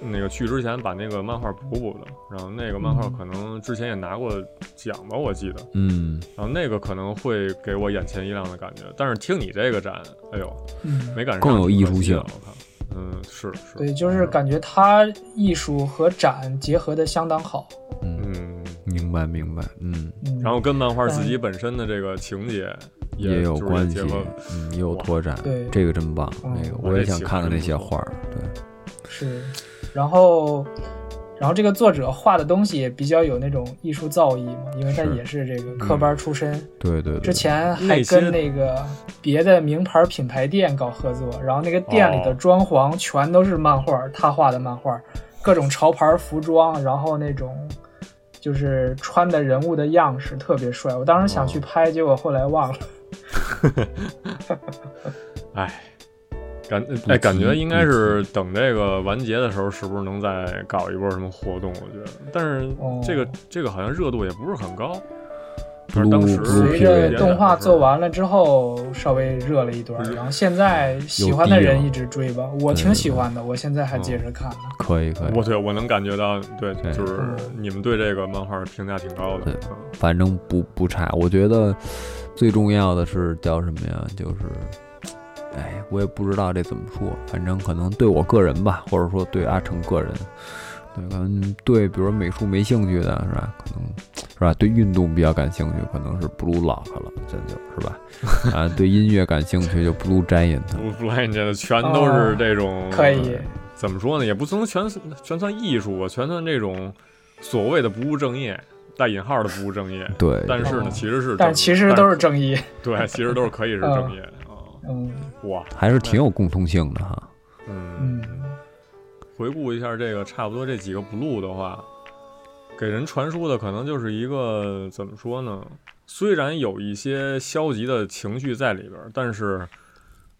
Speaker 2: 那个去之前把那个漫画补补的，然后那个漫画可能之前也拿过奖吧，我记得，
Speaker 3: 嗯，
Speaker 2: 然后那个可能会给我眼前一亮的感觉，但是听你这个展，哎呦，
Speaker 4: 嗯。
Speaker 2: 没赶上，
Speaker 3: 更有艺术性
Speaker 2: 可惜了我看，嗯，是是，
Speaker 4: 对，就是感觉他艺术和展结合的相当好。
Speaker 2: 嗯，
Speaker 3: 明白明白，嗯。
Speaker 4: 嗯，
Speaker 2: 然后跟漫画自己
Speaker 4: 嗯
Speaker 2: 本身的这个情节
Speaker 3: 也有
Speaker 2: 就是
Speaker 3: 关系
Speaker 2: 结合，
Speaker 3: 嗯，也有拓展
Speaker 4: 对，
Speaker 3: 这个真棒。
Speaker 4: 嗯
Speaker 3: 那个
Speaker 2: 我
Speaker 3: 我
Speaker 2: 这
Speaker 3: 也想
Speaker 2: 喜
Speaker 3: 看
Speaker 2: 欢
Speaker 3: 看这
Speaker 2: 真
Speaker 3: 些
Speaker 2: 不
Speaker 3: 画儿，对，
Speaker 4: 是，然后，然后这个作者画的东西也比较有那种艺术造诣嘛，因为他
Speaker 3: 是
Speaker 4: 也是这个科
Speaker 2: 嗯
Speaker 4: 班出身，
Speaker 3: 对对对。
Speaker 4: 之前还
Speaker 2: 内心
Speaker 4: 跟那个别的名牌品牌店搞合作，然后那个店里的
Speaker 2: 哦
Speaker 4: 装潢全都是漫画，他画的漫画，各种潮牌服装，然后那种就是穿的人物的样式特别帅，我当时
Speaker 2: 哦
Speaker 4: 想去拍，结果后来忘了。
Speaker 2: 哎，感哎感觉
Speaker 3: 急
Speaker 2: 应
Speaker 3: 不
Speaker 2: 该是等这个完结的时候，是不是能再搞一波什么活动？我觉得，但是
Speaker 4: 哦
Speaker 2: 这个、这个好像热度也不是很高。
Speaker 3: Blue-
Speaker 2: 而当时
Speaker 3: Blue
Speaker 4: 随
Speaker 3: Period
Speaker 4: 着动画做，完了之后，稍微热了一段，然后现在喜欢的人一直追吧，我挺喜欢的，我现在还接着看呢。
Speaker 3: 可以可以，
Speaker 2: 我对我能感觉到，对，
Speaker 3: 对
Speaker 2: 就是
Speaker 4: 嗯
Speaker 2: 你们对这个漫画评价挺高的
Speaker 3: 对。
Speaker 2: 嗯
Speaker 3: 反正不不差。我觉得最重要的是叫什么呀？就是，哎，我也不知道这怎么说。反正可能对我个人吧，或者说对阿成个人，对可能对比如美术没兴趣的是吧？可能是吧？对运动比较感兴趣，可能是 Blue Lock 了，这就是吧？ *laughs* 啊，对音乐感兴趣就 Blue Giant 了。
Speaker 2: 我不来嗯你这全都是这种，
Speaker 4: 哦可以，
Speaker 2: 怎么说呢？也不能全全算艺术吧，全算这种所谓的不务正业，带引号的不务正业。
Speaker 3: 对，
Speaker 2: 嗯但是呢，
Speaker 4: 哦
Speaker 2: 其实是正，
Speaker 4: 但其实都是正义。 *laughs*
Speaker 2: 对，其实都是可以是正业的啊。
Speaker 4: 嗯
Speaker 2: 哇，
Speaker 3: 还是挺有共通性的哈。
Speaker 2: 嗯，
Speaker 4: 嗯，
Speaker 2: 回顾一下这个，差不多这几个 blue 的话，给人传输的可能就是一个怎么说呢？虽然有一些消极的情绪在里边儿，但是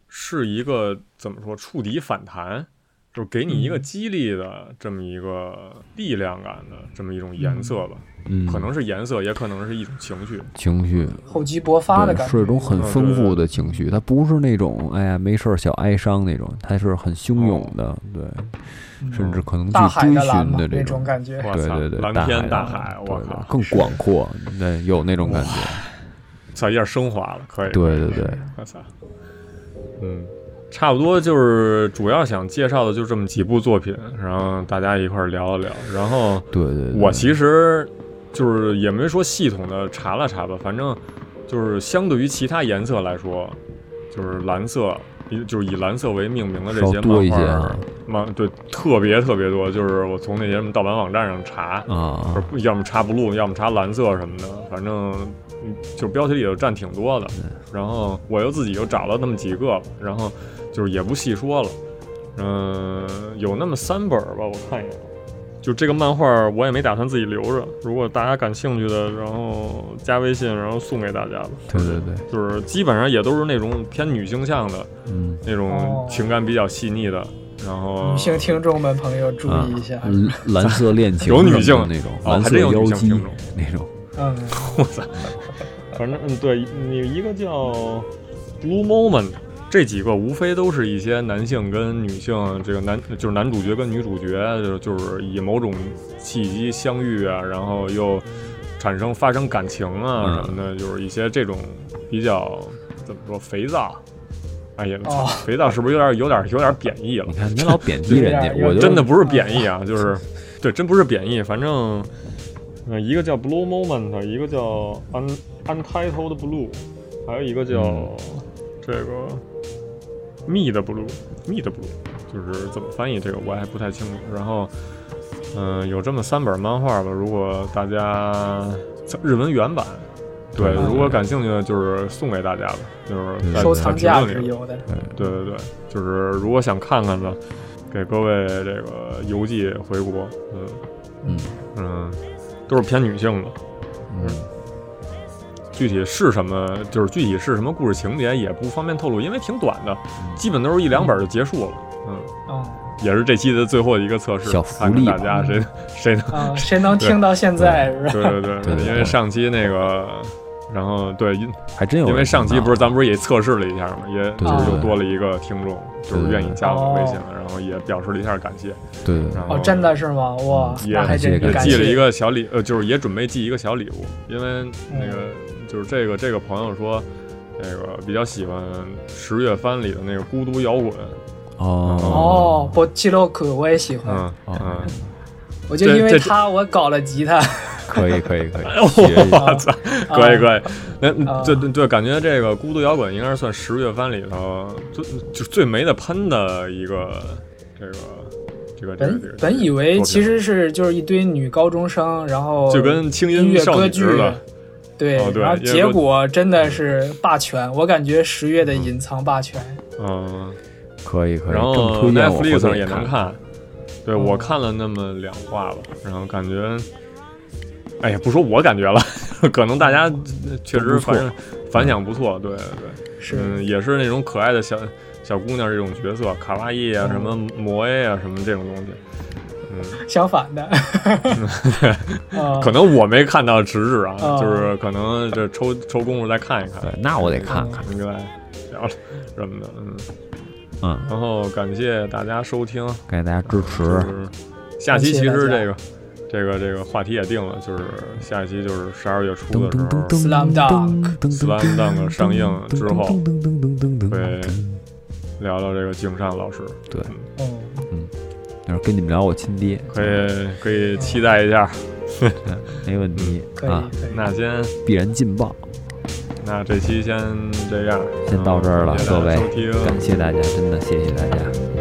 Speaker 2: 是一个怎么说触底反弹，就是给你一个
Speaker 4: 嗯
Speaker 2: 激励的这么一个力量感的这么一种颜色吧，
Speaker 3: 嗯，
Speaker 2: 可能是颜色，也可能是一种情绪。
Speaker 3: 情绪
Speaker 4: 厚积薄发的
Speaker 3: 对，
Speaker 4: 感觉，
Speaker 3: 是一种很
Speaker 2: 嗯
Speaker 3: 丰
Speaker 2: 对
Speaker 3: 富的情绪，它不是那种哎呀没事儿小哀伤那种，它是很汹涌的，
Speaker 2: 哦
Speaker 3: 对，
Speaker 2: 嗯
Speaker 3: 甚至可能
Speaker 4: 大
Speaker 3: 去
Speaker 4: 海
Speaker 3: 追
Speaker 4: 的蓝
Speaker 3: 寻
Speaker 4: 嘛
Speaker 3: 的这
Speaker 4: 那种感觉。
Speaker 2: 我
Speaker 3: 对
Speaker 2: 操
Speaker 3: 对对，，
Speaker 2: 蓝天
Speaker 3: 大
Speaker 2: 大海，
Speaker 3: 对
Speaker 2: 我
Speaker 3: 对
Speaker 2: 靠，
Speaker 3: 更广阔，对，有那种感觉，
Speaker 2: 操，有点升华了，可以。
Speaker 3: 对对对，
Speaker 2: 我操，嗯，差不多就是主要想介绍的就这么几部作品，然后大家一块儿聊一聊。然后
Speaker 3: 对对对，
Speaker 2: 我其实就是也没说系统的查了查吧，反正就是相对于其他颜色来说，就是蓝色，以就是以蓝色为命名的这
Speaker 3: 稍
Speaker 2: 些
Speaker 3: 多一
Speaker 2: 漫
Speaker 3: 些
Speaker 2: 画
Speaker 3: 啊
Speaker 2: 儿，漫对特别特别多，就是我从那些什么盗版网站上查，
Speaker 3: 啊
Speaker 2: 不是，要么查 blue，要么查蓝色什么的，反正嗯就是标题里头占挺多的。然后我又自己又找了那么几个，然后就是也不细说了。嗯、有那么三本儿吧，我看一眼。就这个漫画儿我也没打算自己留着，如果大家感兴趣的，然后加微信，然后送给大家吧。
Speaker 3: 对对对，
Speaker 2: 就是基本上也都是那种偏女性向的
Speaker 3: 嗯。
Speaker 2: 那种
Speaker 4: 哦
Speaker 2: 情感比较细腻的，然后
Speaker 4: 女性听众们朋友注
Speaker 3: 啊
Speaker 4: 意一下，，
Speaker 3: 嗯蓝色恋情
Speaker 2: 有
Speaker 3: 什
Speaker 2: 女
Speaker 3: 么的
Speaker 2: 性
Speaker 3: 那种，
Speaker 2: 哦
Speaker 3: 蓝
Speaker 2: 还
Speaker 3: 色
Speaker 2: 真有女
Speaker 3: 妖
Speaker 2: 性
Speaker 3: 姬
Speaker 2: 听众
Speaker 3: 那种，
Speaker 4: 嗯，
Speaker 2: 我操，反正嗯，对，你一个叫 Blue Moment，这几个无非都是一些男性跟女性，这个男就是男主角跟女主角，就就是以某种契机相遇啊，然后又产生发生感情啊
Speaker 3: 嗯
Speaker 2: 什么的，就是一些这种比较怎么说肥皂。哎呀，
Speaker 4: 哦
Speaker 2: 肥皂是不是有点有点有点贬义了
Speaker 3: 你？看你老贬低
Speaker 4: *laughs* 有
Speaker 3: 人家
Speaker 4: 点，有
Speaker 3: 我就
Speaker 4: 点
Speaker 2: 真的不是贬义啊，就是，对，真不是贬义，反正，嗯、一个叫 Blue Moment，一个叫 Un Untitled Blue，还有一个叫、
Speaker 3: 嗯
Speaker 2: 这个 Me 的 Blue，Me 的 Blue，就是怎么翻译这个我还不太清楚。然后，嗯、有这么三本漫画吧，如果大家日文原版。对，
Speaker 3: 嗯
Speaker 2: 如果感兴趣的，就是送给大家吧，就是在
Speaker 3: 嗯
Speaker 4: 收
Speaker 2: 在
Speaker 4: 藏
Speaker 2: 评论
Speaker 4: 价
Speaker 2: 里
Speaker 4: 值有的。
Speaker 2: 对对对，就是如果想看看的，给各位这个邮寄回国，嗯
Speaker 3: 嗯
Speaker 2: 嗯，都是偏女性的，
Speaker 3: 嗯，
Speaker 2: 具体是什么，就是具体是什么故事情节也不方便透露，因为挺短的，
Speaker 3: 嗯
Speaker 2: 基本都是一两本就结束了，嗯，
Speaker 4: 嗯
Speaker 2: 也是这期的最后一个测试，
Speaker 3: 小福
Speaker 2: 看
Speaker 3: 利嗯
Speaker 2: 看
Speaker 3: 吧
Speaker 2: 大家谁谁
Speaker 3: *laughs*
Speaker 2: 能，
Speaker 4: 啊，谁能听到现在是吧？
Speaker 2: 对对对
Speaker 3: 对对
Speaker 2: 因为上期那个。然后对，因
Speaker 3: 还真有人看到。
Speaker 2: 因为上期不是咱们不是也测试了一下嘛，也
Speaker 3: 对
Speaker 2: 就是又
Speaker 3: 对
Speaker 2: 多了一个听众，就是愿意加我的微信
Speaker 4: 哦，
Speaker 2: 然后也表示了一下感谢。
Speaker 3: 对对对
Speaker 2: 然后
Speaker 4: 哦，真的是吗？哇，
Speaker 2: 也
Speaker 4: 那还真
Speaker 3: 也
Speaker 2: 嗯也
Speaker 4: 感
Speaker 2: 寄
Speaker 4: 谢
Speaker 2: 了一个小礼，呃，就是也准备寄一个小礼物，因为那个
Speaker 4: 嗯
Speaker 2: 就是这个这个朋友说，那个比较喜欢十月番里的那个孤独摇滚，
Speaker 4: 哦
Speaker 3: 哦，
Speaker 4: 波奇洛克我也喜欢，
Speaker 2: *laughs* 嗯嗯
Speaker 3: 哦，
Speaker 4: 我就因
Speaker 2: 这
Speaker 4: 为
Speaker 2: 这
Speaker 4: 他我搞了吉他，
Speaker 3: 可以可以可以，学一下
Speaker 2: 我操，可以可以，
Speaker 4: 啊
Speaker 2: 那对对对，感觉这个孤独摇滚应该是算十月番里头最就最没得喷的一个这个这个这个这
Speaker 4: 本
Speaker 2: 个。
Speaker 4: 本以为其实是就是一堆女高中生，然后
Speaker 2: 就跟轻
Speaker 4: 音
Speaker 2: 音
Speaker 4: 乐
Speaker 2: 少
Speaker 4: 歌
Speaker 2: 女
Speaker 4: 剧
Speaker 2: 似的，，
Speaker 4: 对，
Speaker 2: 哦对
Speaker 4: 然后
Speaker 2: 因为
Speaker 4: 结
Speaker 2: 歌
Speaker 4: 果真的是霸权，我感觉十月的隐藏霸权，
Speaker 2: 嗯，
Speaker 3: 可以可以，
Speaker 2: 然
Speaker 3: 正
Speaker 2: 后
Speaker 3: 推荐我回
Speaker 2: Netflix
Speaker 3: 头
Speaker 2: 上也能
Speaker 3: 看。嗯
Speaker 2: 看。对，我看了那么两话吧，然后感觉，哎呀，不说我感觉了， *laughs* 可能大家呃确
Speaker 3: 都
Speaker 2: 实
Speaker 3: 不错嗯
Speaker 2: 反正反响不错，对对，
Speaker 4: 是、
Speaker 2: 嗯，也是那种可爱的小小姑娘这种角色，卡哇伊啊，什么
Speaker 3: 嗯
Speaker 2: 摩 A 啊，什么这种东西，
Speaker 4: 相反
Speaker 2: *laughs*
Speaker 4: 的，嗯啊
Speaker 2: 可能我没看到直日啊，
Speaker 4: 哦
Speaker 2: 就是可能这抽抽功夫再看一看，
Speaker 3: 对，那我得看看。
Speaker 2: 应该聊了什么的，嗯，
Speaker 3: 嗯，
Speaker 2: 然后感谢大家收听，
Speaker 3: 给大家支持
Speaker 2: 就。是下期其实这个
Speaker 4: 感
Speaker 2: 这个这个话题也定了，就是下一期就是十二月初
Speaker 3: 噔
Speaker 2: 的时
Speaker 3: 噔噔
Speaker 2: 候，
Speaker 3: 噔
Speaker 4: Slam Dunk
Speaker 3: 噔
Speaker 2: Slam Dunk 上映之后
Speaker 3: 噔噔噔噔噔噔
Speaker 2: 会
Speaker 3: 噔，
Speaker 2: 聊聊这个井上老师，
Speaker 3: 对，
Speaker 4: 嗯
Speaker 3: 然后跟你们聊我亲爹，
Speaker 2: 可以可以期待一下。
Speaker 3: 嗯没问题
Speaker 4: 可以、
Speaker 3: 啊，
Speaker 4: 可以，
Speaker 2: 那先
Speaker 3: 必然劲爆。
Speaker 2: 那这期先这样，
Speaker 3: 先到这儿了
Speaker 2: 嗯，
Speaker 3: 各位
Speaker 2: 谢谢大家收听，
Speaker 3: 感谢大家，真的谢谢大家。